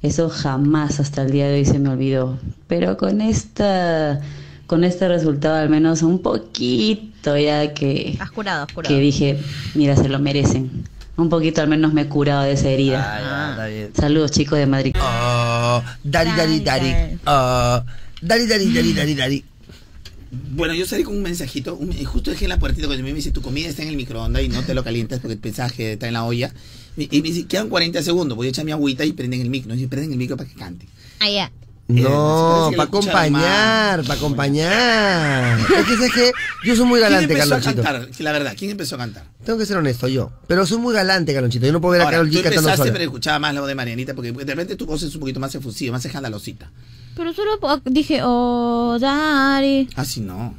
[SPEAKER 18] Eso jamás hasta el día de hoy se me olvidó. Pero con esta con este resultado al menos un poquito ya que
[SPEAKER 4] Has curado, has curado.
[SPEAKER 18] que dije, mira, se lo merecen. Un poquito al menos me he curado de esa herida.
[SPEAKER 1] Ah,
[SPEAKER 18] Saludos chicos de Madrid.
[SPEAKER 1] Oh, Dari, dari, dari. Ah, Dari, dari, dari, dari, dari.
[SPEAKER 3] Mm. Bueno, yo salí con un mensajito, un- y justo dejé en la puertita cuando me dice, tu comida está en el microondas y no te lo calientas porque pensabas que está en la olla. Y, y me dice, quedan 40 segundos, voy a echar mi agüita y prenden el micro. Y dice, prenden el micro para que cante.
[SPEAKER 4] Allá.
[SPEAKER 1] No,
[SPEAKER 3] Eh,
[SPEAKER 1] para
[SPEAKER 3] parece que lo escucharon
[SPEAKER 1] acompañar, para acompañar. Ah, Es que sabes que yo soy muy galante,
[SPEAKER 3] ¿Quién empezó a
[SPEAKER 1] Carlonchito.
[SPEAKER 3] cantar? La verdad, ¿quién empezó a cantar?
[SPEAKER 1] Tengo que ser honesto yo. Pero soy muy galante, Carlonchito. Yo no puedo ver a
[SPEAKER 3] Ahora,
[SPEAKER 1] Carol
[SPEAKER 3] tú
[SPEAKER 1] G cantando
[SPEAKER 3] empezaste,
[SPEAKER 1] sola.
[SPEAKER 3] pero escuchaba más la voz de Marianita porque de repente tu voz es un poquito más efusiva, más escandalosita.
[SPEAKER 4] Pero solo po- dije, oh, Dari.
[SPEAKER 3] Así Ah, no.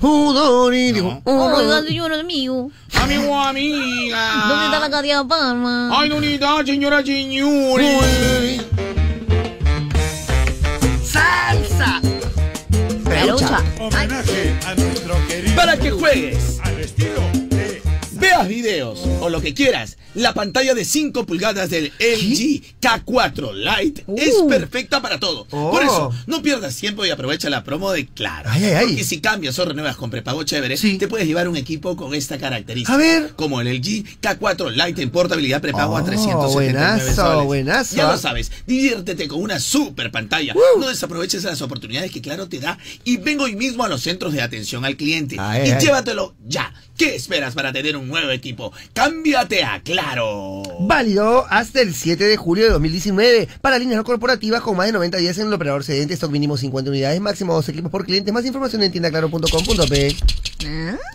[SPEAKER 1] Oh, Dari, digo.
[SPEAKER 4] Oh,
[SPEAKER 1] oh,
[SPEAKER 4] Dari, yo era amigo.
[SPEAKER 3] Amigo, amiga.
[SPEAKER 4] ¿Dónde está la cadena de palma?
[SPEAKER 3] Ay, no ni da, señora, señores.
[SPEAKER 1] ¡Salsa!
[SPEAKER 2] Pelucha. Homenaje a nuestro querido.
[SPEAKER 3] Para que juegues.
[SPEAKER 2] Al estilo de.
[SPEAKER 3] Veas videos o lo que quieras, la pantalla de 5 pulgadas del LG K4 Lite es perfecta para todo.
[SPEAKER 1] Uh. Oh.
[SPEAKER 3] Por eso, no pierdas tiempo y aprovecha la promo de Claro.
[SPEAKER 1] Ay, ay, ay.
[SPEAKER 3] Porque si cambias o renuevas con prepago chévere, te puedes llevar un equipo con esta característica.
[SPEAKER 1] A ver.
[SPEAKER 3] Como el LG K4 Lite en portabilidad prepago a
[SPEAKER 1] Oh,
[SPEAKER 3] 379
[SPEAKER 1] buenazo,
[SPEAKER 3] soles.
[SPEAKER 1] buenazo.
[SPEAKER 3] Ya lo sabes, diviértete con una super pantalla. No desaproveches las oportunidades que Claro te da y vengo hoy mismo a los centros de atención al cliente.
[SPEAKER 1] Ay,
[SPEAKER 3] y
[SPEAKER 1] ay.
[SPEAKER 3] llévatelo ya. ¿Qué esperas para tener un nuevo equipo? Cámbiate a Claro.
[SPEAKER 1] Válido hasta el 7 de julio de 2019 para líneas no corporativas con más de 90 días en el operador cedente, stock mínimo 50 unidades, máximo dos equipos por cliente. Más información en tiendaclaro.com.p.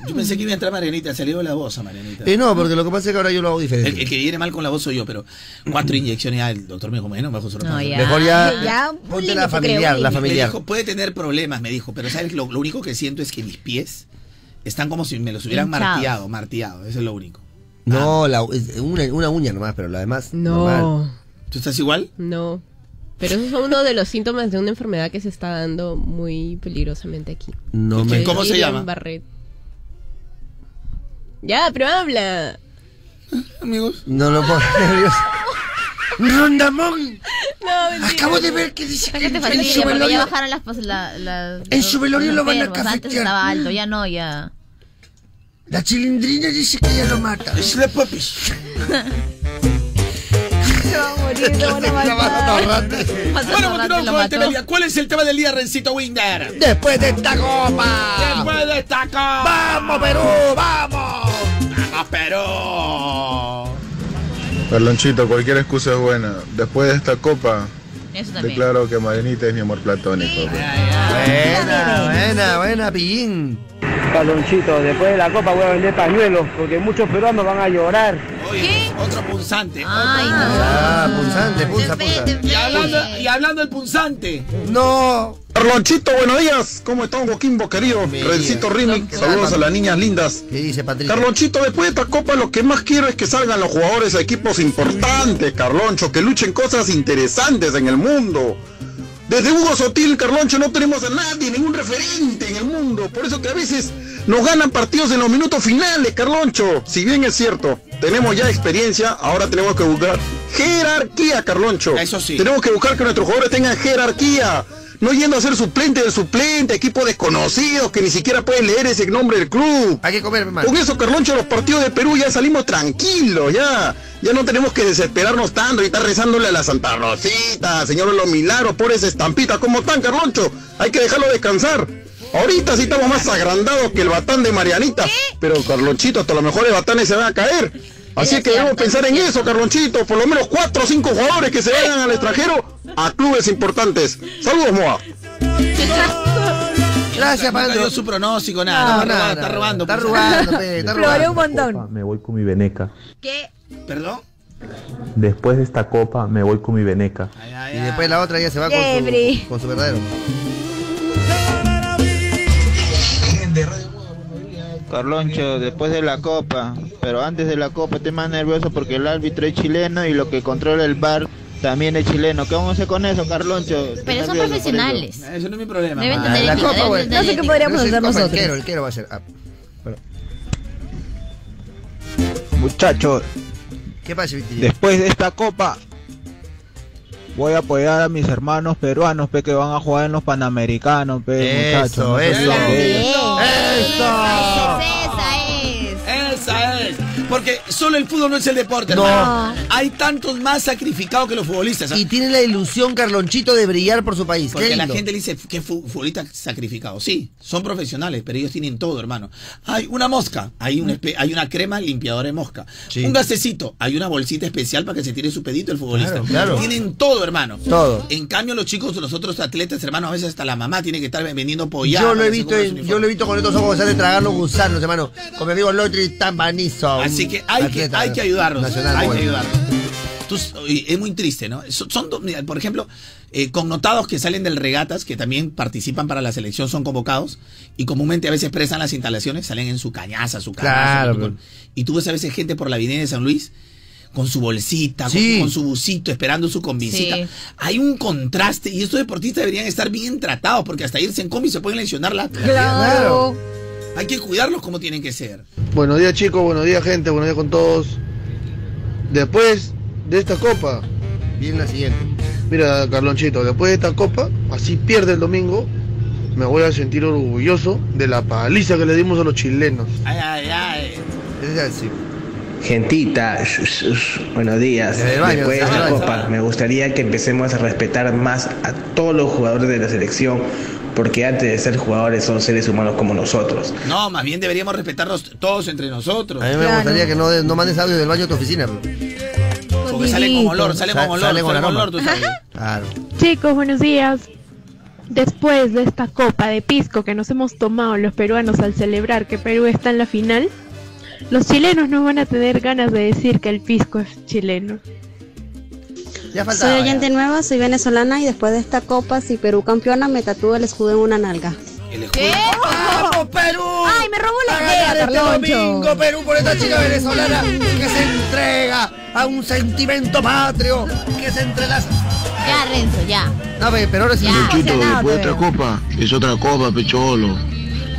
[SPEAKER 3] Yo pensé que iba a entrar Marianita, salió la voz a Marianita.
[SPEAKER 1] ¿Ah? Eh, no, porque lo que pasa es que ahora yo lo hago diferente.
[SPEAKER 3] El, el que viene mal con la voz soy yo, pero cuatro inyecciones ya el doctor me dijo, bueno, mejor solo
[SPEAKER 1] No,
[SPEAKER 3] cuatro".
[SPEAKER 1] ya. Mejor ya- Ya, un ponte la límite, familiar, creo, un la límite. familiar.
[SPEAKER 3] Me dijo, puede tener problemas, me dijo, pero sabes lo, lo único que siento es que mis pies están como si me los hubieran
[SPEAKER 1] Hinchados.
[SPEAKER 3] martillado, martillado, eso es lo único.
[SPEAKER 1] No, la- es una, una uña nomás, pero la demás.
[SPEAKER 5] No.
[SPEAKER 1] normal.
[SPEAKER 3] ¿Tú estás igual?
[SPEAKER 5] No. Pero eso es uno de los síntomas de una enfermedad que se está dando muy peligrosamente aquí.
[SPEAKER 1] No
[SPEAKER 3] ¿Qué-
[SPEAKER 1] me.
[SPEAKER 3] ¿Cómo se
[SPEAKER 5] Guillain
[SPEAKER 3] llama?
[SPEAKER 5] Barré. Ya, pero habla.
[SPEAKER 3] Amigos.
[SPEAKER 1] No lo puedo. Rondamón. Acabo de ver que dice que
[SPEAKER 4] te
[SPEAKER 1] en
[SPEAKER 4] fastidia,
[SPEAKER 1] su
[SPEAKER 4] porque
[SPEAKER 1] velorio-
[SPEAKER 4] ya bajaron las, pas- la- las-
[SPEAKER 1] En
[SPEAKER 4] los-
[SPEAKER 1] su velorio
[SPEAKER 4] los
[SPEAKER 1] lo van a
[SPEAKER 4] enfermos. Antes
[SPEAKER 1] cafetear.
[SPEAKER 4] estaba alto, ya no, ya.
[SPEAKER 1] La chilindrina dice que ya lo mata. Es la papi.
[SPEAKER 4] Se va a morir, lo van a matar.
[SPEAKER 3] Bueno, continuamos con el tema del día. ¿Cuál es el tema del día, Rencito Winder?
[SPEAKER 1] Después de esta copa.
[SPEAKER 3] Después de esta copa.
[SPEAKER 1] ¡Vamos, Perú! ¡Vamos!
[SPEAKER 3] ¡Vamos, Perú!
[SPEAKER 8] Carlonchito, cualquier excusa es buena. Después de esta copa,
[SPEAKER 4] Eso también.
[SPEAKER 8] declaro que Marinita es mi amor platónico.
[SPEAKER 1] Buena, buena, buena, pillín.
[SPEAKER 32] Calonchito, después de la copa voy a vender pañuelos porque muchos peruanos van a llorar.
[SPEAKER 3] pues, Otro punzante.
[SPEAKER 4] Ay,
[SPEAKER 1] Ah, punzante, punza, punza.
[SPEAKER 3] Y hablando, y hablando del punzante.
[SPEAKER 1] No.
[SPEAKER 8] Carlonchito, buenos días. ¿Cómo están, Joaquimbo, querido? Rencito Rimi, saludos a las niñas lindas.
[SPEAKER 1] ¿Qué dice Patricia?
[SPEAKER 8] Carlonchito, después de esta copa, lo que más quiero es que salgan los jugadores a equipos importantes, Carloncho, que luchen cosas interesantes en el mundo. Desde Hugo Sotil, Carloncho, no tenemos a nadie, ningún referente en el mundo. Por eso que a veces nos ganan partidos en los minutos finales, Carloncho. Si bien es cierto, tenemos ya experiencia, ahora tenemos que buscar jerarquía, Carloncho. Eso sí. Tenemos que buscar que nuestros jugadores tengan jerarquía. No yendo a ser suplente del suplente, equipo desconocidos que ni siquiera pueden leer ese nombre del club.
[SPEAKER 1] Hay que comer, hermano.
[SPEAKER 8] Con eso, Carloncho, los partidos de Perú ya salimos tranquilos, ya. Ya no tenemos que desesperarnos tanto y estar rezándole a la Santa Rosita, Señor de los Milagros, por esa estampita. ¿Cómo están, Carloncho? Hay que dejarlo descansar. Ahorita sí estamos más agrandados que el batán de Marianita. Pero, Carlonchito, hasta los mejores batanes se van a caer. Así es que debemos pensar en eso, Carlonchito. Por lo menos cuatro o cinco jugadores que se vayan al extranjero a clubes importantes. Saludos, Moa.
[SPEAKER 1] Gracias,
[SPEAKER 3] Pablo. dio su pronóstico, nada.
[SPEAKER 1] No,
[SPEAKER 3] está,
[SPEAKER 1] nada,
[SPEAKER 3] robando, está robando.
[SPEAKER 1] está
[SPEAKER 3] punzante.
[SPEAKER 1] robando, pe, está Floreo robando. un montón.
[SPEAKER 33] Me voy con mi veneca.
[SPEAKER 3] ¿Perdón?
[SPEAKER 33] Después de esta copa me voy con mi veneca.
[SPEAKER 1] Y después la otra ya se va con
[SPEAKER 34] Quebre.
[SPEAKER 1] su, con su verdadero.
[SPEAKER 28] Carloncho, después de la copa, pero antes de la copa estoy más nervioso porque el árbitro es chileno y lo que controla el bar también es chileno. ¿Qué vamos a hacer con eso, Carloncho? Estoy
[SPEAKER 4] Pero son
[SPEAKER 28] nervioso por eso.
[SPEAKER 4] profesionales.
[SPEAKER 3] Eso no es mi problema.
[SPEAKER 4] Deben
[SPEAKER 28] Ah,
[SPEAKER 4] tener
[SPEAKER 28] la
[SPEAKER 4] ética,
[SPEAKER 28] copa,
[SPEAKER 4] deben
[SPEAKER 28] güey.
[SPEAKER 4] tener
[SPEAKER 28] No sé qué
[SPEAKER 4] ética.
[SPEAKER 28] podríamos
[SPEAKER 1] Pero es el
[SPEAKER 28] hacer
[SPEAKER 1] copa,
[SPEAKER 28] nosotros.
[SPEAKER 1] El quiero, el quiero va a ser. Ah,
[SPEAKER 28] Muchachos,
[SPEAKER 1] ¿Qué pasa, Vitinho?
[SPEAKER 28] después de pues, esta copa voy a apoyar a mis hermanos peruanos pe, que van a jugar en los Panamericanos, pe, muchachos. No se
[SPEAKER 1] eso.
[SPEAKER 28] olviden de ellos.
[SPEAKER 1] ¡Eso!
[SPEAKER 3] Esa es. Porque solo el fútbol no es el deporte,
[SPEAKER 1] No.
[SPEAKER 3] hermano. Hay tantos más sacrificados que los futbolistas.
[SPEAKER 1] Y tiene la ilusión, Carlonchito, de brillar por su país. Qué
[SPEAKER 3] Porque la
[SPEAKER 1] lindo.
[SPEAKER 3] gente le dice que fu- futbolistas sacrificados. Sí, son profesionales, pero ellos tienen todo, hermano. Hay una mosca, hay, un espe- hay una crema limpiadora de mosca. Un gasecito, hay una bolsita especial para que se tire su pedito el futbolista.
[SPEAKER 1] Claro, claro.
[SPEAKER 3] Tienen todo, hermano.
[SPEAKER 1] Todo.
[SPEAKER 3] En cambio, los chicos, los otros atletas, hermano, a veces hasta la mamá tiene que estar vendiendo polladas.
[SPEAKER 1] Yo lo he
[SPEAKER 3] no sé
[SPEAKER 1] visto,
[SPEAKER 3] cómo es
[SPEAKER 1] en-
[SPEAKER 3] su
[SPEAKER 1] yo lo he visto con estos ojos que de tragar los gusanos, hermano. Con mi amigo Lotri Tambanizo.
[SPEAKER 3] Así que hay, que, hay que ayudarnos.
[SPEAKER 1] Nacional,
[SPEAKER 3] hay
[SPEAKER 1] bueno.
[SPEAKER 3] que ayudarnos. Tú s- y es muy triste, ¿no? So- Son, dos- mira, por ejemplo, eh, connotados que salen del regatas, que también participan para la selección, son convocados y comúnmente a veces presan las instalaciones, salen en su cañaza, su cañaza.
[SPEAKER 1] Claro,
[SPEAKER 3] su-
[SPEAKER 1] pero-
[SPEAKER 3] Y tú ves a veces gente por la avenida de San Luis con su bolsita, con-
[SPEAKER 1] Sí.
[SPEAKER 3] con, su busito, esperando su convincita.
[SPEAKER 4] Sí.
[SPEAKER 3] Hay un contraste y estos deportistas deberían estar bien tratados porque hasta irse en combi se pueden lesionar la...
[SPEAKER 4] Claro.
[SPEAKER 3] Hay que cuidarlos como tienen que ser.
[SPEAKER 35] Buenos días chicos, buenos días gente, buenos días con todos. Después de esta copa.
[SPEAKER 1] Viene la siguiente.
[SPEAKER 35] Mira, Carlonchito, después de esta copa, así pierde el domingo, me voy a sentir orgulloso de la paliza que le dimos a los chilenos.
[SPEAKER 3] Ay, ay, ay.
[SPEAKER 36] Gentita, sh- sh- sh, buenos días.
[SPEAKER 35] Desde el baño,
[SPEAKER 36] Después de
[SPEAKER 35] desde
[SPEAKER 36] la
[SPEAKER 35] el baño.
[SPEAKER 36] Copa, me gustaría que empecemos a respetar más a todos los jugadores de la selección, porque antes de ser jugadores son seres humanos como nosotros.
[SPEAKER 3] No, más bien deberíamos respetarnos todos entre nosotros.
[SPEAKER 1] A mí me gustaría que no, de- no mandes audio del baño a tu oficina. bro.
[SPEAKER 3] Porque sale con olor, sale con
[SPEAKER 1] Sa-
[SPEAKER 3] olor, sale
[SPEAKER 1] sale con
[SPEAKER 3] con
[SPEAKER 1] aroma.
[SPEAKER 3] olor, tú sabes.
[SPEAKER 1] Claro.
[SPEAKER 5] Chicos, buenos días. Después de esta copa de pisco que nos hemos tomado los peruanos al celebrar que Perú está en la final, los chilenos no van a tener ganas de decir que el pisco es chileno.
[SPEAKER 1] Ya
[SPEAKER 15] Soy oyente nueva, soy venezolana y después de esta copa, si Perú campeona, me tatúo el escudo en una nalga.
[SPEAKER 3] ¿Qué?
[SPEAKER 1] ¡Vamos, Perú! ¡Ay,
[SPEAKER 15] me robó
[SPEAKER 1] la
[SPEAKER 15] idea, Carloncho.
[SPEAKER 1] domingo, Perú, por esta chica venezolana que se entrega a un sentimiento patrio que se entrelaza.
[SPEAKER 4] Ya, Renzo, ya.
[SPEAKER 1] No, pe- pero ahora sí.
[SPEAKER 5] Chito, después de otra copa, es otra copa, pecholo.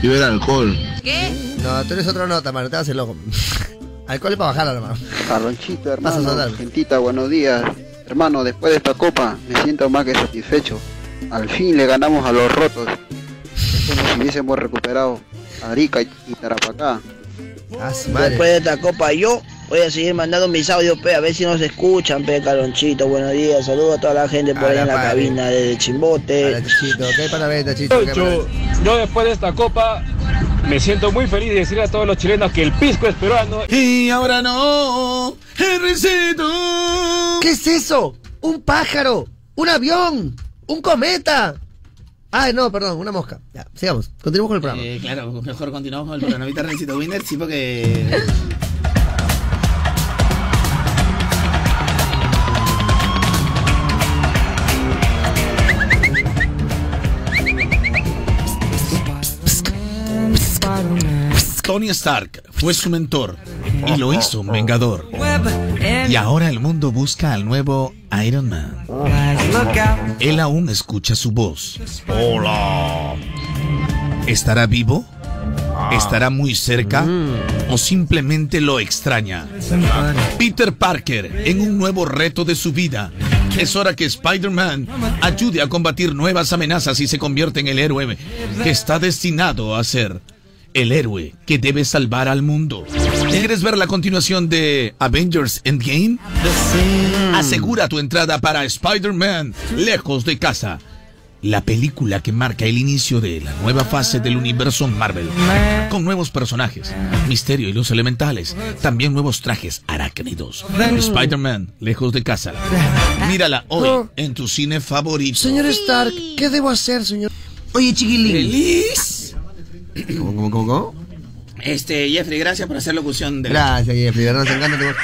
[SPEAKER 5] Y ver alcohol.
[SPEAKER 4] ¿Qué?
[SPEAKER 8] Eh,
[SPEAKER 1] No, tú eres otra nota, mano. Te vas a hacer loco. Alcohol es para bajar, hermano.
[SPEAKER 37] Carlonchito,
[SPEAKER 1] Vas a
[SPEAKER 37] hermano,
[SPEAKER 1] sonar.
[SPEAKER 37] gentita, buenos días.
[SPEAKER 38] Hermano, después de esta copa me siento más que satisfecho. Al fin le ganamos a los rotos. Es como si hubiésemos recuperado Arica y y Tarapacá.
[SPEAKER 1] Ah,
[SPEAKER 15] Después de esta copa yo voy a seguir mandando mis audios, pe, a ver si nos escuchan, pe, Calonchito. Buenos días, saludos a toda la gente por ahí en la eh. cabina de Chimbote.
[SPEAKER 28] Yo, yo después de esta copa me siento muy feliz de decirle a todos los chilenos que el pisco es peruano.
[SPEAKER 3] Y ahora no,
[SPEAKER 1] ¿Qué es eso? ¿Un pájaro? ¿Un avión? ¿Un cometa? Ah, no, perdón, una mosca. Ya, sigamos. Continuemos con el programa.
[SPEAKER 3] Eh, claro, mejor continuamos con el programa. Ahorita necesito Winner, sí, porque. Tony Stark fue su mentor y lo hizo un vengador. Y ahora el mundo busca al nuevo Iron Man. Él aún escucha su voz. Hola. ¿Estará vivo? ¿Estará muy cerca? ¿O simplemente lo extraña? Peter Parker en un nuevo reto de su vida. Es hora que Spider-Man ayude a combatir nuevas amenazas y se convierte en el héroe que está destinado a ser. El héroe que debe salvar al mundo. ¿Quieres ver la continuación de Avengers Endgame? Asegura tu entrada para Spider-Man Lejos de Casa, la película que marca el inicio de la nueva fase del universo Marvel, con nuevos personajes, misterio y los elementales, también nuevos trajes arácnidos. Spider-Man Lejos de Casa. Mírala hoy en tu cine favorito.
[SPEAKER 1] Señor Stark, ¿qué debo hacer, señor? Oye, chiquilín.
[SPEAKER 3] Feliz.
[SPEAKER 1] ¿Cómo, cómo, cómo, cómo?
[SPEAKER 3] Este, Jeffrey, gracias por hacer locución de
[SPEAKER 1] Gracias, Jeffrey. Nos encanta tu voz.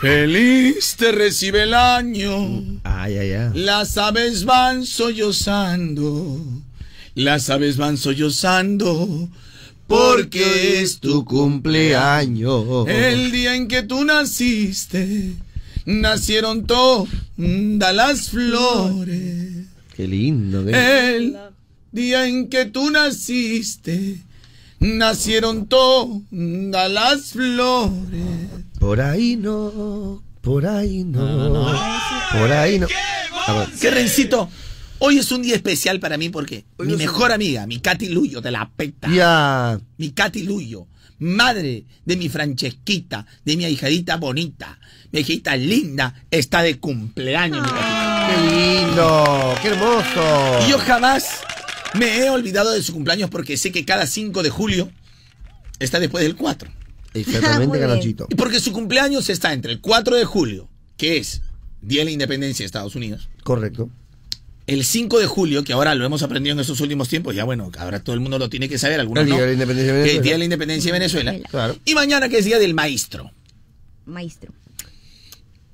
[SPEAKER 3] Feliz te recibe el año.
[SPEAKER 1] Ay, ay, ay.
[SPEAKER 3] Las aves van sollozando. Las aves van sollozando. Porque es tu cumpleaños. El día en que tú naciste, nacieron todas las flores.
[SPEAKER 1] Qué lindo. qué-
[SPEAKER 3] El día en que tú naciste, nacieron todas las flores.
[SPEAKER 1] Por ahí no, por ahí no, por ahí no. Ah,
[SPEAKER 3] ¿Qué rencito? Hoy es un día especial para mí porque mi
[SPEAKER 1] es un-
[SPEAKER 3] mejor amiga, mi Katy Luyo, de la peta,
[SPEAKER 1] Ya.
[SPEAKER 3] mi Katy Luyo, madre de mi Francesquita, de mi hijadita bonita, mi hijita linda, está de cumpleaños.
[SPEAKER 1] ¡Qué lindo! ¡Qué hermoso!
[SPEAKER 3] Y yo jamás me he olvidado de su cumpleaños porque sé que cada 5 de julio está después del 4.
[SPEAKER 1] Exactamente, Carlonchito.
[SPEAKER 3] Y Porque su cumpleaños está entre el 4 de julio, que es Día de la Independencia de Estados Unidos,
[SPEAKER 1] Correcto.
[SPEAKER 3] el 5 de julio, que ahora lo hemos aprendido en estos últimos tiempos, ya bueno, ahora todo el mundo lo tiene que saber, algunos
[SPEAKER 1] El Día
[SPEAKER 3] no,
[SPEAKER 1] de la Independencia de
[SPEAKER 3] que es
[SPEAKER 1] Venezuela.
[SPEAKER 3] Día de la Independencia de Venezuela.
[SPEAKER 1] Claro.
[SPEAKER 3] Y mañana que es Día del Maestro.
[SPEAKER 4] Maestro.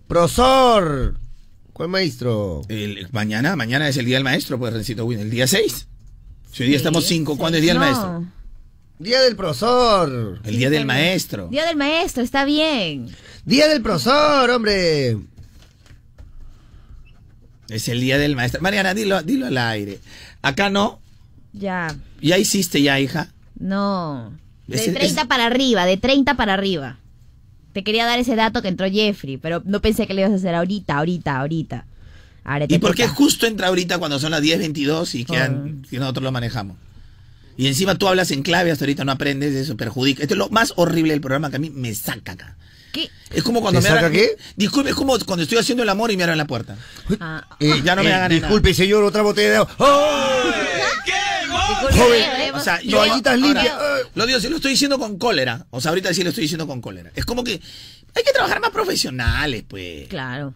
[SPEAKER 1] Profesor. ¿Cuál maestro?
[SPEAKER 3] El- mañana, mañana es el Día del Maestro, pues Rencito Win, el día 6. Si hoy día estamos 5, ¿cuándo es Día del Maestro?
[SPEAKER 1] Día del profesor.
[SPEAKER 3] El Día del Maestro.
[SPEAKER 4] Día del maestro, está bien.
[SPEAKER 1] Día del profesor, hombre.
[SPEAKER 3] Es el Día del Maestro. Mariana, dilo, dilo al aire. Acá no,
[SPEAKER 4] Ya.
[SPEAKER 3] ya hiciste ya, hija.
[SPEAKER 4] No. De
[SPEAKER 3] Ese-
[SPEAKER 4] 30 para arriba, de 30 para arriba. Te quería dar ese dato que entró Jeffrey, pero no pensé que le ibas a hacer ahorita, ahorita, ahorita. Ahora te
[SPEAKER 3] ¿Y por qué
[SPEAKER 4] toca.
[SPEAKER 3] justo entra ahorita cuando son las 10.22 y quedan, y nosotros lo manejamos? Y encima tú hablas en clave, hasta ahorita no aprendes, eso perjudica. Esto es lo más horrible del programa que a mí me saca acá.
[SPEAKER 4] ¿Qué?
[SPEAKER 3] Es como cuando
[SPEAKER 1] ¿Te
[SPEAKER 3] me
[SPEAKER 1] saca
[SPEAKER 3] abran-
[SPEAKER 1] qué?
[SPEAKER 3] Disculpe, es como cuando estoy haciendo el amor y me abren la puerta.
[SPEAKER 4] Ah.
[SPEAKER 1] Eh,
[SPEAKER 3] ya no me
[SPEAKER 1] eh,
[SPEAKER 3] hagan
[SPEAKER 1] Disculpe, señor, otra botella de agua. ¡Oh! Joven,
[SPEAKER 3] O sea, eh, yo-
[SPEAKER 1] toallitas
[SPEAKER 3] ahora,
[SPEAKER 1] limpias.
[SPEAKER 3] Lo digo, si lo estoy diciendo con cólera. O sea, ahorita sí lo estoy diciendo con cólera. Es como que hay que trabajar más profesionales, pues.
[SPEAKER 4] Claro.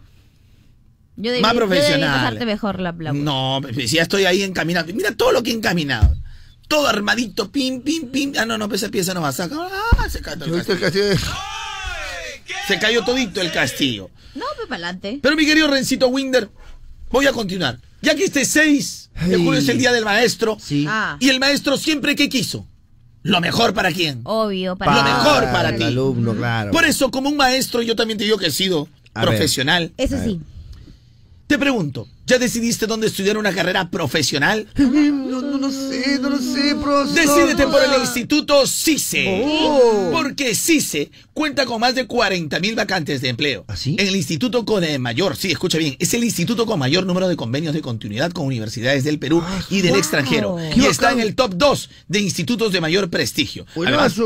[SPEAKER 4] Yo debí,
[SPEAKER 3] Más
[SPEAKER 4] yo debí
[SPEAKER 3] profesional.
[SPEAKER 4] pasarte mejor la, la-
[SPEAKER 3] No, pues, si ya estoy ahí encaminado. Mira todo lo que he encaminado. Todo armadito, pim, pim, pim. Ah, no, no, pues esa pieza no va a sacar. Ah, se cayó el castillo. Se cayó todito el castillo.
[SPEAKER 4] No, pues para adelante.
[SPEAKER 3] Pero mi querido Rencito Winder, voy a continuar. Ya que este 6 de
[SPEAKER 1] Ay.
[SPEAKER 3] julio es el día del maestro.
[SPEAKER 4] Ah.
[SPEAKER 3] Y el maestro siempre que quiso. Lo mejor para quién.
[SPEAKER 4] Obvio, para
[SPEAKER 3] Lo mejor para
[SPEAKER 1] Ah, el
[SPEAKER 3] ti. Mm.
[SPEAKER 1] alumno, claro.
[SPEAKER 3] Por eso, como un maestro, yo también te digo que he sido
[SPEAKER 1] A ver.
[SPEAKER 3] profesional.
[SPEAKER 4] Eso sí.
[SPEAKER 3] Te pregunto, ¿ya decidiste dónde estudiar una carrera profesional?
[SPEAKER 15] No, no lo sé, no lo sé, profesor. Ah.
[SPEAKER 3] Decídete por el Instituto CICE.
[SPEAKER 15] Oh.
[SPEAKER 3] E, Porque CICE E cuenta con más de 40.000 vacantes de empleo.
[SPEAKER 15] ¿Ah,
[SPEAKER 3] ¿Así? En el Instituto Mayor, sí, escucha bien, es el instituto con mayor número de convenios de continuidad con universidades del Perú y del
[SPEAKER 15] Ah, wow.
[SPEAKER 3] extranjero.
[SPEAKER 15] Qué
[SPEAKER 3] Y está
[SPEAKER 15] bacán.
[SPEAKER 3] en el top 2 de institutos de mayor prestigio. Además,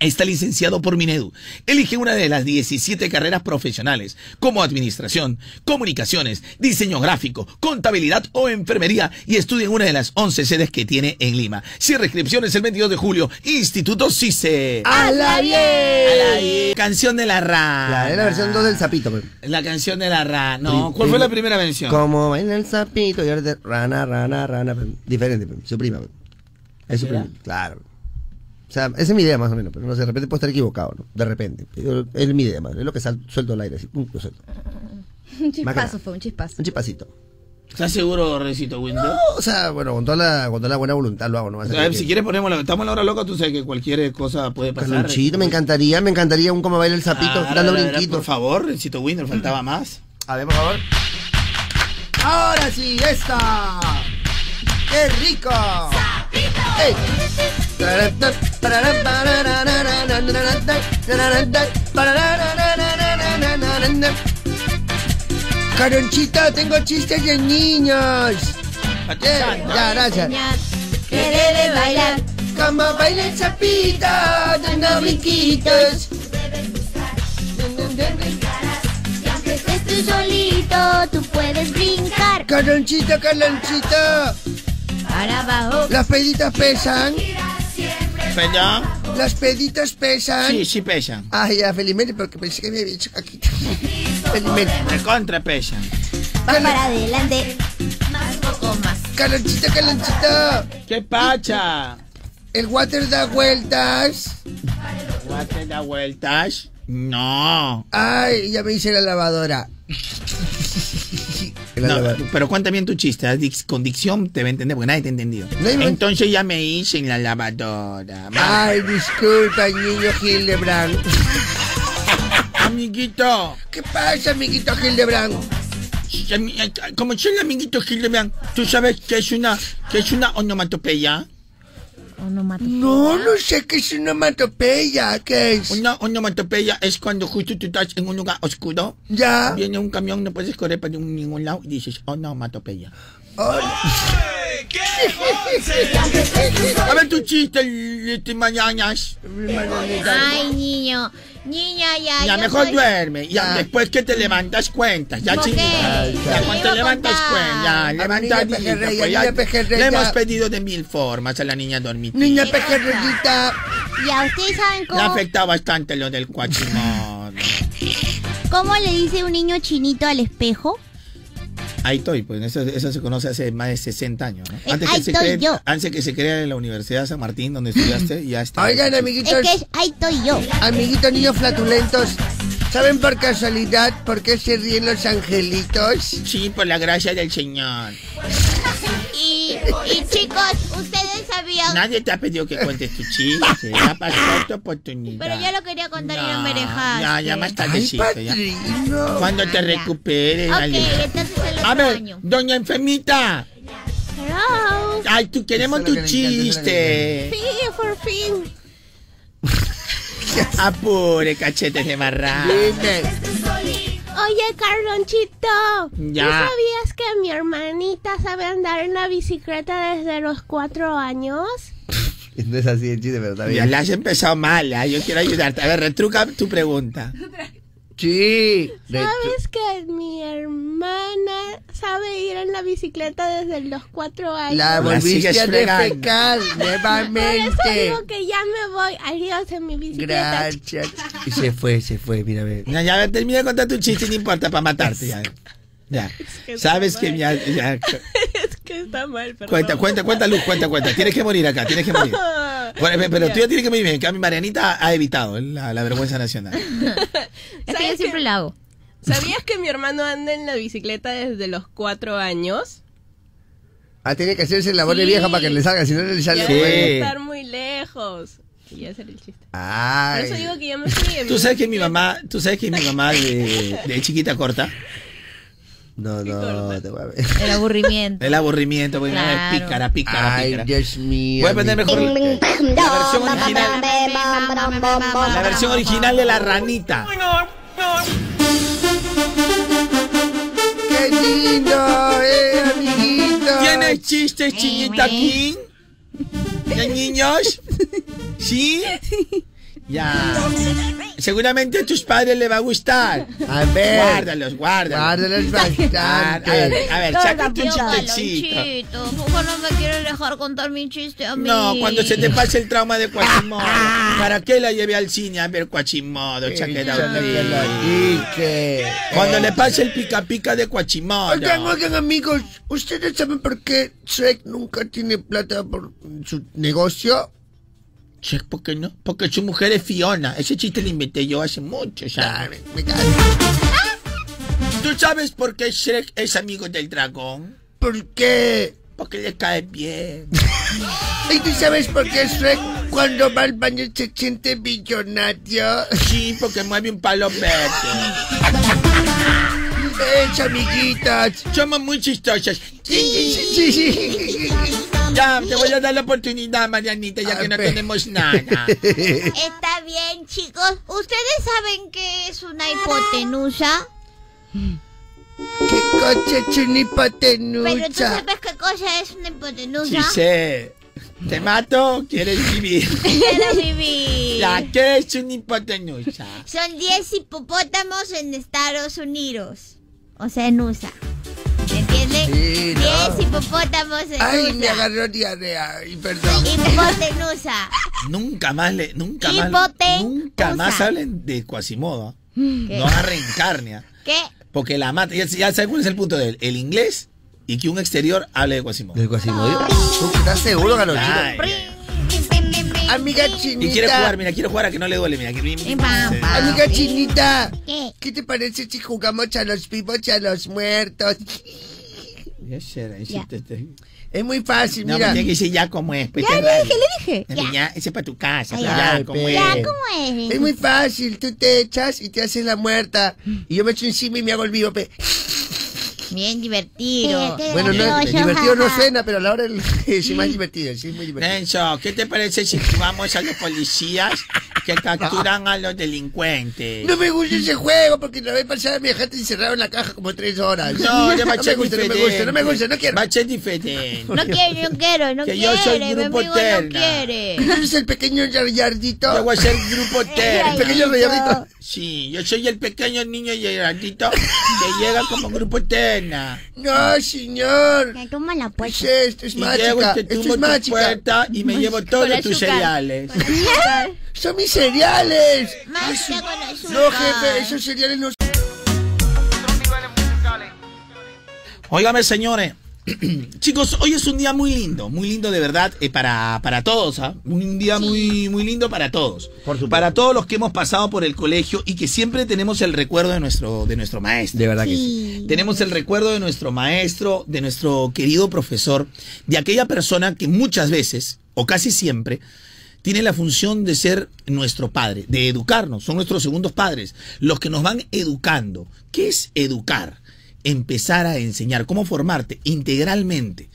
[SPEAKER 3] Está licenciado por Minedu. Elige una de las 17 carreras profesionales, como administración, comunicaciones, diseño gráfico, contabilidad o enfermería, y estudia en una de las 11 sedes que tiene en Lima. Cierre inscripciones el 22 de julio. Instituto CICE.
[SPEAKER 15] ¡A la bien!
[SPEAKER 3] ¡A la bien! Canción de la rana.
[SPEAKER 15] La, es la versión 2 del sapito. pues.
[SPEAKER 3] La canción de la rana. No, ¿cuál fue la primera mención?
[SPEAKER 15] Como en el sapito y ahora de rana, rana, rana. pues. Diferente, pues. su prima. pues. Es su
[SPEAKER 3] ¿Será?
[SPEAKER 15] prima, claro. O sea, esa es mi idea más o menos, pero no sé, de repente puedo estar equivocado, ¿no? De repente. Yo- es mi idea más, es lo que sal- suelto al aire, así, pum, lo suelto. Bacana.
[SPEAKER 2] Un chispazo fue, un chispazo.
[SPEAKER 15] Un chipacito.
[SPEAKER 3] ¿Estás seguro, Recito Windows?
[SPEAKER 15] O sea, bueno, con toda la, con toda la buena voluntad lo hago, ¿no? Va a ser
[SPEAKER 3] A ver,
[SPEAKER 15] que-
[SPEAKER 3] si quieres ponemos la... Estamos en la hora loca, tú sabes que cualquier cosa puede pasar.
[SPEAKER 15] Carlonchito, me encantaría, me encantaría un como baila el sapito,
[SPEAKER 3] Ah,
[SPEAKER 15] dando
[SPEAKER 3] a ver, a ver,
[SPEAKER 15] brinquitos.
[SPEAKER 3] Por favor, Recito Windows, faltaba más.
[SPEAKER 15] A ver, por favor. Ahora sí, esta. ¡Qué rico! ¡Ey! Caronchita, tengo chistes de niños. Eh, Ya, gracias.
[SPEAKER 8] Que debe bailar.
[SPEAKER 15] Como baila el sapito, dando brinquitos.
[SPEAKER 8] Y aunque estés tú solito, tú puedes brincar.
[SPEAKER 15] Caronchita, Caronchita.
[SPEAKER 8] Para abajo.
[SPEAKER 15] Las peditas pesan.
[SPEAKER 3] ¿Perdón?
[SPEAKER 15] Las peditas pesan.
[SPEAKER 3] Sí, sí pesan.
[SPEAKER 15] Ay, ya, felizmente, porque pensé que me había dicho aquí. Felizmente.
[SPEAKER 3] Me contra pesan.
[SPEAKER 8] Va para adelante. Más poco más.
[SPEAKER 15] Calonchita, calonchita.
[SPEAKER 3] ¡Qué pacha!
[SPEAKER 15] El water da vueltas.
[SPEAKER 3] ¿Guate da vueltas? No.
[SPEAKER 15] Ay, ya me hice la lavadora.
[SPEAKER 3] No, pero cuenta bien tu chiste. ¿ah? Dic- Con dicción te va a entender porque nadie te ha entendido. Entonces ya me hice en la lavadora.
[SPEAKER 15] Ay, disculpa, niño Hildebrand.
[SPEAKER 3] Amiguito.
[SPEAKER 15] ¿Qué pasa, amiguito Hildebrand?
[SPEAKER 3] Como soy el amiguito Hildebrand, ¿tú sabes qué es una, qué es una onomatopeya?
[SPEAKER 15] No, no sé qué es una onomatopeya. ¿Qué es?
[SPEAKER 3] Una onomatopeya es cuando justo tú estás en un lugar oscuro.
[SPEAKER 15] Ya.
[SPEAKER 3] Viene un camión, no puedes correr para ningún lado y dices "Oh, onomatopeya. A ver tu chiste, este mañanas.
[SPEAKER 2] Ay, niño. Niña, ya.
[SPEAKER 3] Ya
[SPEAKER 2] yo
[SPEAKER 3] mejor
[SPEAKER 2] soy-
[SPEAKER 3] duerme. Ya después que te levantas cuentas. Ya
[SPEAKER 2] Ok.
[SPEAKER 3] chiquito.
[SPEAKER 2] Ay,
[SPEAKER 3] Ya
[SPEAKER 2] ya.
[SPEAKER 3] cuando te levantas cuentas. Ya levanta
[SPEAKER 15] niña
[SPEAKER 3] niñita,
[SPEAKER 15] pejerrey,
[SPEAKER 3] pues,
[SPEAKER 15] ya,
[SPEAKER 3] ya-
[SPEAKER 15] niña pejerrey,
[SPEAKER 3] Le
[SPEAKER 15] ya.
[SPEAKER 3] hemos pedido de mil formas a la niña dormir.
[SPEAKER 15] Niña pejerreyita.
[SPEAKER 8] Y a ustedes saben
[SPEAKER 3] Le
[SPEAKER 8] cómo,
[SPEAKER 3] afecta bastante lo del cuachimón.
[SPEAKER 8] cómo le dice un niño chinito al espejo.
[SPEAKER 3] Ahí estoy, pues eso, eso se conoce hace más de 60 años, ¿no? Antes
[SPEAKER 8] Eh, ahí
[SPEAKER 3] que, se
[SPEAKER 8] estoy
[SPEAKER 3] cree,
[SPEAKER 8] yo.
[SPEAKER 3] antes que se crea en la Universidad San Martín, donde estudiaste, ya está.
[SPEAKER 15] Oigan, amiguitos.
[SPEAKER 8] Es que ahí estoy yo.
[SPEAKER 15] Amiguitos niños flatulentos. ¿Saben por casualidad por qué se ríen los angelitos?
[SPEAKER 3] Sí, por la gracia del Señor.
[SPEAKER 8] Y, y chicos, ustedes sabían.
[SPEAKER 3] Nadie te ha pedido que cuentes tu chiste. Ya pasó tu oportunidad.
[SPEAKER 8] Pero yo lo quería contar y no me dejaste.
[SPEAKER 3] Ya, ya más tardecito. ya. Cuando te recuperes.
[SPEAKER 8] Ah, Ok,
[SPEAKER 3] dale.
[SPEAKER 8] entonces el
[SPEAKER 3] A
[SPEAKER 8] otro
[SPEAKER 3] ver,
[SPEAKER 8] año.
[SPEAKER 3] doña enfermita.
[SPEAKER 8] Hello.
[SPEAKER 3] Ay, tú queremos tu chiste.
[SPEAKER 8] Sí, por fin.
[SPEAKER 3] Apure, cachetes de marrano.
[SPEAKER 8] Oye, Carlonchito.
[SPEAKER 3] Ya.
[SPEAKER 8] ¿Tú sabías que mi hermanita sabe andar en la bicicleta desde los cuatro años?
[SPEAKER 15] No es así el chiste, pero está
[SPEAKER 3] Ya la has empezado mal, ¿ah? yo quiero ayudarte. A ver, retruca tu pregunta.
[SPEAKER 15] Sí.
[SPEAKER 8] ¿Sabes que mi hermana sabe ir en la bicicleta desde los cuatro años?
[SPEAKER 15] La volviste a defecar
[SPEAKER 8] Por eso
[SPEAKER 15] nuevamente.
[SPEAKER 8] digo que ya me voy. Adiós en mi bicicleta.
[SPEAKER 15] Gracias. Y se fue, se fue, mira, ve.
[SPEAKER 3] Ya, ya termina de contar tu chiste, no importa, para matarte. Ya. Ya.
[SPEAKER 8] que
[SPEAKER 3] Sabes
[SPEAKER 8] está
[SPEAKER 3] que ya, ya.
[SPEAKER 8] es que está mal, perdón.
[SPEAKER 3] Cuenta, cuenta, cuenta, Luz, cuenta, cuenta. Tienes que morir acá, tienes que morir. Bueno, pe- pero tú ya tienes que morir bien. En cambio, Marianita ha evitado la, la vergüenza nacional.
[SPEAKER 2] Es que yo siempre la hago.
[SPEAKER 10] ¿Sabías que mi hermano anda en la bicicleta desde los cuatro años?
[SPEAKER 15] Ah, tenía que hacerse la voz de vieja para que le salga, si no no le sale.
[SPEAKER 10] Ya voy a estar muy lejos. Y ya será el chiste. Por eso
[SPEAKER 3] Ay.
[SPEAKER 10] digo que ya me fui.
[SPEAKER 3] Tú sabes que mi mamá, tú sabes que mi mamá de, de chiquita corta
[SPEAKER 15] No, no, te voy a ver.
[SPEAKER 2] El aburrimiento.
[SPEAKER 3] El aburrimiento, güey.
[SPEAKER 2] Claro.
[SPEAKER 3] Pícara, pícara,
[SPEAKER 15] Ay,
[SPEAKER 3] pícara.
[SPEAKER 15] Dios mío.
[SPEAKER 3] Voy a poner mejor la versión original. La
[SPEAKER 6] La
[SPEAKER 3] versión original de la ranita.
[SPEAKER 15] ¡Qué lindo, eh, amiguito!
[SPEAKER 3] ¿Tienes chistes, chiquita King? ¿Ya, niños? ¿Sí? Ya. Seguramente a tus padres les va a gustar.
[SPEAKER 15] A ver.
[SPEAKER 3] Guárdalos, guárdalos.
[SPEAKER 15] Guárdalos bastante.
[SPEAKER 3] A ver, a ver, saca tu
[SPEAKER 2] Lonchito,
[SPEAKER 3] chistecito.
[SPEAKER 2] Lonchito, ¿Por qué no me quieres dejar contar mi chiste a mí?
[SPEAKER 3] No, cuando se te pase el trauma de Quasimodo. ¿Para qué la llevé al cine a ver Quasimodo, chaqueta Cuando le pase el pica pica de Quasimodo.
[SPEAKER 15] Oigan, oigan, amigos, ¿ustedes saben por qué Shrek nunca tiene plata por su negocio?
[SPEAKER 3] Shrek, ¿por qué no? Porque su mujer es Fiona. Ese chiste lo inventé yo hace muchos años. ¿Tú sabes por qué Shrek es amigo del dragón?
[SPEAKER 15] ¿Por qué?
[SPEAKER 3] Porque le cae bien.
[SPEAKER 15] ¿Y tú sabes por qué Shrek cuando va al baño se siente billonario?
[SPEAKER 3] Sí, porque mueve un palo verde.
[SPEAKER 15] Es, amiguitas.
[SPEAKER 3] Somos muy chistosos. Ya, te voy a dar la oportunidad, Marianita, ya que no tenemos nada.
[SPEAKER 2] Está bien, chicos. ¿Ustedes saben qué es una hipotenusa?
[SPEAKER 15] ¿Qué coche es una
[SPEAKER 2] Pero tú
[SPEAKER 15] hipotenusa?
[SPEAKER 2] sabes qué cosa es una hipotenusa.
[SPEAKER 3] Sí sé. ¿Te mato? ¿Quieres vivir?
[SPEAKER 2] Quiero vivir.
[SPEAKER 3] La que es una hipotenusa.
[SPEAKER 2] Son 10 hipopótamos en Estados Unidos. O sea, en USA. ¿Entiendes? 10 hipopótamos en
[SPEAKER 15] Ay, me
[SPEAKER 2] USA.
[SPEAKER 15] agarró diarrea. Ay, perdón.
[SPEAKER 2] Hipotenusa.
[SPEAKER 3] Nunca más le, nunca más,
[SPEAKER 2] Hipotenusa.
[SPEAKER 3] nunca más hablen de Quasimodo. ¿ah?
[SPEAKER 2] ¿Qué?
[SPEAKER 3] No agarren carne. ¿ah?
[SPEAKER 2] ¿Qué?
[SPEAKER 3] Porque la mata. Ya, ya sabes cuál es el punto de él. El inglés y que un exterior hable de Quasimodo.
[SPEAKER 15] ¿De Quasimodo? ¿Tú estás seguro, Carolina? Amiga chinita.
[SPEAKER 3] Y quiere jugar, mira, quiere jugar a que no le duele, mira. Que...
[SPEAKER 15] Amiga chinita. ¿Qué? te parece si jugamos a los vivos y a los muertos?
[SPEAKER 3] Ya será, hiciste este-
[SPEAKER 15] Es muy fácil,
[SPEAKER 3] No,
[SPEAKER 15] mira.
[SPEAKER 3] me tiene que decir ya como es. pues,
[SPEAKER 15] Ya
[SPEAKER 3] te
[SPEAKER 15] le
[SPEAKER 3] rayes.
[SPEAKER 15] dije, le dije.
[SPEAKER 3] Ya, pues, ya, ese es para tu casa. pues,
[SPEAKER 15] Ay,
[SPEAKER 3] ya, como
[SPEAKER 15] pe.
[SPEAKER 3] es.
[SPEAKER 15] Es muy fácil, tú te echas y te haces la muerta. Y yo me echo encima y me hago el vivo, pe.
[SPEAKER 2] Bien divertido.
[SPEAKER 15] Bueno, no, divertido no cena, pero a la hora del- sí, más divertido, sí, muy divertido.
[SPEAKER 3] Renzo, ¿qué te parece si jugamos a los policías que capturan a los delincuentes?
[SPEAKER 15] No me gusta ese juego porque la vez pasada me dejaste encerrado en la caja como tres horas.
[SPEAKER 3] No, ya
[SPEAKER 15] no
[SPEAKER 3] va a
[SPEAKER 15] me
[SPEAKER 3] ser
[SPEAKER 15] gusta, no me gusta,
[SPEAKER 3] diferente.
[SPEAKER 15] no me gusta, no quiero.
[SPEAKER 3] Va a ser diferente.
[SPEAKER 2] No quiero, no quiero, no
[SPEAKER 3] Que
[SPEAKER 2] quiere.
[SPEAKER 3] yo soy
[SPEAKER 2] mi
[SPEAKER 3] grupo
[SPEAKER 2] amigo
[SPEAKER 3] Terna.
[SPEAKER 2] no quiere.
[SPEAKER 15] ¿Tú eres el pequeño Yardiardito?
[SPEAKER 3] Yo voy a ser grupo terna.
[SPEAKER 15] El pequeño Yardiardito.
[SPEAKER 3] Sí, yo soy el pequeño niño Gerardito que llega como grupo terna.
[SPEAKER 15] No, señor.
[SPEAKER 2] Me toma la
[SPEAKER 15] ¿Qué es esto? Es
[SPEAKER 3] Y llego
[SPEAKER 15] mágica.
[SPEAKER 3] y te
[SPEAKER 15] Esto
[SPEAKER 3] tumbo
[SPEAKER 15] es
[SPEAKER 3] tu
[SPEAKER 15] mágica.
[SPEAKER 3] puerta y me llevo todos
[SPEAKER 15] Con
[SPEAKER 3] tus
[SPEAKER 15] azúcar.
[SPEAKER 3] cereales.
[SPEAKER 15] ¡Son mis cereales!
[SPEAKER 2] Mágica con azúcar.
[SPEAKER 15] No, jefe, esos cereales no
[SPEAKER 3] Óigame, señores. Chicos, hoy es un día muy lindo, muy lindo de verdad eh, para, para todos, ¿ah? Un día muy, muy lindo para todos. Para todos los que hemos pasado por el colegio y que siempre tenemos el recuerdo de nuestro, de nuestro maestro.
[SPEAKER 15] De verdad
[SPEAKER 3] que
[SPEAKER 15] sí.
[SPEAKER 3] Tenemos el recuerdo de nuestro maestro, de nuestro querido profesor, de aquella persona que muchas veces, o casi siempre, tiene la función de ser nuestro padre, de educarnos. Son nuestros segundos padres, los que nos van educando. ¿Qué es educar? Empezar a enseñar, cómo formarte integralmente,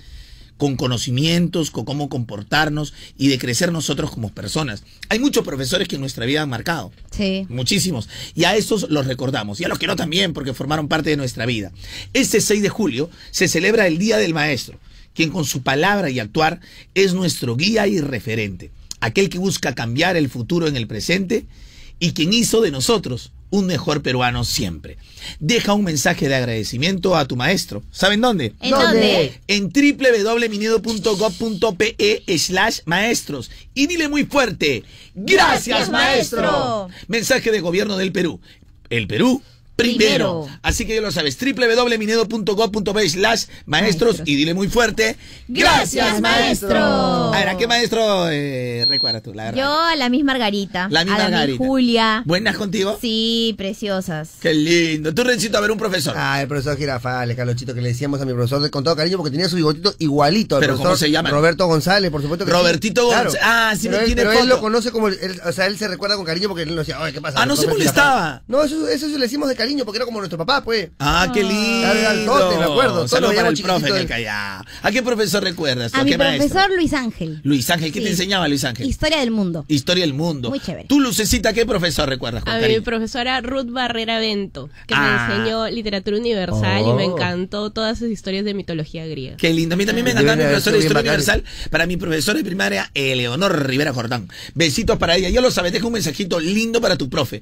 [SPEAKER 3] con conocimientos, con cómo comportarnos y de crecer nosotros como personas. Hay muchos profesores que en nuestra vida han marcado.
[SPEAKER 2] Sí.
[SPEAKER 3] Muchísimos. Y a esos los recordamos. Y a los que no también, porque formaron parte de nuestra vida. Este 6 de julio se celebra el Día del Maestro, quien con su palabra y actuar es nuestro guía y referente. Aquel que busca cambiar el futuro en el presente y quien hizo de nosotros un mejor peruano siempre. Deja un mensaje de agradecimiento a tu maestro. ¿Saben dónde?
[SPEAKER 2] ¿En dónde?
[SPEAKER 3] En www.minedo.gov.pe slash maestros. Y dile muy fuerte, gracias
[SPEAKER 6] Gracias, maestro.
[SPEAKER 3] maestro. Mensaje de gobierno del Perú. El Perú primero.
[SPEAKER 6] Primero.
[SPEAKER 3] Así que ya lo sabes, www.minedo.gov.pe slash maestros y dile muy fuerte,
[SPEAKER 2] Gracias, maestro.
[SPEAKER 3] A ver, ¿a qué maestro eh, recuerdas tú? La verdad.
[SPEAKER 2] Yo a la misma Margarita.
[SPEAKER 3] La misma
[SPEAKER 2] a la Miss
[SPEAKER 3] Margarita.
[SPEAKER 4] ah.
[SPEAKER 2] Julia.
[SPEAKER 3] ¿Buenas contigo?
[SPEAKER 2] Sí, preciosas.
[SPEAKER 3] Qué lindo. Tú, Rencito, a ver un profesor.
[SPEAKER 15] Ah, el profesor Girafales, Carlochito, que le decíamos a mi profesor de- con todo cariño porque tenía su bigotito igualito al
[SPEAKER 3] Pero, ¿cómo
[SPEAKER 15] profesor
[SPEAKER 3] se llama?
[SPEAKER 15] Roberto González, por supuesto que sí.
[SPEAKER 3] Robertito
[SPEAKER 15] Claro.
[SPEAKER 3] Gonz- Ah, sí me
[SPEAKER 15] pero él,
[SPEAKER 3] tiene
[SPEAKER 15] pero él
[SPEAKER 3] foto.
[SPEAKER 15] lo conoce como, el- el- o sea, él se recuerda con cariño porque él nos decía, oye, ¿qué pasa?
[SPEAKER 3] Ah, no se
[SPEAKER 15] Roberto Girafales".
[SPEAKER 3] molestaba.
[SPEAKER 15] No, eso, eso, se lo decimos de
[SPEAKER 1] cariño porque era como nuestro papá, pues.
[SPEAKER 3] Ah, qué lindo.
[SPEAKER 1] Dale al tote, me acuerdo. Todos
[SPEAKER 3] Solo
[SPEAKER 1] lo
[SPEAKER 3] para
[SPEAKER 1] llamaban
[SPEAKER 3] el profe en
[SPEAKER 1] chiquitito
[SPEAKER 3] el Callao. ¿A qué profesor recuerdas? tú?
[SPEAKER 4] A mi
[SPEAKER 3] ¿Qué maestro?
[SPEAKER 4] profesor Luis Ángel.
[SPEAKER 3] Luis Ángel, ¿qué te
[SPEAKER 4] Sí.
[SPEAKER 3] enseñaba Luis Ángel?
[SPEAKER 4] Historia del mundo.
[SPEAKER 3] Historia del mundo.
[SPEAKER 4] Muy chévere.
[SPEAKER 3] Tú, Lucecita, ¿qué profesor recuerdas con
[SPEAKER 5] A mi
[SPEAKER 3] cariño?
[SPEAKER 5] profesora Ruth Barrera Bento, que
[SPEAKER 3] Ah.
[SPEAKER 5] me enseñó literatura universal y me
[SPEAKER 3] Oh.
[SPEAKER 5] encantó todas sus historias de mitología griega.
[SPEAKER 3] Qué lindo. A mí también me encantaba mi
[SPEAKER 5] Deben haber
[SPEAKER 3] profesora de
[SPEAKER 5] sido
[SPEAKER 3] Historia
[SPEAKER 5] bien
[SPEAKER 3] Universal. Para mi profesora de primaria, Eleonor Rivera Jordán. Besitos para ella. Ya lo sabes, deja un mensajito lindo para tu profe.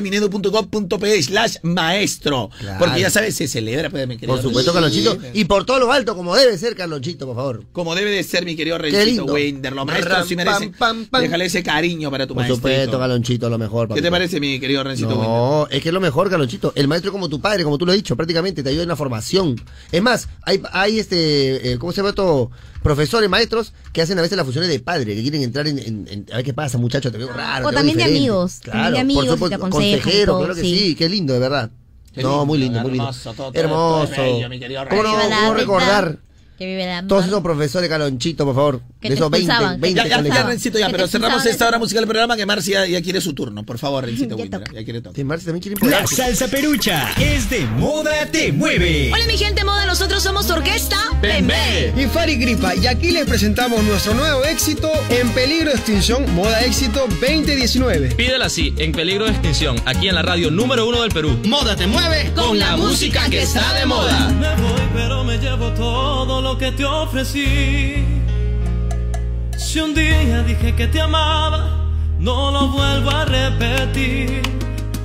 [SPEAKER 3] www.minedo.gov.pe slash maestro.
[SPEAKER 1] Claro.
[SPEAKER 3] Porque ya sabes, se celebra. pues, mi querido
[SPEAKER 1] Por supuesto,
[SPEAKER 3] Reycito.
[SPEAKER 1] Carlonchito. Y por todo lo alto, como debe ser, Carlonchito, por favor.
[SPEAKER 3] Como debe de ser, mi querido
[SPEAKER 1] Qué
[SPEAKER 3] Reycito
[SPEAKER 1] lindo.
[SPEAKER 3] Wender. Los maestros
[SPEAKER 1] Ram,
[SPEAKER 3] sí merecen.
[SPEAKER 1] pam, pam, pam.
[SPEAKER 3] Déjale ese cariño para tu
[SPEAKER 1] Por
[SPEAKER 3] maestro.
[SPEAKER 1] supuesto, Galonchito, lo mejor.
[SPEAKER 3] ¿Qué
[SPEAKER 1] papito.
[SPEAKER 3] te parece, mi querido Rencito Wender?
[SPEAKER 1] No, es que es lo mejor, Galonchito. El maestro es como tu padre, como tú lo has dicho, prácticamente te ayuda en la formación. Es más, hay, hay este, eh, ¿cómo se llama esto? Profesores, maestros, que hacen a veces las funciones de padre, que quieren entrar en, en- en- a ver qué pasa, muchacho, te veo raro.
[SPEAKER 4] Ah, O
[SPEAKER 1] te veo
[SPEAKER 4] también de
[SPEAKER 1] diferente.
[SPEAKER 4] amigos, también de amigos,
[SPEAKER 1] por
[SPEAKER 4] y te
[SPEAKER 1] supuesto,
[SPEAKER 4] aconsejan y
[SPEAKER 1] consejero,
[SPEAKER 4] todo,
[SPEAKER 1] claro que
[SPEAKER 4] sí.
[SPEAKER 1] sí. qué lindo, de verdad.
[SPEAKER 3] Qué
[SPEAKER 1] no, muy
[SPEAKER 3] lindo,
[SPEAKER 1] lindo, muy lindo.
[SPEAKER 3] hermoso, todo, todo,
[SPEAKER 1] hermoso.
[SPEAKER 3] todo es bello, mi querido
[SPEAKER 1] ¿Cómo no
[SPEAKER 3] Rey.
[SPEAKER 1] cómo recordar
[SPEAKER 4] Que vive la
[SPEAKER 1] todos esos profesores, Galonchito, por favor?
[SPEAKER 4] Que
[SPEAKER 1] de
[SPEAKER 4] te
[SPEAKER 1] esos 20,
[SPEAKER 4] expulsaban, que
[SPEAKER 1] 20
[SPEAKER 3] Ya, ya, ya,
[SPEAKER 1] colegios.
[SPEAKER 3] Rencito, ya, pero cerramos esta hora musical del programa que Marcia ya, ya quiere su turno. Por favor, Rencito Wender. Ya quiere tocar.
[SPEAKER 1] Marcia también quiere
[SPEAKER 15] La salsa perucha es de moda, te mueve.
[SPEAKER 2] Hola mi gente moda, nosotros somos Orquesta
[SPEAKER 15] Bembe.
[SPEAKER 2] y Fari Gripa y aquí les presentamos nuestro nuevo éxito en peligro de extinción, moda éxito 2019.
[SPEAKER 28] Pídela así, en peligro de extinción, aquí en la radio número uno del Perú.
[SPEAKER 15] Moda te mueve
[SPEAKER 28] con la música que está de moda.
[SPEAKER 22] Me voy, pero me llevo todo lo que te ofrecí. Si un día dije que te amaba, no lo vuelvo a repetir.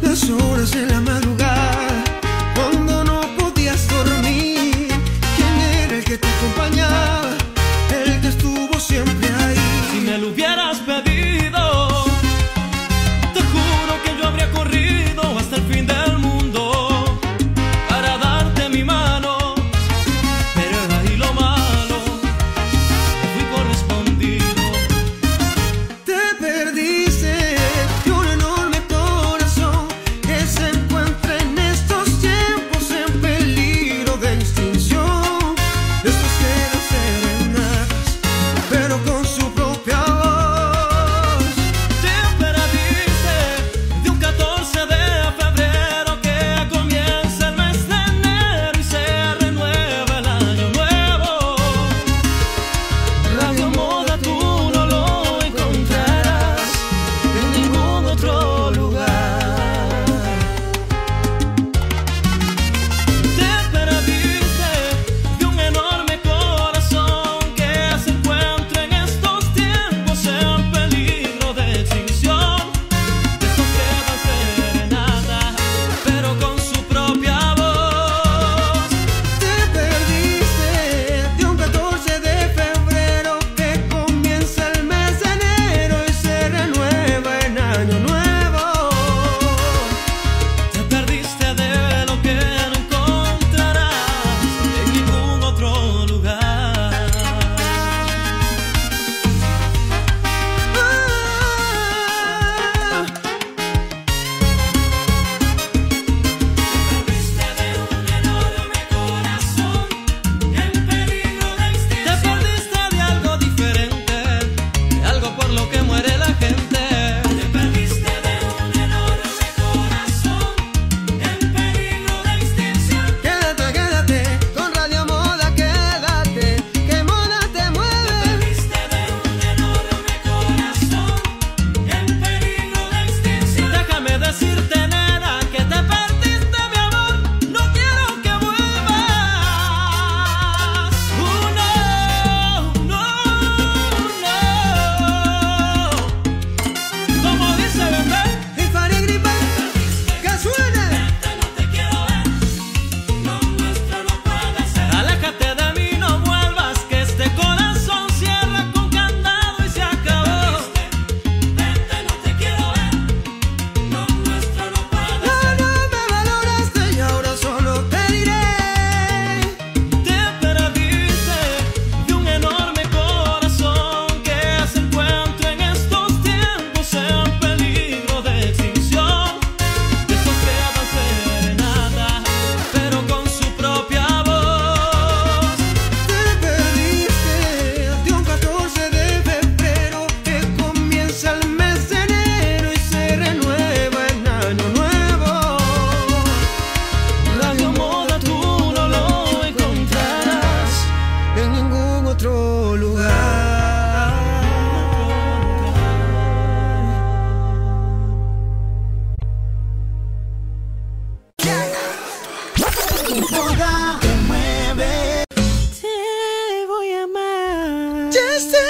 [SPEAKER 2] Las horas de la madrugada, cuando no podías dormir, ¿quién era el que te acompañaba? El que estuvo siempre ahí.
[SPEAKER 22] Si me lo hubieras pedido, te juro que yo habría corrido hasta el fin del mundo para darte mi mano. Pero era ahí lo malo, que fui correspondido.
[SPEAKER 2] Te perdiste de un enorme corazón.
[SPEAKER 22] este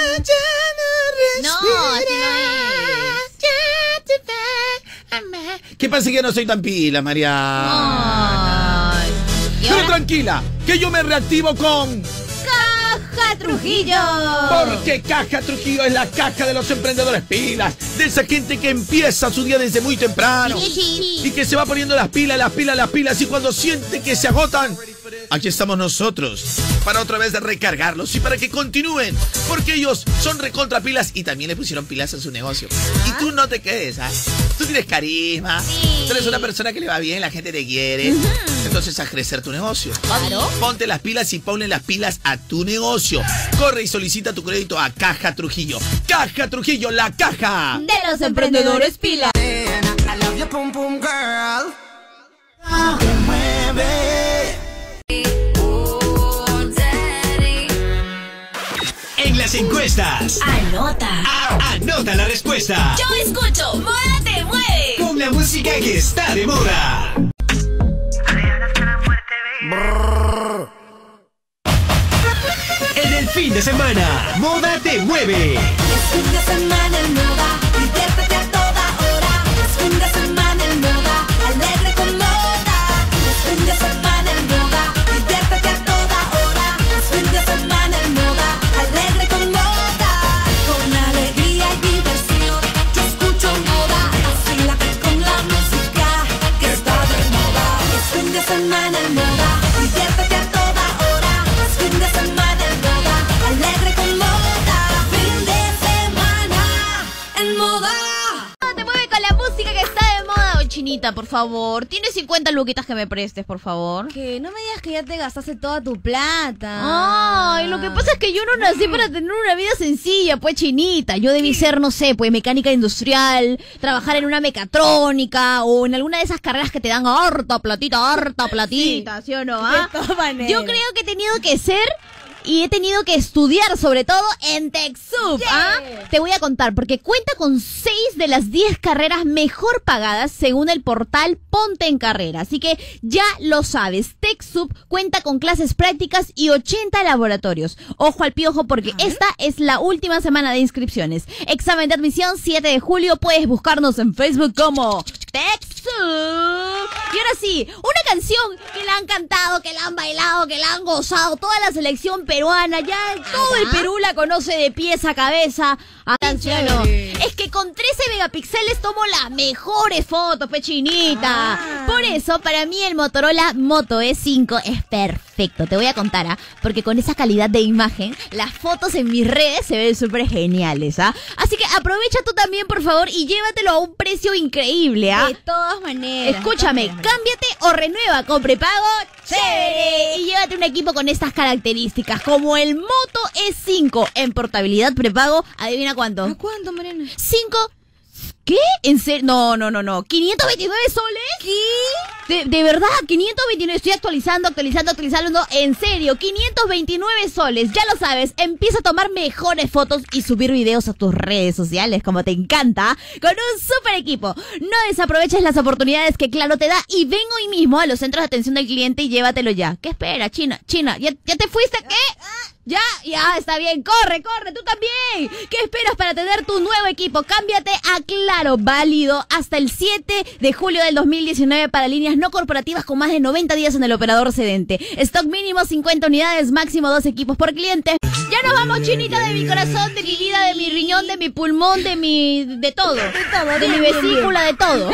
[SPEAKER 3] ¿Qué pasa que yo no soy tan pila, María? Pero tranquila, que yo me reactivo con...
[SPEAKER 2] ¡Caja Trujillo! Oh.
[SPEAKER 3] Porque Caja Trujillo es la caja de los emprendedores pilas, de esa gente que empieza su día desde muy temprano
[SPEAKER 2] Sí, sí, sí.
[SPEAKER 3] y que se va poniendo las pilas, las pilas, las pilas y cuando siente que se agotan, aquí estamos nosotros para otra vez recargarlos y para que continúen, porque ellos son recontra pilas y también le pusieron pilas a su negocio. Y tú no te quedes, ¿ah? Tú tienes carisma, tú eres una persona que le va bien, la gente te quiere, entonces a crecer tu negocio. Ponte las pilas y ponle las pilas a tu negocio. Corre y solicita tu crédito a Caja Trujillo. Caja Trujillo, la caja.
[SPEAKER 2] De los emprendedores pila.
[SPEAKER 22] I love you, pum pum girl. Te mueve.
[SPEAKER 17] En las encuestas. Anota. anota la respuesta.
[SPEAKER 2] Yo escucho Moda Te Mueve.
[SPEAKER 17] Con la música que está de moda. En el fin de semana, Moda te mueve.
[SPEAKER 2] fin de semana en Moda, diviértete a toda hora. Es fin de semana en Moda, alegre con Moda. Es fin de semana en Moda, diviértete a toda hora. Es fin de semana en Moda, alegre con Moda. Con alegría y diversión, yo escucho Moda. Vacílate con la música que está de moda. Es fin de semana en Moda, diviértete a toda hora. Es fin de semana en Moda, alegre con Moda. Fin de semana en moda.
[SPEAKER 4] Te mueve con la música que está de moda, oh, chinita, por favor. Tienes 50 luquitas que me prestes, por favor.
[SPEAKER 13] Que no me digas que ya te gastaste toda tu plata.
[SPEAKER 4] Ay, lo que pasa es que yo no nací para tener una vida sencilla, pues chinita. Yo debí ser, no sé, pues mecánica industrial, trabajar en una mecatrónica o en alguna de esas carreras que te dan harta platita, harta platita, ¿sí, o no? ah?
[SPEAKER 13] de todas maneras.
[SPEAKER 4] Yo creo que he tenido que ser y he tenido que estudiar, sobre todo en TechSoup. ¿ah? Te voy a contar, porque cuenta con 6 de las 10 carreras mejor pagadas según el portal Ponte en Carrera. Así que ya lo sabes, TechSoup cuenta con clases prácticas y 80 laboratorios. Ojo al piojo, porque esta es la última semana de inscripciones. Examen de admisión 7 de julio. Puedes buscarnos en Facebook como TechSoup. Y ahora sí, una canción que la han cantado, que la han bailado, que la han gozado, toda la selección peruana, ya todo el Perú la conoce de pies a cabeza. Atención, ¿no? es que con 13 megapíxeles tomo las mejores fotos, pechinita. Por eso, para mí el Motorola Moto E5 es perfecto. Te voy a contar, ¿ah? porque con esa calidad de imagen, las fotos en mis redes se ven súper geniales. ¿ah? Así que aprovecha tú también, por favor, y llévatelo a un precio increíble. ¿ah?
[SPEAKER 13] De todas maneras.
[SPEAKER 4] Escúchame, cámbiate o renueva con prepago chévere. Y llévate un equipo con estas características, como el Moto E5 en portabilidad prepago. Adivina cuánto. ¿A
[SPEAKER 13] cuánto, Mariana?
[SPEAKER 4] Cinco. ¿Qué? ¿En serio? No, no, no, no. ¿529 soles? ¿Qué? De, de verdad, 529. Estoy actualizando, actualizando, actualizando. En serio, 529 soles. Ya lo sabes. Empieza a tomar mejores fotos y subir videos a tus redes sociales, como te encanta, con un super equipo. No desaproveches las oportunidades que Claro te da y ven hoy mismo a los centros de atención del cliente y llévatelo ya. ¿Qué espera, China? China, ¿ya, ya te fuiste? ¿Qué? Ya, ya, está bien. Corre, corre, tú también. ¿Qué esperas para tener tu nuevo equipo? Cámbiate a Claro, válido hasta el 7 de julio del 2019 para líneas no corporativas con más de 90 días en el operador cedente. Stock mínimo 50 unidades, máximo dos equipos por cliente. Ya nos vamos, chinita de mi corazón, de mi vida, de mi riñón, de mi pulmón, de mi. de todo. De mi vesícula, de todo.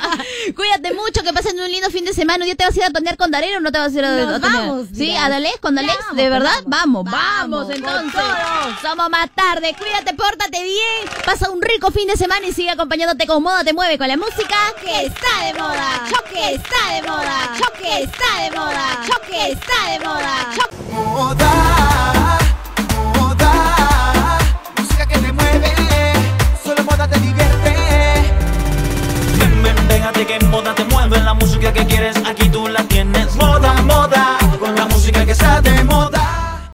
[SPEAKER 4] Cuídate mucho, que pasen un lindo fin de semana. ¿Ya te vas a ir a tonear con Darero o no te vas a ir a,
[SPEAKER 13] Nos
[SPEAKER 4] a tonear?
[SPEAKER 13] vamos,
[SPEAKER 4] ¿Sí?
[SPEAKER 13] dirás.
[SPEAKER 4] ¿A Dalés? ¿Con Dalés?
[SPEAKER 13] Vamos,
[SPEAKER 4] ¿De verdad?
[SPEAKER 13] vamos.
[SPEAKER 4] Vamos,
[SPEAKER 13] Vamos,
[SPEAKER 4] vamos, entonces.
[SPEAKER 13] con todo.
[SPEAKER 4] Somos más tarde. Cuídate, pórtate bien. Pasa un rico fin de semana y sigue acompañándote con Moda Te Mueve con la música que está de moda. Choque está de moda. Choque está de moda. Choque está de moda.
[SPEAKER 22] Moda, moda, música que te mueve, solo moda te divierte.
[SPEAKER 17] Ven, ven, ven, a ti que en moda te mueve la música que quieres, aquí tú la